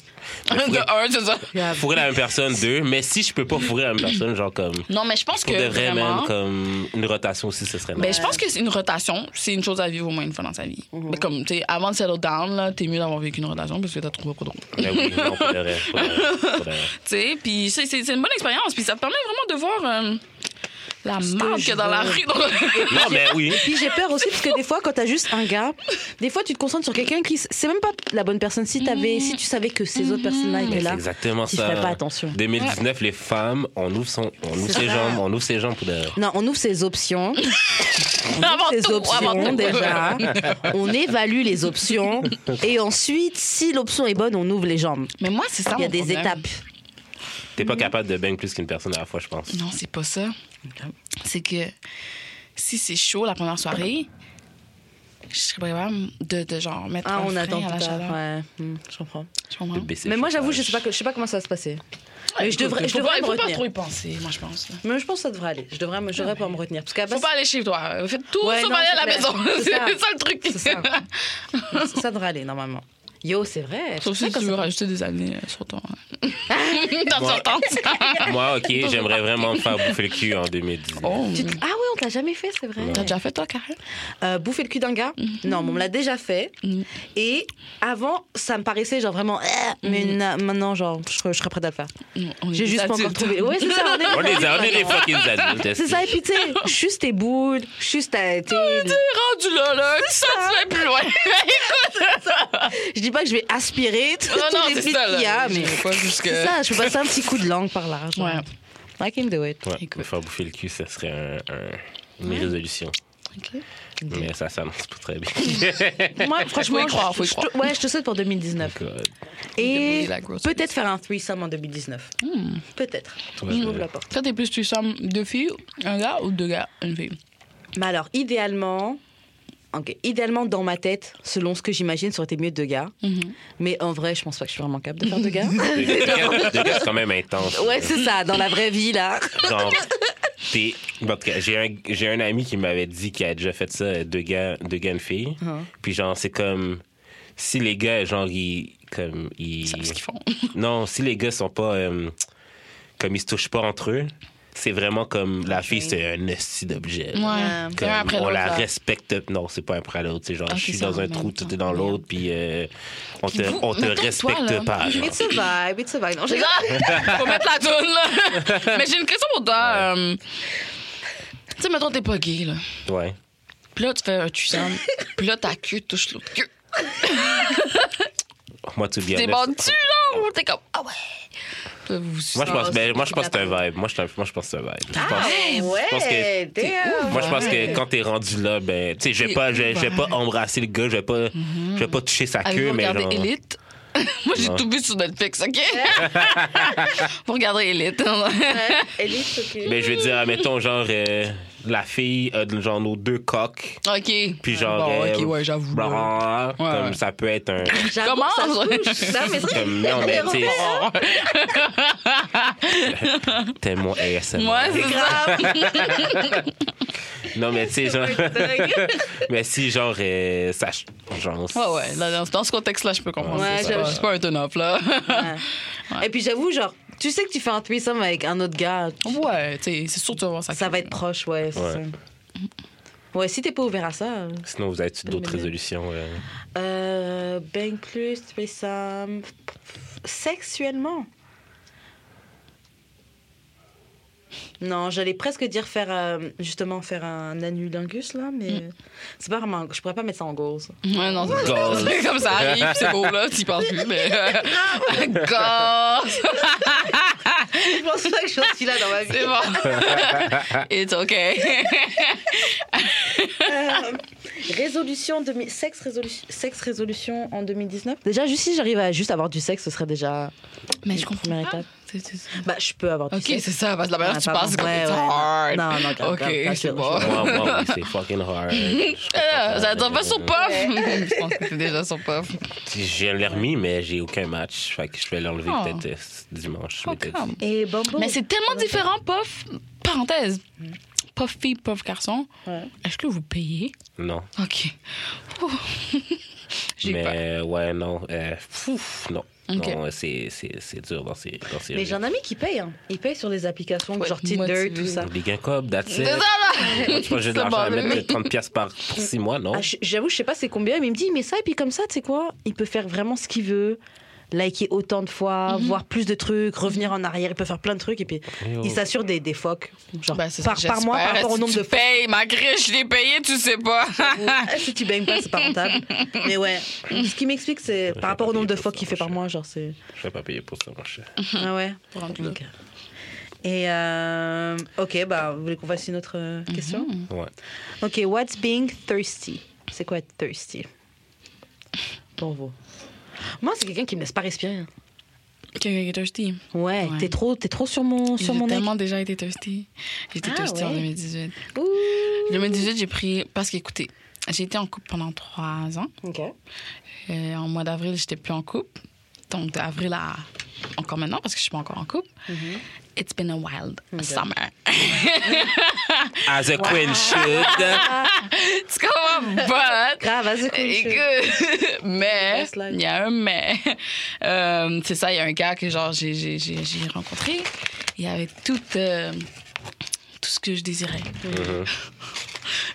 Mais Un de fourrer- un, c'est ça. Fourrer la même personne, deux. Mais si je peux pas fourrer la même personne, genre comme. Non, mais je pense Pour que de vrai, vraiment... même, comme euh, une rotation aussi, ce serait Ben, nice. je pense que c'est une rotation, c'est une chose à vivre au moins une fois dans sa vie. Mhm. Mais comme, tu sais, avant de settle down, là, t'es mieux d'avoir vécu une rotation parce que t'as trouvé pas drôle. Tu Ben oui, non, pour de vrai, pour de vrai, pour de vrai. sais, puis c'est c'est- c'est une bonne expérience, puis ça te permet vraiment de voir euh, la que marque je qu'il y a dans la veux. rue. dans- Non, mais oui. Puis j'ai peur aussi parce que des fois, quand t'as juste un gars, des fois tu te concentres sur quelqu'un qui s- c'est même pas la bonne personne. Si Mm. t'avais, si tu savais que ces autres personnes-là Mais étaient c'est là, exactement tu ça. ferais pas attention. 2019, les femmes, on ouvre, son, on ouvre C'est ses ça. jambes, on ouvre ses jambes pour de vrai. Non, on ouvre ses options. On Avant ouvre ses tout, avant options tout. déjà. On évalue les options et ensuite, si l'option est bonne, on ouvre les jambes. Mais moi, c'est ça. Il y a mon des problème. étapes. T'es Mm-hmm. pas capable de bang plus qu'une personne à la fois, je pense. Non, c'est pas ça. C'est que si c'est chaud la première soirée, je serais pas capable de, de genre mettre Ah, un on frein attend à la plus tard. chaleur. Ouais, hmm, je comprends. Tu comprends? De baisser Mais moi, le j'avoue, je chauffage. sais pas, que- je sais pas comment ça va se passer. Mais je Ah, Écoute, devrais, je faut devrais pas, me faut pas retenir. trop y penser, moi, je pense. Mais je pense que ça devrait aller. Je devrais, me- je devrais pas me retenir parce qu'à Faut base, pas aller chez toi. Faites tout Ouais, sauf non, aller à la c'est maison. clair. C'est C'est ça. ça. le truc. C'est ça. ça devrait aller normalement. Yo, c'est vrai. Sauf si tu veux rajouter des années euh, sur ton. Dans ton Ouais. temps. Moi, ok, j'aimerais vraiment me faire bouffer le cul en 2019. Oh. Tu te- Ah ouais, on t'a jamais fait, c'est vrai. T'as déjà fait toi, Karen? Euh, bouffer le cul d'un gars Non, mais on me l'a déjà fait. Mhm. Et avant, ça me paraissait genre vraiment. euh, Mais Mhm. na- maintenant, genre, je, serais- je serais prête à le faire. On est J'ai des juste pas encore adultes. trouvé. Ouais, c'est ça, on est, On est, on est des fucking adultes. C'est ça, et puis tu sais, juste tes boules, juste ta. Oh t'es- T'es rendu là, là. Ça, tu vas plus loin. Je dis pas que je vais aspirer tout- Non, non, tous les c'est bits ça, qu'il y là. a, mais. J'irai pas jusque- C'est ça, je peux passer un petit coup de langue par là. genre. Ouais. I can do it. Ouais, me faire bouffer le cul, ça serait un- un- une résolution. Mais ça s'annonce pas très bien. Moi, franchement, Faut y croire, je- faut y je- croire. ouais, je te souhaite pour 2019. God. Et Débrouiller la Hmm. grosse peut-être faire un threesome en 2019. Peut-être. Toi, Hmm. je je- m'ouvre la porte. Toi, t'es plus, tu sommes deux filles, un gars ou deux gars, une fille? Mais alors, idéalement, ok, idéalement dans ma tête, selon ce que j'imagine, ça aurait été mieux deux gars. Mais en vrai, je pense pas que je suis vraiment capable de faire deux gars. Le gars, le gars, c'est quand même intense. ouais, c'est ça, dans la vraie vie là. Genre, t'es- en tout cas, j'ai un, j'ai un ami qui m'avait dit qu'il a déjà fait ça, euh, deux gars, deux gars, une fille. Uh-huh. Puis genre, c'est comme si les gars, genre, ils. Comme, ils... Ils savent ce qu'ils font. Non, si les gars sont pas. euh, comme ils se touchent pas entre eux, c'est vraiment comme la fille, c'est un esti d'objet. là. Ouais. Comme, C'est un après on l'autre, la là. respecte. Non, c'est pas un après l'autre. C'est genre, Ah, je c'est suis ça, dans en un même trou, temps. tout est dans l'autre, puis euh, on te, Puis vous, on te mettons, toi, respecte là. pas. genre. It's a vibe, it's a vibe. Non, je- Faut mettre la toune, là. Mais j'ai une question pour toi. euh, Tu sais, mettons, t'es pas gay, là. Ouais. Puis là, tu fais un tuissant. Puis là, ta queue touche l'autre queue. Moi, tu bien. T'es bandu, là. ou T'es comme, ah ouais. Puis là, vous vous Moi, je pense, Oh, ben, c'est moi, je pense que c'est un kidnapping. vibe. Moi, je, moi, je pense que c'est un vibe. Je pense- Ah, pense ouais, que- damn. Moi, je pense que quand t'es rendu là, ben, tu sais, je vais Et- pas, je vais- je vais pas ouais. embrasser le gars, je vais pas, je vais pas toucher sa queue, Avez-vous mais regardé genre. Elite? Moi, j'ai Non. tout vu sur Netflix, OK? Vous regardez Elite. Elle est choquée. Ben, je veux dire, mettons, genre, euh, la fille a de- genre nos deux coques, OK. puis genre. Ah, Bon, euh, OK, ouais, j'avoue. blah, là. blah, blah, Ouais, Comme ouais. ça peut être un. J'avoue Comment? que ça se touche. Non, mais c'est- Comme, non, mais tu sais. T'aimes mon ASMR. Moi, c'est grave. Non, mais tu sais, genre. mais si, genre, euh, ça. ch- Genre. Ouais, ouais. là, dans, dans ce contexte-là, je peux comprendre. Ouais, c'est ça. j'avoue. c'est pas un turn-off, là. Et puis j'avoue, genre, Tu sais que tu fais un threesome avec un autre gars, Ouais, tu sais, c'est sûr que tu vas voir ça. ça va être proche, ouais. c'est Ouais. ça. Ouais, si t'es pas ouvert à ça. euh, Sinon, vous avez d'autres résolutions? euh? Euh, bang plus, threesome. Sexuellement. Non, j'allais presque dire faire euh, justement faire un anulingus là, mais euh, c'est pas vraiment. Je pourrais pas mettre ça en gauze. Ouais, non, c'est Gosse. c'est comme ça arrive, puis c'est beau, là, t'y penses plus, mais. Gosse! Je pense pas que je suis là dans ma vie. C'est bon. It's okay. Euh, résolution demi- sexe résolution sexe résolution en 2019. Déjà juste si j'arrive à juste avoir du sexe, ce serait déjà. Mais je comprends pas. Bah je peux avoir du Ok, c'est sexe. ça, parce que la manière Ah, que tu pardon. passes, c'est comme Ouais, it's ouais. hard. Non non. grave, Ok, grave, grave, c'est je- bon. je- Moi, moi, oui, c'est fucking hard. Je Euh, comprends Ça t'en mais- pas sur puff? Je pense que c'est déjà sur puff. J'ai l'ai remis, mais j'ai aucun match. Fait que je vais l'enlever Oh. peut-être euh, dimanche. je Oh, m'étais dit. come. Et Bumble. Mais c'est tellement différent, puff. Parenthèse. Puff fille, puff garçon. Mm. Ouais. Est-ce que vous payez? Non. Ok. Ouh. J'ai eu peur. Mais ouais, non. euh, pfff, non. Ok. Non, euh, c'est, c'est, c'est dur dans ces, dans ces Mais j'ai jeux. un ami qui paye. Hein. Il paye sur les applications Ouais, genre Tinder, motivé. tout ça. Les gains cob, that's C'est it. ça, là! Moi, tu penses que j'ai de C'est l'argent à bon, mettre mais- 30 pièces par pour 6 mois, non? Ah, je- J'avoue, je sais pas c'est combien, mais il me dit, mais ça, et puis comme ça, tu sais quoi Il peut faire vraiment ce qu'il veut, liker autant de Mhm. fois, voir plus de trucs, revenir en arrière, il peut faire plein de trucs, et puis Yo. il s'assure des, des phoques. Genre, Ben, c'est ça, par, par mois, par j'espère. rapport au Si nombre tu de phoques. payes, ma griche, je l'ai payé, tu sais pas. Ah, si tu baignes pas, c'est pas rentable. Mais ouais, ce qui m'explique, c'est j'ai par rapport au pas nombre de payé pour phoques ça, qu'il fait par moi, mois, genre, c'est. Je vais pas payer pour ça, mon cher. Ah ouais Tranquille. Ok. Et euh, ok, bah, vous voulez qu'on fasse une autre euh, question Mhm. Ouais. Ok, what's being thirsty C'est quoi être thirsty Pour vous. Moi, c'est quelqu'un qui me laisse pas respirer. Quelqu'un qui est thirsty. Ouais, Ouais. t'es trop, t'es trop sur mon, sur J'ai mon nez. tellement déjà été thirsty. J'ai été Ah, thirsty en ouais. 2018. 2018, j'ai pris. Parce qu'écoutez, j'ai été en couple pendant trois ans. Ok. Euh, en mois d'avril, j'étais plus en couple. Donc, d'avril à encore maintenant, parce que je suis pas encore en couple. Mm-hmm. It's been a wild summer. As a queen should. hein, tu comprends? But. Grave, vas-y. cool, je- Écoute, mais, Gaslight. il y a un mais. Euh, c'est ça, il y a un gars que genre j'ai, j'ai, j'ai, j'ai rencontré. Il avait tout, euh, tout ce que je désirais.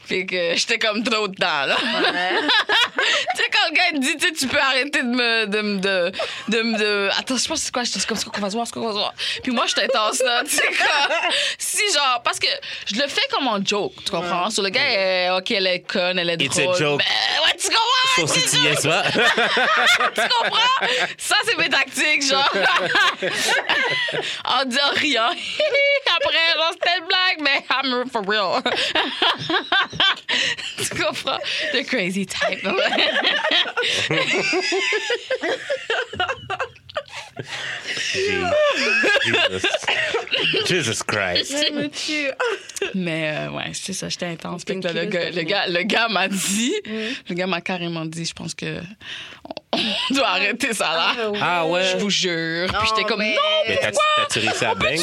Fait que j'étais comme trop dedans, là. tu sais, quand le gars il te dit, tu sais, tu peux arrêter de me. De, me- de, de, me- de- Attends, je pense que c'est quoi? Je suis comme, c'est quoi qu'on va se voir, c'est quoi qu'on va se voir. Puis moi, je suis intense, là. Tu sais, comme. Si, genre, parce que je le fais comme en joke, tu comprends? Sur le gars, euh, OK, elle est conne, elle est drôle. It's a joke. Ben, ouais, tu comprends? Sauf si tu y es pas. Tu comprends? Ça, c'est mes tactiques, genre. en disant rien. Après, genre, c'était une blague, mais I'm for real. tu comprends? The crazy type. Jesus. Jesus Christ. Je me tue. Ah, mais euh, ouais, c'est ça, j'étais intense. Fait que Pinky le, was gars, le, definitely- gars, le gars m'a dit, le gars m'a carrément dit, je pense que on, on doit arrêter ça là. Ah ouais. Ah, Je vous jure. Puis j'étais comme, non! Mais t'as, t'as tiré ça à bang?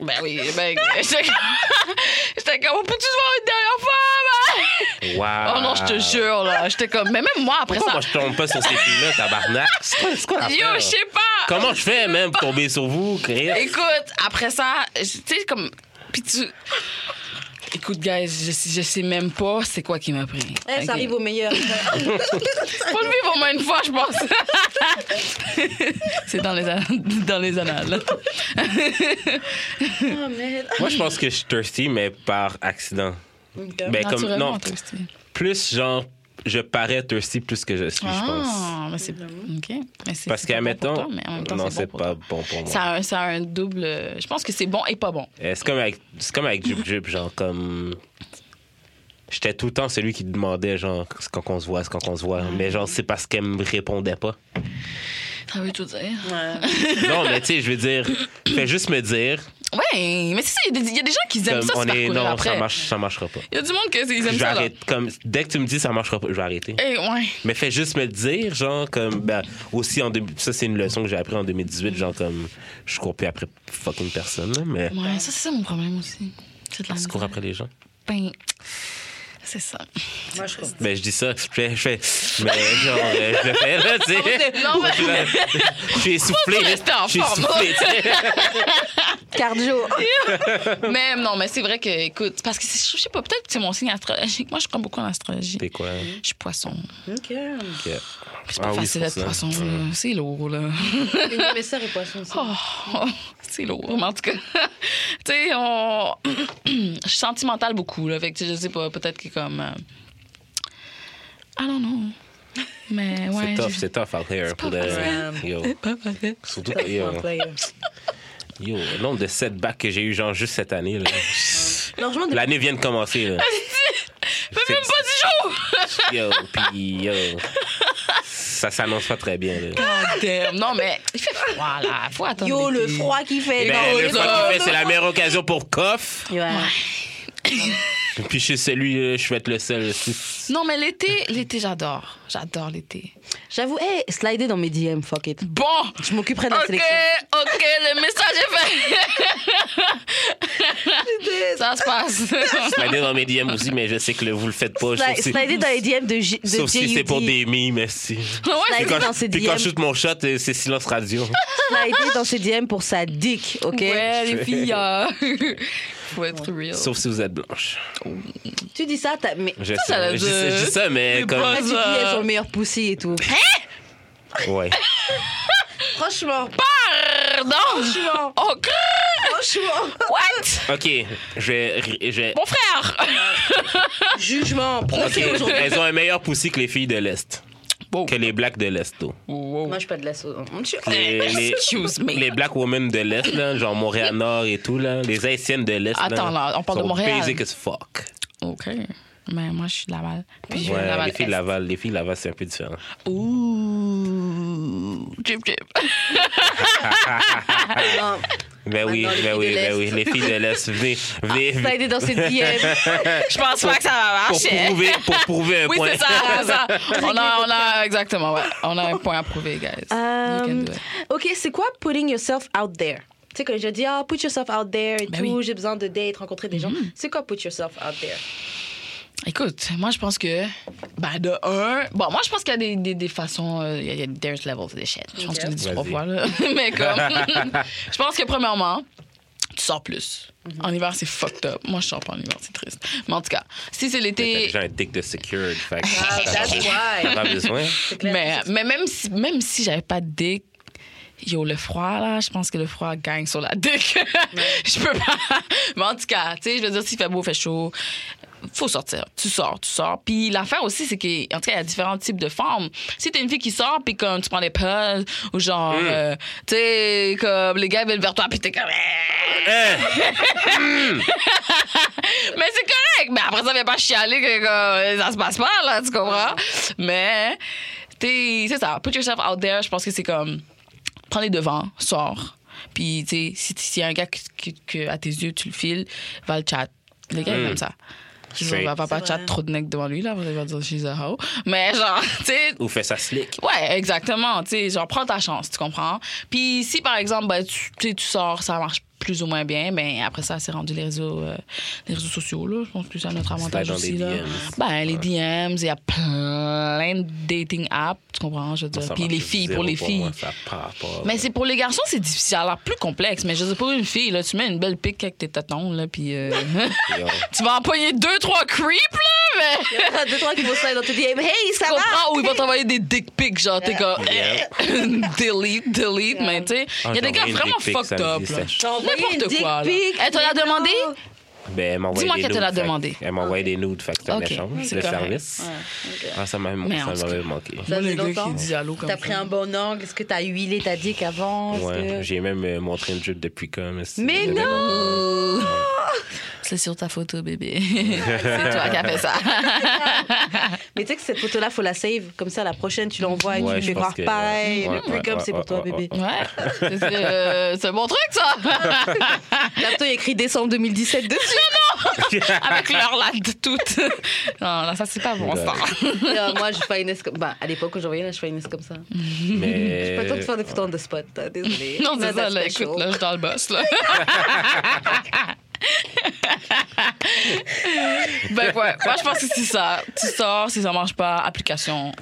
Ben oui, ben, j'étais comme- j'étais comme, on peut-tu se voir une dernière fois? ben? Wow. Oh non, je te jure, là. J'étais comme. Mais même moi, après Pourquoi moi ça. je tombe pas sur ces filles-là, tabarnak? C'est quoi, c'est quoi Yo, l'affaire? je sais pas. Comment je fais même pour tomber sur vous, Chris? Écoute, après ça, je- tu sais, comme. Puis tu. Écoute, guys, je, sais- je sais même pas c'est quoi qui m'a pris. Eh, Ça arrive au meilleur. Faut le vivre au moins une fois, je pense. c'est dans les, an- dans les annales. oh, merde. Moi, je pense que je suis thirsty, mais par accident. Ben, comme, Euh, Naturellement, non, toi aussi. plus genre, je parais thirsty plus que je suis, je pense. Ah, mais c'est. OK. Mais c'est- Parce c'est pas qu'à bon pour mettons, toi, mais en même temps, non, c'est c'est bon pour pas toi. bon pour moi. Ça a, un, ça a un double. euh, Je pense que c'est bon et pas bon. Euh, C'est comme avec, c'est comme avec Jup Jup, genre comme. J'étais tout le temps celui qui demandait, genre, c'est quand qu'on se voit, c'est quand qu'on se voit. Mais genre, c'est parce qu'elle me répondait pas. Ça veut tout dire. Non, mais tu sais, je veux dire, fais juste me dire, Ouais, mais c'est ça, il y a des- il y, a des gens qui aiment comme, ça, on se est, parcourir non, ça, après. marche, ça marchera pas. Il y a du monde qui aiment Je vais ça. là. arrêter, comme, dès que tu me dis ça marchera pas, je vais arrêter. Eh, ouais. Mais fais juste me le dire, genre, comme, ben, aussi, en deux- ça, c'est une leçon que j'ai appris en 2018, genre, comme, je cours plus après fucking personne, là, mais Ouais, ça, c'est ça mon problème aussi. C'est de la je cours après les gens. Ben, C'est ça. Moi, je comprends. Ben, je dis ça exprès, je fais. Mais genre, euh, je le fais, là, tu sais. Non, mais- Je suis là, Je suis essoufflé. Faut là. rester en Je suis forme. essoufflé, tu sais. Cardio. Mais non, mais c'est vrai que, écoute, parce que c'est- je sais pas, peut-être que c'est mon signe astrologique. Moi, je crois beaucoup en astrologie. T'es quoi? Je suis poisson. Ok. Ok. C'est pas Ah oui, facile c'est d'être pour ça. poisson. là. C'est lourd, là. Mais mes sœurs et poissons aussi. Oh, c'est lourd, mais en tout cas. tu sais, on... je suis sentimentale beaucoup, là. Fait que, tu sais, je sais pas, peut-être que comme. euh, I don't know. Mais ouais. C'est tough, je- c'est tough out here. Pour pas de... Yo. Pas vrai. Surtout que, yo, yo, le nombre de setbacks que j'ai eu, genre, juste cette année, là. Non, je m'en L'année vient de commencer, là. Fait même pas Yo, puis yo. Ça s'annonce pas très bien, là. du jour! Ah, Damn. Non, mais il fait froid, là. Faut attendre. Yo, le l'été. froid qui fait. Ben, non, le yo. froid qui fait, c'est la meilleure occasion pour coff. Ouais. Puis je suis celui, euh, je vais être le seul. Non, mais l'été, l'été, j'adore. J'adore l'été. J'avoue, hey, slider dans mes DM, fuck it. Bon! Je m'occuperai de la Ok, sélection. ok, le message est fait. Ça se passe. Je l'ai dans mes DM aussi, mais je sais que le- vous le faites pas. Sli- sauf si- slider dans les DM de, J- de Sauf si c'est pour JUD. des mimes, merci. ouais, Puis Slider quand, dans ses puis quand DM. je shoot mon shot, euh, c'est silence radio. Slider dans ses DM pour sa dick, ok? Ouais, les filles, euh, faut être real. Sauf si vous êtes blanche. Tu dis ça, t'as. Mais... Je ça sais, veut je sais, je dire- sais ça, mais Mais comme. pas- Tu dis, Ça- elles sont le meilleur pussy et tout. Hein? Ouais. Franchement, Pardon! franchement, Oh, crrr, franchement. what? Ok, je vais. Je vais- Mon frère! Jugement, Ok, procès aujourd'hui. elles ont un meilleur poussi que les filles de l'Est. Ah, Bon. Que les blacks de l'Est, though. Moi, je suis pas de la sauce. Les, les, Eh, Excuse me. les black women de l'Est, là, genre Montréal-Nord et tout, là, les haïtiennes de l'Est. Attends, là, on parle de sont Montréal. basic as fuck. OK. Mais moi, je suis de Laval. Puis je viens de Ouais, Laval. les filles de Est. Laval, les filles de Laval, c'est un peu différent. Ouh. Jip, jip. Ben oui, Maintenant, les filles ben oui, de ben l'Est. oui, les filles de l'Est, venez, Ah, venez, venez. Slider dans ses DM. Je pense pas que ça va pour marcher. prouver, pour prouver un Oui, point. c'est ça, c'est ça. On a, on a, exactement, ouais. On a un point à prouver, guys. You can Euh, do it. ok, c'est quoi putting yourself out there? Tu sais, quand je dis, ah, put yourself out there Bah et Ben tout, oui. j'ai besoin de date, rencontrer des gens. Mm-hmm. C'est quoi put yourself out there? Écoute, moi, je pense que, ben, de un, bon, moi, je pense qu'il y a des, des, des façons, euh, il y a- il y a there's levels des shit. Je pense que je l'ai dit Vas-y. trois fois, là. Mais comme, je pense que, premièrement, tu sors plus. En hiver, c'est fucked up. Moi, je sors pas en hiver, c'est triste. Mais en tout cas, si c'est T'as l'été. déjà un dick de secured, fait que Ah, t'as that's why. pas besoin. C'est clair. Mais, mais même si, même si j'avais pas de dick, yo, le froid, là, je pense que le froid gagne sur la dick. je peux pas. Mais en tout cas, tu sais, je veux dire, s'il fait beau, fait chaud, faut sortir. Tu sors, tu sors. Puis l'affaire aussi, c'est qu'en tout cas, il y a différents types de formes. Si t'es une fille qui sort, puis comme tu prends des puzzles, ou genre, Mm. euh, tu sais, comme les gars viennent vers toi, puis t'es comme. Mais c'est correct. Mais après ça, viens pas chialer que, que ça se passe pas, là, tu comprends? Mais, t'es, c'est ça. Put yourself out there. Je pense que c'est comme, prends les devants, sors. Puis, tu sais, si t- s'il y a un gars que, que- que à tes yeux, tu le files, va le chat. Les gars, ils aiment ça. Je Straight. va, va pas Mm. C'est chat vrai. trop de neck devant lui, là. Il va dire, she's a hoe. Mais genre, tu sais, Ou fait ça slick. Ouais, exactement. Tu sais, genre, prends ta chance, tu comprends? Puis si, par exemple, ben, tu, tu sais, tu sors, ça marche plus ou moins bien, ben après ça, c'est rendu les réseaux, euh, les réseaux sociaux, là. Je pense que c'est à notre avantage dans aussi, les là. DMs. Ben, les DMs, il y a plein de dating apps, tu comprends? Je veux dire. Ça Puis marche les filles, zéro pour les filles. moi, ça part pas. mais c'est pour les garçons, c'est difficile. Ça a l'air plus complexe. Mais je sais pas, une fille, là, tu mets une belle pique avec tes tétons, là, puis euh, Yo. tu vas empoigner deux, trois creeps, là, mais... Ah, Deux, trois qui vont slider dans tes DM. Hey, ça Tu va? comprends? Ou ils vont t'envoyer des dick pics, genre, t'es comme, eh, Yeah. delete, delete, mais tu sais, il y a Ah, des gars j'ai envoyé une vraiment dick pic fucked up. samedi, là. c'était- J'ai envoyé une N'importe dick quoi. là. pic, Elle te l'a mais non. demandé? Ben, elle m'a envoyé Dis-moi des qu'elle te nudes, l'a fait que- demandé. Ah, Elle m'a envoyé des nudes, fait que c'était un Ok, échange c'est de correct. service. Ah, ça m'a Mais en ça tout m'avait manqué. Ça Moi, faisait le gars longtemps. qui dit allô comme T'as pris ça. un bon angle. Est-ce que t'as huilé ta dick avant Est-ce Ouais, que- j'ai même euh, montré une jupe depuis comme. Mais non! C'est sur ta photo, bébé. C'est toi qui as fait ça. Mais tu sais que cette photo-là, faut la save. Comme ça, la prochaine, tu l'envoies et Ouais, tu je lui fais pense croire que- pareil. ouais, le truc ouais, comme c'est ouais, pour toi, ouais, bébé. Ouais. C'est euh, c'est un bon truc, ça. Là, plutôt, il y a écrit décembre 2017 dessus. Avec leur latte toute. Non, là, ça, c'est pas bon, ça. Et, euh, moi, Moi, je finesse comme. Bah, à l'époque, où j'envoyais là, je finesse comme ça. Mais. Pas le temps de faire des photos de spot, désolé. Non, c'est ça, là, écoute, là, je suis dans le boss, là. Ben ouais, moi je pense que c'est ça. Tu sors, si ça marche pas, application.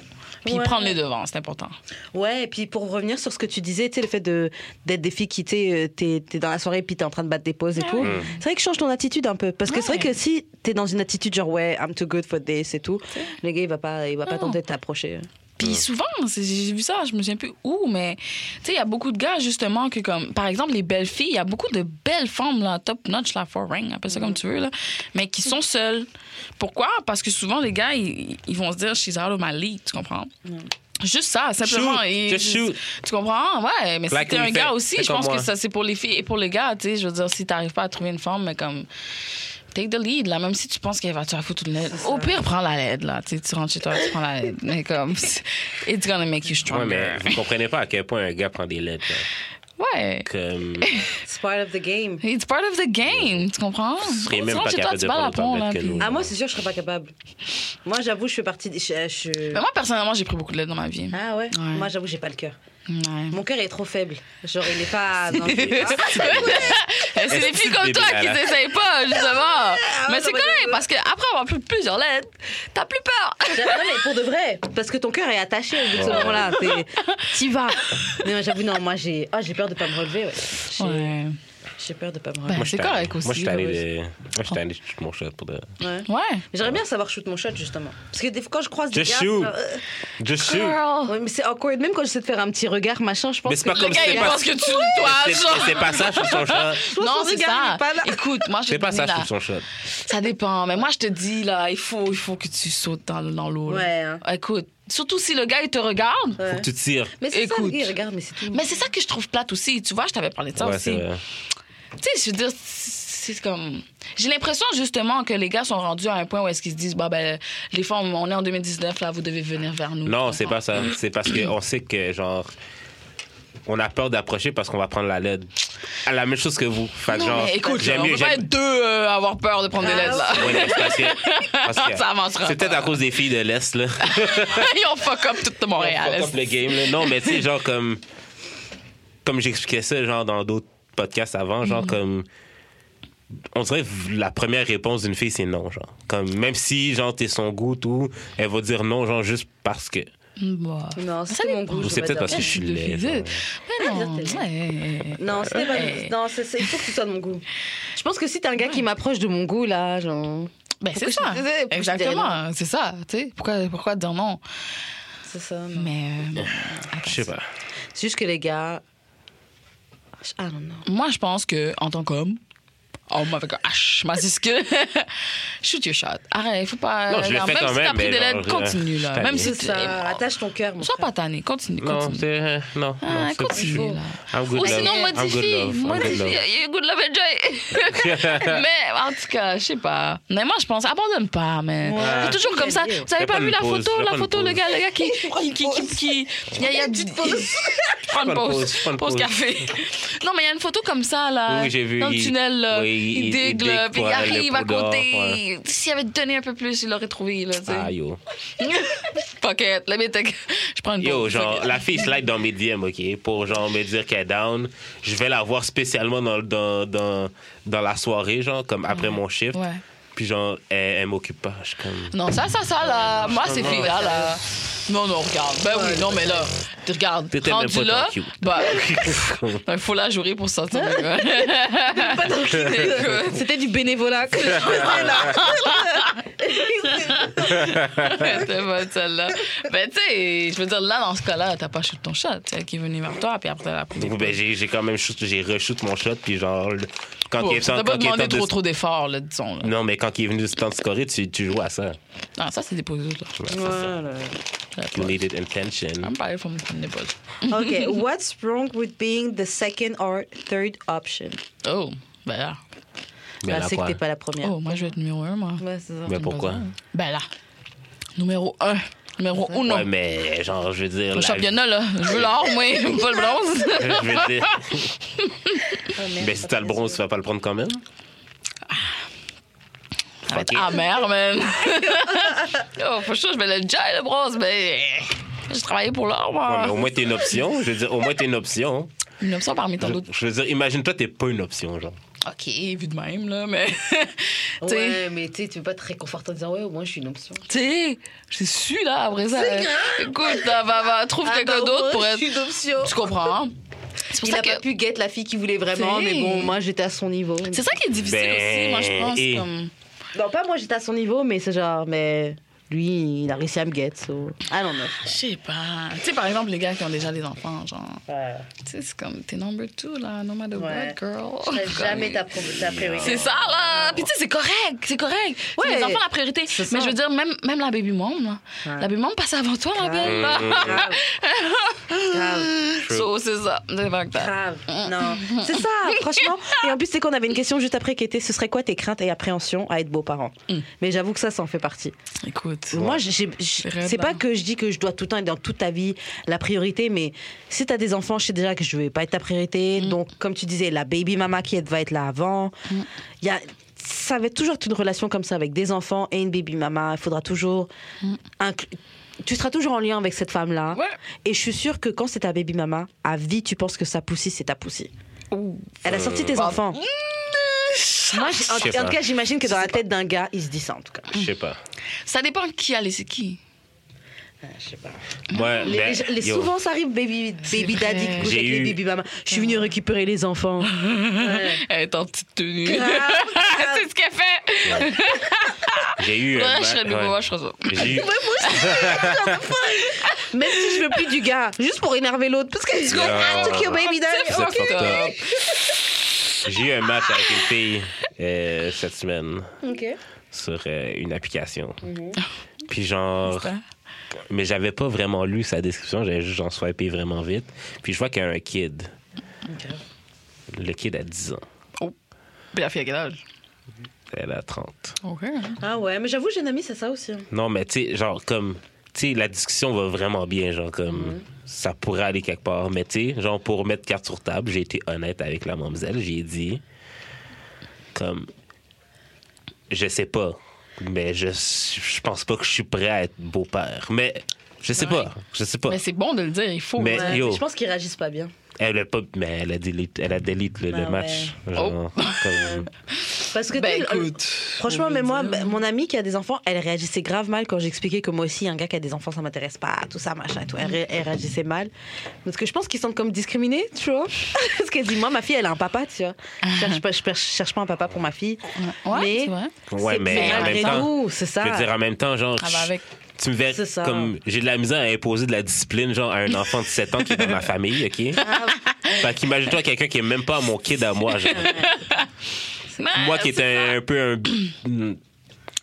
Puis Ouais. prendre les devants, c'est important. Ouais, et puis pour revenir sur ce que tu disais, tu sais, le fait de- d'être des filles qui, tu sais, euh, t'es t'es dans la soirée, puis t'es en train de battre des pauses et Ah tout. C'est vrai que change ton attitude un peu. Parce que c'est vrai que Ouais. si t'es dans une attitude genre, ouais, I'm too good for this et tout, le gars, il va pas, il va pas Non. tenter de t'approcher. Puis souvent, c'est- j'ai vu ça, je me souviens plus où, mais tu sais, il y a beaucoup de gars justement que comme, par exemple, les belles filles, il y a beaucoup de belles femmes là, top notch, la four ring, appelle Mm. ça comme tu veux là, mais qui sont seules. Pourquoi Parce que souvent les gars, ils, ils vont se dire, she's out of my league, tu comprends Juste ça, simplement. Mm. Shoot, et just shoot. Tu comprends? Ouais, mais si Like t'es me, un fais- gars aussi, fais je pense comme que moi. ça, c'est pour les filles et pour les gars, tu sais. Je veux dire, si t'arrives pas à trouver une femme, mais comme, take the lead, là, même si tu penses qu'elle va te faire foutre une lettre. Au pire, prends la LED, là. Tu sais, tu rentres chez toi, tu prends la LED. Mais comme, it's gonna make you Ouais, mais stronger. vous comprenez pas à quel point un gars prend des lettres. là. Ouais. Comme, It's part of the game. It's part of the game, tu comprends? serais Sinon, même pas chez toi, capable tu de bats prendre autant la de pompe, là, lettres que puis- nous. Ah, moi, c'est sûr, je serais pas capable. Moi, j'avoue, je fais partie des. je- je- Bah Mais moi, personnellement, j'ai pris beaucoup de lettres dans ma vie. Ah ouais, Ouais. Moi, j'avoue, j'ai pas le cœur. Ouais. Mon cœur est trop faible. Genre, il est pas. Non, il est pas- Eh, C'est des filles comme Est-ce que toi tu qui débats, là? t'essayent pas, justement. Mais ouais, c'est ça va, correct, parce qu'après avoir pris plusieurs lettres, t'as plus peur. Non, mais pour de vrai. Parce que ton cœur est attaché au bout de ce moment-là. T'es- T'y vas. Non, mais j'avoue, non, moi, j'ai. Ah, j'ai peur de pas me relever, ouais. J'ai j'ai peur de pas me relever. Ben, moi, c'est je suis tanné. correct aussi. Moi, je suis allé ouais. de. Moi, je suis tanné de shoot mon shot pour de. Ouais. Ouais. Mais J'aimerais bien savoir shoot mon shot, justement. Parce que des fois, quand je croise des Just gars. shoot. genre, euh, Just shoot. Girl. Ouais, mais c'est awkward. Même quand j'essaie de faire un petit regard, machin, je pense Mais c'est pas que- Le comme gars, c'était il pas- pense que tu toi, C'est- genre. C'est pas ça, je suis son shot. Non, son regard, c'est il ça. est pas là. Écoute, moi, je C'est pas te dis, ça, je là, suis son shot. Ça dépend. Mais moi, je te dis, là, il faut, il faut que tu sautes dans, dans l'eau. là. Ouais, hein. Écoute, surtout si le gars, il te regarde. Ouais. Faut que tu tires. Mais c'est ça, le Écoute. gars, il regarde, mais c'est tout. Mais c'est ça que je trouve plate aussi. Tu vois, je t'avais parlé de ça Ouais, aussi. c'est vrai. Tu sais, je veux dire, c'est c'est comme. J'ai l'impression justement que les gars sont rendus à un point où est-ce qu'ils se disent, bah ben, les femmes, on est en 2019, là, vous devez venir vers nous. Non, c'est pas ça. C'est parce qu'on sait que, genre, on a peur d'approcher parce qu'on va prendre la LED. À la même chose que vous. Fait que Non, genre, mais écoute, j'aime là, on mieux. peut pas j'aime- être deux euh, à avoir peur de prendre des Ah, lettres, là. Ouais, mais c'est parce que- parce que- Ça avancera C'est peut-être pas. à cause des filles de l'Est, là. Ils ont fuck up tout Montréal. Fuck up le game, là. Non, mais tu sais, genre, comme. Comme j'expliquais ça, genre, dans d'autres podcasts avant, genre, Mm-hmm. comme. On dirait que la première réponse d'une fille, c'est non, genre. Comme, même si, genre, t'es son goût, tout, elle va dire non, genre, juste parce que. Non, c'est mon goût. Ou je c'est vais peut-être dire. parce que je suis de laid. physique. genre. Mais Ah, non, dire, t'es ouais. Non, c'était pas. Ouais. Non, c'est- c'est- il faut que ce soit de mon goût. Je pense que si t'es un gars qui m'approche de mon goût, là, genre. Ben, c'est Pourquoi ça. je- pourquoi je dirais Exactement, c'est ça. Tu sais, pourquoi, pourquoi dire non? C'est ça. non. Mais. euh, Je sais pas. C'est juste que les gars. Ah non, non. Moi, je pense que en tant qu'homme, oh, homme avec un H majuscule, shoot your shot. Arrête, faut pas. Non, je le fais même quand si même, t'as pris mais des genre, lettres, je- continue je là. suis Même si C'est tu. ça. Attache ton cœur, mon Sois frère. pas tanné, continue, Non, continue. c'est. euh, Non, Ah, non, c'est- je suis- continue, là. I'm good Ou love. sinon, I'm good modifie, love. I'm good modifie. love. You good love and joy. mais en tout cas, je sais pas. Mais moi, je pense, abandonne pas, mais. C'est toujours comme ça. Vous avez Fais pas pas vu une la pause, photo, fais la pas une photo, le pause. gars, le gars qui. qui, qui, qui, qui- Il y a, il y a du. Prends une Prends une pause. pause, prends une Pause pause. café. Non, mais il y a une photo comme ça, là. Oui, oui, j'ai vu, Dans le il- tunnel, là. oui, il- il il digue, digue là. pour Puis il aller à arrive à Poudlard, côté. S'il avait donné un peu plus, il l'aurait trouvé, là, tu sais. Ah, yo. Fuck it. Let me take- Je prends une pause. Yo, genre, Fuck it. la fille slide dans mes DM, OK? Pour, genre, me dire qu'elle est down. Je vais la voir spécialement dans, dans, dans, dans la soirée, genre, comme après mon shift. Ouais. Puis, genre, elle, elle m'occupe pas. Je suis comme. Non, ça, ça, ça, là. Moi, ces filles-là, là. Non, non, regarde. Ben oui, non, mais là, tu regardes. T'étais même Rendu pas là, tant cute. bah, il faut la jouer pour sortir. Écoute, C'était du bénévolat que je faisais là. C'était bonne, celle-là. Ben, tu sais, je veux dire, là, dans ce cas-là, t'as pas shooté ton chat. C'est elle qui est venue vers toi, puis après, elle a pris. Donc, ben, j'ai j'ai quand même shoot, j'ai reshoot mon shot. Puis, genre, le- quand il Oh, est temps- T'as quand pas il est temps demandé de- trop, trop d'efforts, là, disons. Là. Non, mais quand il est venu de ce temps de scorer, tu, tu joues à ça. Non, ça, c'est des pauses. là. Voilà. La You pause. needed intention. Même pas, il faut me prendre des pauses. Ok, what's wrong with being the second or third option? Oh, ben là. Bah, Mais Ah, là, c'est que quoi? t'es pas la première. Oh, moi, je vais être numéro un, moi. Ouais, c'est ça. Mais pourquoi? Ben là. Numéro un. Numéro uno. Ouais, mais, genre, je veux dire. Le la- championnat, là. Je veux l'or, moi, pas le bronze. Je veux dire. Oh, merde, Mais si t'as le bronze, tu vas pas le prendre quand même? Ça va être Ok. amer, même. ah, oh, for sure, je vais le déjà, le bronze, mais. J'ai travaillé pour l'or, Ouais, moi. mais au moins, t'es une option. Je veux dire, au moins, t'es une option. Une option parmi tant Je, d'autres. je veux dire, imagine-toi, t'es pas une option, genre. OK, vu de même, là, mais. tu sais, Ouais, mais tu sais, tu veux pas te réconforter en disant, ouais, au moins, je suis une option. tu sais, je suis là, après ça. Écoute, va, va, va, trouve Ah, quelqu'un bah, au d'autre moins, pour Je être. suis une option. Tu comprends? hein? C'est pour Il ça n'a que. pas pu guette la fille qu'il voulait vraiment, C'est- mais bon, moi j'étais à son niveau. C'est ça qui est difficile Ben, aussi, moi, je pense. et- Comme... Non, pas moi j'étais à son niveau, mais c'est genre, mais lui il a réussi à me guette. So. Ah non, non. Je sais pas. Tu sais, par exemple, les gars qui ont déjà des enfants, genre. Tu sais, c'est comme, t'es number two, là, no matter Ouais. what, girl. Comme- jamais ta, pro- ta priorité. C'est ça, là. Puis tu sais, c'est correct, c'est correct. C'est Ouais. les enfants, la priorité. C'est ça. Mais je veux dire, même, même la baby mom, là. Ouais. La baby mom passe avant toi, la Grave. belle. Grave. Grave. So, c'est ça. C'est vrai que t'as- Grave. Non. C'est ça, franchement. Et en plus, c'est qu'on avait une question juste après qui était ce serait quoi tes craintes et appréhensions à être beau-parent Mais j'avoue que ça, ça en fait partie. Écoute. Moi, j'ai- j'ai- j'ai- raide, c'est pas hein. que je dis que je dois tout le temps être dans toute ta vie la priorité, mais si t'as des enfants, je sais déjà que je vais pas être ta priorité. Mm. Donc, comme tu disais, la baby mama qui va être là avant. Il Y a, ça va être toujours une relation comme ça avec des enfants et une baby mama. Il faudra toujours. Mm. inclu- Tu seras toujours en lien avec cette femme-là. Ouais. Et je suis sûre que quand c'est ta baby mama, à vie, tu penses que sa poussie, c'est ta poussie. Ouh. Elle a sorti tes Bah, enfants. Moi, j'ai- en, mm, Je sais en pas. tout cas, j'imagine que dans la tête d'un gars, il se dit ça, en tout cas. Je sais pas. Ça dépend qui a laissé qui. Je sais pas. Moi, Les, ben, les- yo, souvent, ça arrive, baby, baby vrai. daddy qui couche J'ai avec les eu- baby mamas. Je suis venue récupérer les enfants. Elle est en petite tenue. grave. c'est ce qu'elle fait. J'ai eu. Ouais, un je serais ma- le ouais. nouveau, je serais ça. J'ai eu. Même si je veux plus du gars, juste pour énerver l'autre. Parce qu'elle dit, Yeah. I took your baby daddy. Vous êtes Ok. fucked up. J'ai eu un match avec une fille euh, cette semaine sur euh, une application. Puis genre, mais j'avais pas vraiment lu sa description, j'avais juste genre swipé vraiment vite. Puis je vois qu'il y a un kid. Le kid a 10 ans, Puis la fille à quel âge? elle a 30. OK. Ah ouais, mais j'avoue, j'ai une amie, c'est ça aussi. hein. Non, mais tu sais, genre, comme, tu sais, la discussion va vraiment bien, genre, comme, Mhm. ça pourrait aller quelque part. Mais tu sais, genre, pour mettre carte sur table, j'ai été honnête avec la mamzelle. J'ai dit, comme, je sais pas, mais je, je pense pas que je suis prêt à être beau-père. Mais je sais Ouais. pas, je sais pas. Mais c'est bon de le dire, il faut. Mais Ouais, yo, mais Je pense qu'ils réagissent pas bien. elle a pas, mais elle a delete, elle a delete le, le Ah match. Genre, Oh. comme, Parce que Ben tu sais, le- écoute. euh, Franchement, mais moi, ben, mon amie qui a des enfants, elle réagissait grave mal quand j'expliquais que moi aussi, un gars qui a des enfants, ça m'intéresse pas, tout ça, machin, et tout. Elle, ré- elle réagissait mal. Parce que je pense qu'ils sont comme discriminés, tu vois. Parce qu'elle dit, moi, ma fille, elle a un papa, tu vois. Je cherche pas, je per- je cherche pas un papa pour ma fille. Ouais, mais tu vois. ouais, c'est- mais c'est en malgré même temps. tout, c'est ça. Je veux dire, en même temps, genre, Ah, bah, avec. tu me verrais C'est ça. comme j'ai de la misère à imposer de la discipline, genre, à un enfant de 7 ans qui est dans ma famille, OK? Ah fait qu'imagine-toi quelqu'un qui est même pas mon kid à moi, genre. moi qui est un, un peu un. Mm,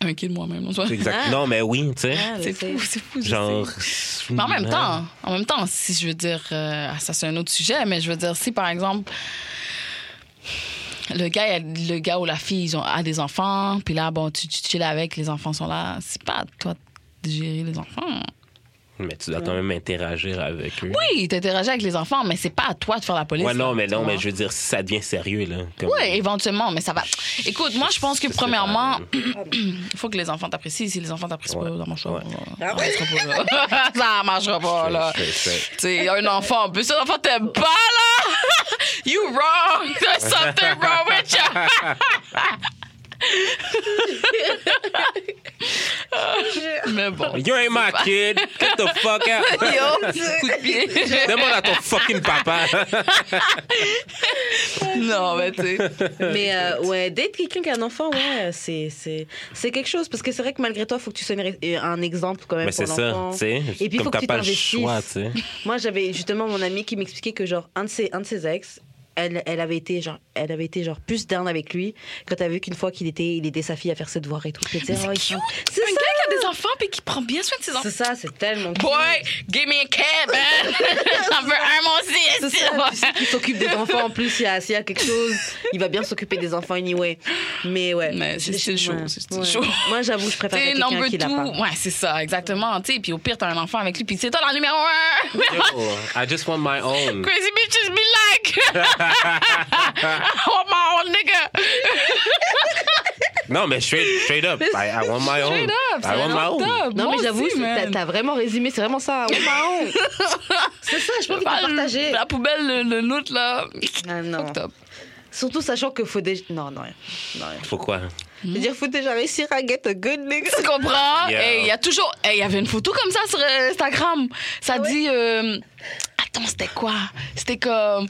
Un kid moi-même, en soi. exact. Non, mais oui, tu sais. Ah, mais C'est fou, c'est fou. je genre. ah. sais. Mais en Mm-hmm. même temps, en même temps, si je veux dire, euh, ça c'est un autre sujet, mais je veux dire, si par exemple, le gars, il y a- le gars ou la fille, ils ont a des enfants, puis là, bon, tu, tu chilles avec, les enfants sont là, c'est pas à toi de gérer les enfants. Mais tu dois quand même interagir avec eux. Oui, t'interagis avec les enfants, mais c'est pas à toi de faire la police. Ouais, non, là, mais tu non, vois. mais je veux dire, si ça devient sérieux, là. comme- Oui, éventuellement, mais ça va. Écoute, moi, je pense que C'est premièrement, il faut que les enfants t'apprécient. Si les enfants t'apprécient Ouais. pas, ça marchera Ouais. Ah pas. euh, Ça marchera pas, là. Ça marchera pas, là. Je- je- je- Tu sais, un enfant, en plus, si l'enfant t'aime pas, là. You wrong. There's something wrong with you. Mais bon. You ain't my kid! Get the fuck out! Yo, petit coup de pied. Demande à ton fucking papa! non, mais tu sais. Mais euh, ouais, date quelqu'un qui a un enfant, ouais, c'est, c'est, c'est quelque chose. Parce que c'est vrai que malgré toi, il faut que tu sois une ré- un exemple quand même mais pour c'est ça, l'enfant. tu sais. Et puis, il faut Comme que t'as tu pas le t'investisses. choix, tu sais. Moi, j'avais justement mon amie qui m'expliquait que genre un de ses, un de ses ex, elle, elle avait été genre, elle avait été genre plus down avec lui quand t'as vu qu'une fois qu'il était, il aidait sa fille à faire ses devoirs et tout. Puis elle disait, C'est oh, il- cute. c'est Un ça, gars qui a des enfants puis qui prend bien soin de ses enfants. c'est ça, c'est tellement. cute. Boy, give me a cab, hein. man. J'en veux un, moi aussi. C'est esti. ça, tu sais qu'il s'occupe des enfants en plus, s'il y, a- s'il y a quelque chose, il va bien s'occuper des enfants anyway. Mais ouais. Mais c'est- c'est chaud, c'est- c'est Ouais. chaud. Moi, j'avoue, je préfère T'es quelqu'un number qui l'a pas. two. Ouais, c'est ça, exactement. Tu sais, puis au pire, t'as un enfant avec lui, puis c'est toi la numéro un. Yo, I just want my own. Crazy bitches be like. I want my own nigga. Non, mais straight, straight up. I, I want my own. Straight up. Oh. I want my own. Non, mais j'avoue, c'est- t'as- t'as vraiment résumé, c'est vraiment ça. Oh, marron. c'est ça, je pense qu'il faut partager. La poubelle, le, le nôtre, là. Ah non. Fucked up. Surtout sachant que faut déjà. Non, non, rien. non. rien. Pourquoi? Je veux dire, faut déjà réussir à get a good nigga. Tu comprends? Yeah. Et Il y a toujours. et Il y avait une photo comme ça sur euh, Instagram. Ah Ça dit. euh, Attends, c'était quoi? C'était comme.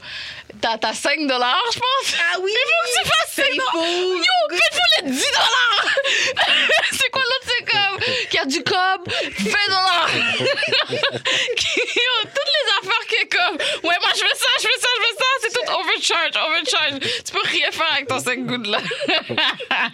T'as t'as 5 dollars, je pense. Ah oui! Il faut que tu fasses 5 dollars. faut. Yo, fais-le les 10 dollars! C'est quoi l'autre? C'est comme. Qui a du cob, 20 dollars! Qui- Yo, toutes les affaires qui est comme. Ouais, moi je veux ça, je veux ça, je veux ça. C'est tout overcharge, overcharge. Tu peux rien faire avec ton 5 good là.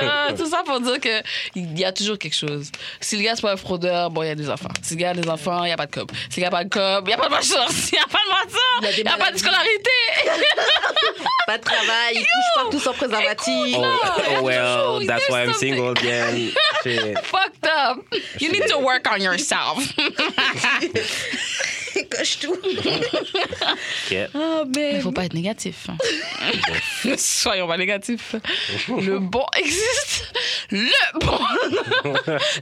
Ah, tout ça pour dire que il y a toujours quelque chose. Si le gars c'est pas un fraudeur, bon il y a des enfants. Si le gars a des enfants, il y a pas de cob. Si le gars a pas de cob, il y a pas de voiture. S'il y a pas Il y de a voiture, des il y a pas de maladies. scolarité. Pas de travail, ils couchent partout sans préservatif. Oh, il y a toujours- well, il that's y a why I'm something. single again. Shit. Fucked up. You need to work on yourself. Ils cochent tout. Yeah. Oh, mais. faut pas être négatif. Soyons pas négatifs. Le bon existe. Le bon.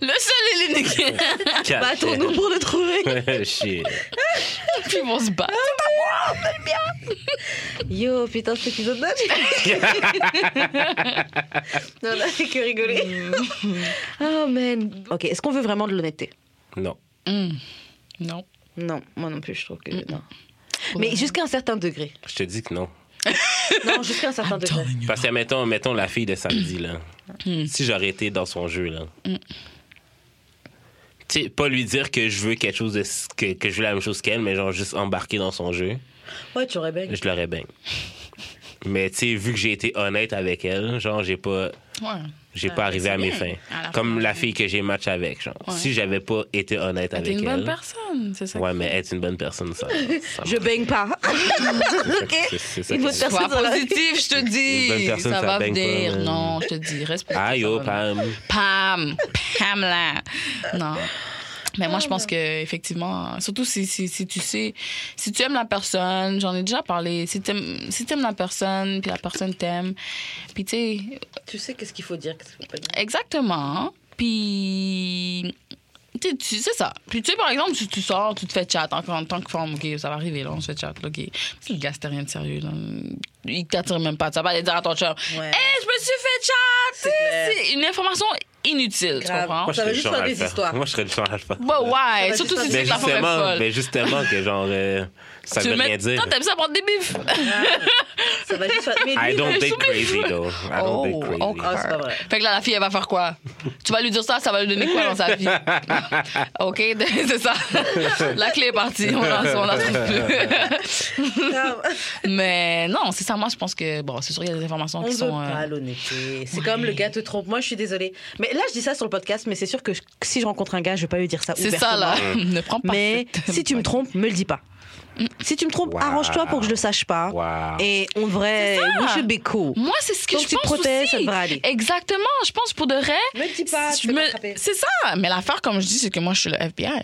Le seul et l'unique. Ah, Battons-nous Bah, pour le trouver. Shit. Puis ils vont se battre. Yo, putain, cet épisode là Non, on a fait que rigoler. oh, man. Ok, est-ce qu'on veut vraiment de l'honnêteté Non. Hmm. Non. Non, moi non plus, je trouve que. Non. Hmm. Mais jusqu'à un certain degré. Je te dis que non. Non, jusqu'à un certain degré. Parce que, mettons, mettons la fille de samedi, là. Hmm. si j'aurais été dans son jeu, là. Tu sais, pas lui dire que je veux quelque chose de, que, que je veux la même chose qu'elle, mais genre juste embarquer dans son jeu, Ouais, tu aurais bien. je l'aurais bien. Mais tu sais, vu que j'ai été honnête avec elle, genre j'ai pas Ouais. j'ai pas arrivé à mes Ah, fins. bien. À la Comme fin, la fille que j'ai match avec, genre. Ouais. Si j'avais pas été honnête Ah, T'es avec une bonne elle. personne, c'est ça. ouais, mais être une bonne personne, ça. ça Je baigne pas. ok. c'est- c'est ça Une que- autre personne Sois dans la vie. positive, je te Une bonne dis. personne, ça ça va baigne pas, venir. hein. Non, je te dis, respecte. Aïe, yo, Pam. Pam, Pamela. Non. Mais moi, je pense que effectivement, surtout si, si, si tu sais, si tu aimes la personne, j'en ai déjà parlé, si tu aimes, si t'aimes la personne, puis la personne t'aime, puis tu sais, Tu sais qu'est-ce qu'il faut dire, qu'est-ce qu'il faut pas dire. exactement, puis tu sais, tu- c'est ça. Puis tu sais, par exemple, si tu sors, tu te fais chat en, en tant que femme, ok, ça va arriver, là, on se fait chat, là, ok. Si le gars, c'était rien de sérieux, là, il t'attire même pas, tu vas pas aller dire à ton chat, Ouais. hey, je me suis fait chat, Tu clair. sais, c'est une information inutile, tu Grave. comprends? Moi, je Ça serais va le juste genre faire des alpha. histoires. Moi, je serais le genre alpha. Bah ouais, va surtout juste faire si c'est Mais que la femme est justement, folle. mais justement que genre euh, ça tu veut veux rien mettre... dire. Toi, t'aimes ça prendre des bifs. Ça va juste faire. Mais lui, I don't là, think crazy though. I don't think crazy. encore. Ah, c'est pas vrai. Fait que là, la fille, elle va faire quoi? tu vas lui dire ça, ça va lui donner quoi dans sa vie? OK, c'est ça. la clé est partie. On la, on la trouve plus. grave. Mais non, c'est ça. Moi, je pense que, bon, c'est sûr, il y a des informations On qui veut sont. euh, pas l'honnêteté. C'est comme le gars te trompe. Moi, je suis désolée. Mais là, je dis ça sur le podcast, mais c'est sûr que je- si je rencontre un gars, je vais pas lui dire ça. c'est ça, là. ouvertement. ne prends pas. Mais cette- si tu me trompes, me le dis pas. Mm. Si tu me trompes, Wow. arrange-toi pour que je le sache pas. Wow. Et on devrait. C'est ça. We should be cool. Moi, c'est ce que Donc, je tu te pense protèges, aussi. ça devrait aller. Exactement. Je pense pour de vrai. Me le dis pas, Mm. si tu je peux me- t'attraper. C'est ça. Mais l'affaire, comme je dis, c'est que moi, je suis le FBI.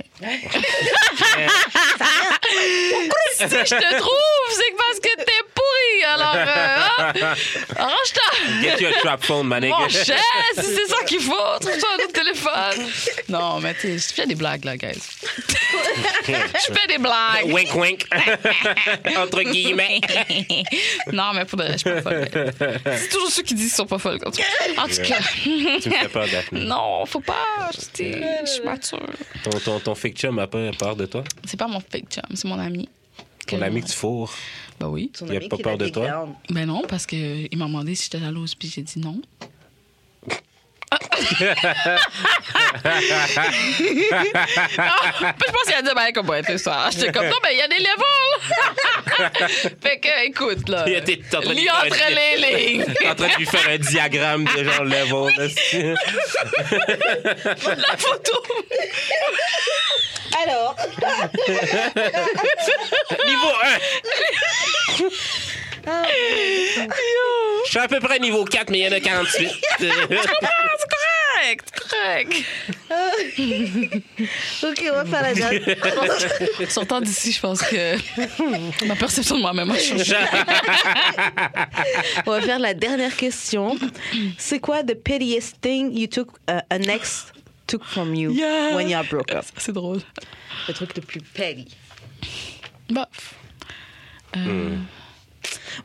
si je te trouve, c'est que parce que t'es pourri. Alors, euh, hein, arrange-toi. Get your trap phone, my nigga. Mon cher, si c'est ça qu'il faut, trouve-toi un autre téléphone. Non, mais tu sais, je fais des blagues, là, guys. Je fais des blagues. wink wink. Entre guillemets. non, mais pour de vrai, je suis pas folle. mais. C'est toujours ceux qui disent qu'ils sont pas folles. quand tu- En tout cas, tu me fais peur, Daphne. non, faut pas. Je dis, je suis mature. Ton, ton, ton fake chum a pas peur de toi. C'est pas mon fake chum, c'est mon ami. Ton ami que tu fourres. Bah oui. Son Il a ami pas qui hein. peur de take toi down. Ben non, parce qu'il m'a demandé si j'étais jalouse, puis j'ai dit non. Ah, je pense qu'il a dit, ben, comment être ça? J'étais comme, non, ben, il y a des levels! fait que, écoute, là. Il était t'es en train de lui Lis faire un- entre les lignes. T'es en train de lui faire un diagramme de genre level. là, c'est- La photo. Alors, niveau 1. Ah, Je suis à peu près niveau 4, mais il y en a 48. Correct, correct. ok, on va faire la dernière. En Sortant d'ici, je pense que ma perception de moi-même a changé. on va faire la dernière question. C'est quoi the pettiest thing you took uh, an ex took from you Yeah. when you broke up? C'est drôle. Le truc le plus petty. Hmm. Bof. Euh,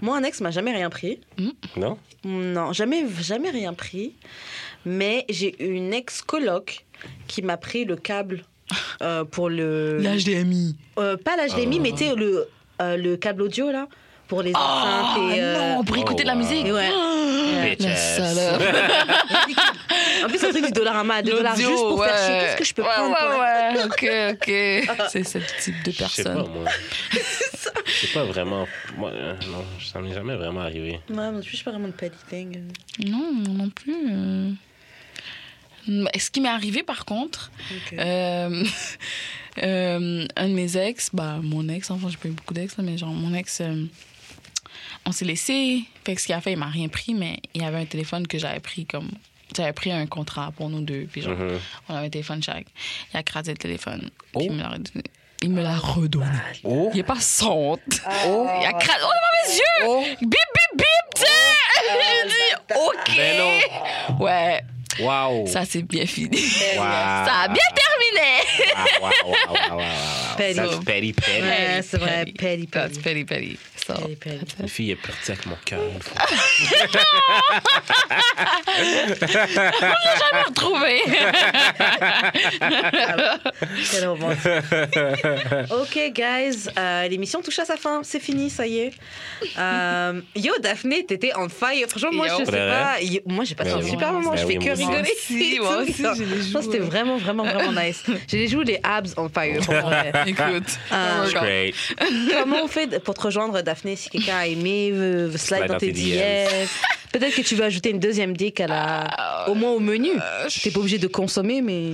Moi, un ex m'a jamais rien pris. Non? Non, jamais, jamais rien pris. Mais j'ai eu une ex-coloc qui m'a pris le câble euh, pour le. L'HDMI. Euh, pas l'HDMI, Ah. mais tu sais, le, euh, le câble audio, là, pour Ah, les enceintes et. euh, non, pour écouter de la Oh, wow. musique. et ouais. Bitch La ass. salope. En plus, c'est un truc du Dollarama, deux dollars juste pour faire chier. Qu'est-ce que je peux ouais, prendre pour la- ouais, ouais, ok, ok. C'est ce type Je de sais pas, personne. moi. C'est pas vraiment. Moi, euh, non, ça m'est jamais vraiment arrivé. Ouais, mais je suis pas vraiment de petty thing. Non, moi non plus. euh. Mais Ce qui m'est arrivé, par contre, Ok. euh, euh, un de mes ex, bah, mon ex, enfin, j'ai pas eu beaucoup d'ex, là, mais genre, mon ex, euh, on s'est laissé. Fait que ce qu'il a fait, il m'a rien pris, mais il y avait un téléphone que j'avais pris comme. J'avais pris un contrat pour nous deux, puis genre, Mhm. on avait un téléphone chaque. Il a crasé le téléphone, Oh. puis il me l'a redonné. Il me l'a redonné. Oh! Il est pas sans honte. Il a crasé. Oh, dans mes yeux! Bip, bip, bip, tu sais! J'ai dit, OK! Ben Ouais, Wow! ça, c'est bien fini. Wow. Ça a bien terminé! Wow, wow, wow, wow, wow, wow, wow. Petty. That's petty, petty. Ouais, c'est vrai, petty, That's petty. petty, petty. So, Petty, petty. Une fille est partie avec mon cœur. une fois. jamais retrouvé. Quel roman. ok, guys, euh, l'émission touche à sa fin. C'est fini, ça y est. Euh, yo, Daphné, t'étais en fire. Franchement, moi, Yo. je sais Ben pas. yo- moi, j'ai passé Ben un oui. super moment. Ben je fais oui, que moi aussi. rigoler. Moi aussi, moi aussi, Non, j'ai les joues, non, C'était euh. vraiment, vraiment, vraiment nice. J'ai les joues, les abs en fire. pour vrai. Écoute, Ah, work out. Great. Comment on fait pour te rejoindre, Daphné, si quelqu'un a aimé, veut, veut slide, dans tes DM. DM Peut-être que tu veux ajouter une deuxième dick à la... au moins au menu. T'es pas obligé de consommer, mais.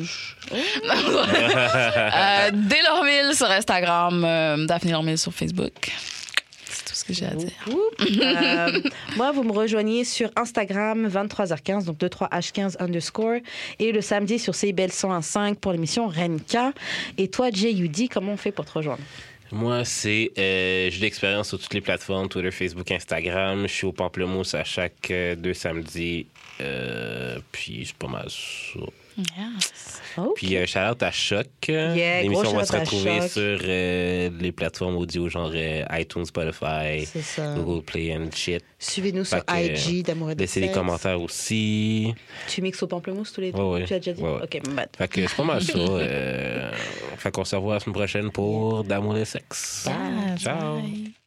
Euh, Dès Lormille sur Instagram, euh, Daphné Lormille sur Facebook. C'est tout ce que j'ai à dire. Euh, moi, vous me rejoignez sur Instagram 23h15, donc 23h15 underscore, et le samedi sur CIBEL 101.5 pour l'émission Renka. Et toi, J.U.D., comment on fait pour te rejoindre Moi, c'est. euh, j'ai de l'expérience sur toutes les plateformes Twitter, Facebook, Instagram. Je suis au Pamplemousse à chaque euh, deux samedis. Euh, puis c'est pas mal ça. Yes. Oh. Puis euh, shout out à Choc. Yeah, gros L'émission va se shout-out à retrouver Choc. sur euh, les plateformes audio, genre euh, iTunes, Spotify, C'est ça. Google Play and shit. Suivez-nous Fait sur que, IG d'amour et de Laissez des Sexe. commentaires aussi. Tu mixes au pamplemousse tous les deux Ouais, ouais. Tu as déjà dit Ouais, ouais. Ok, bah, my bad. Fait que c'est pas mal ça. euh, fait qu'on se revoit la semaine prochaine pour D'amour et sexe. Yes, Ciao. bye.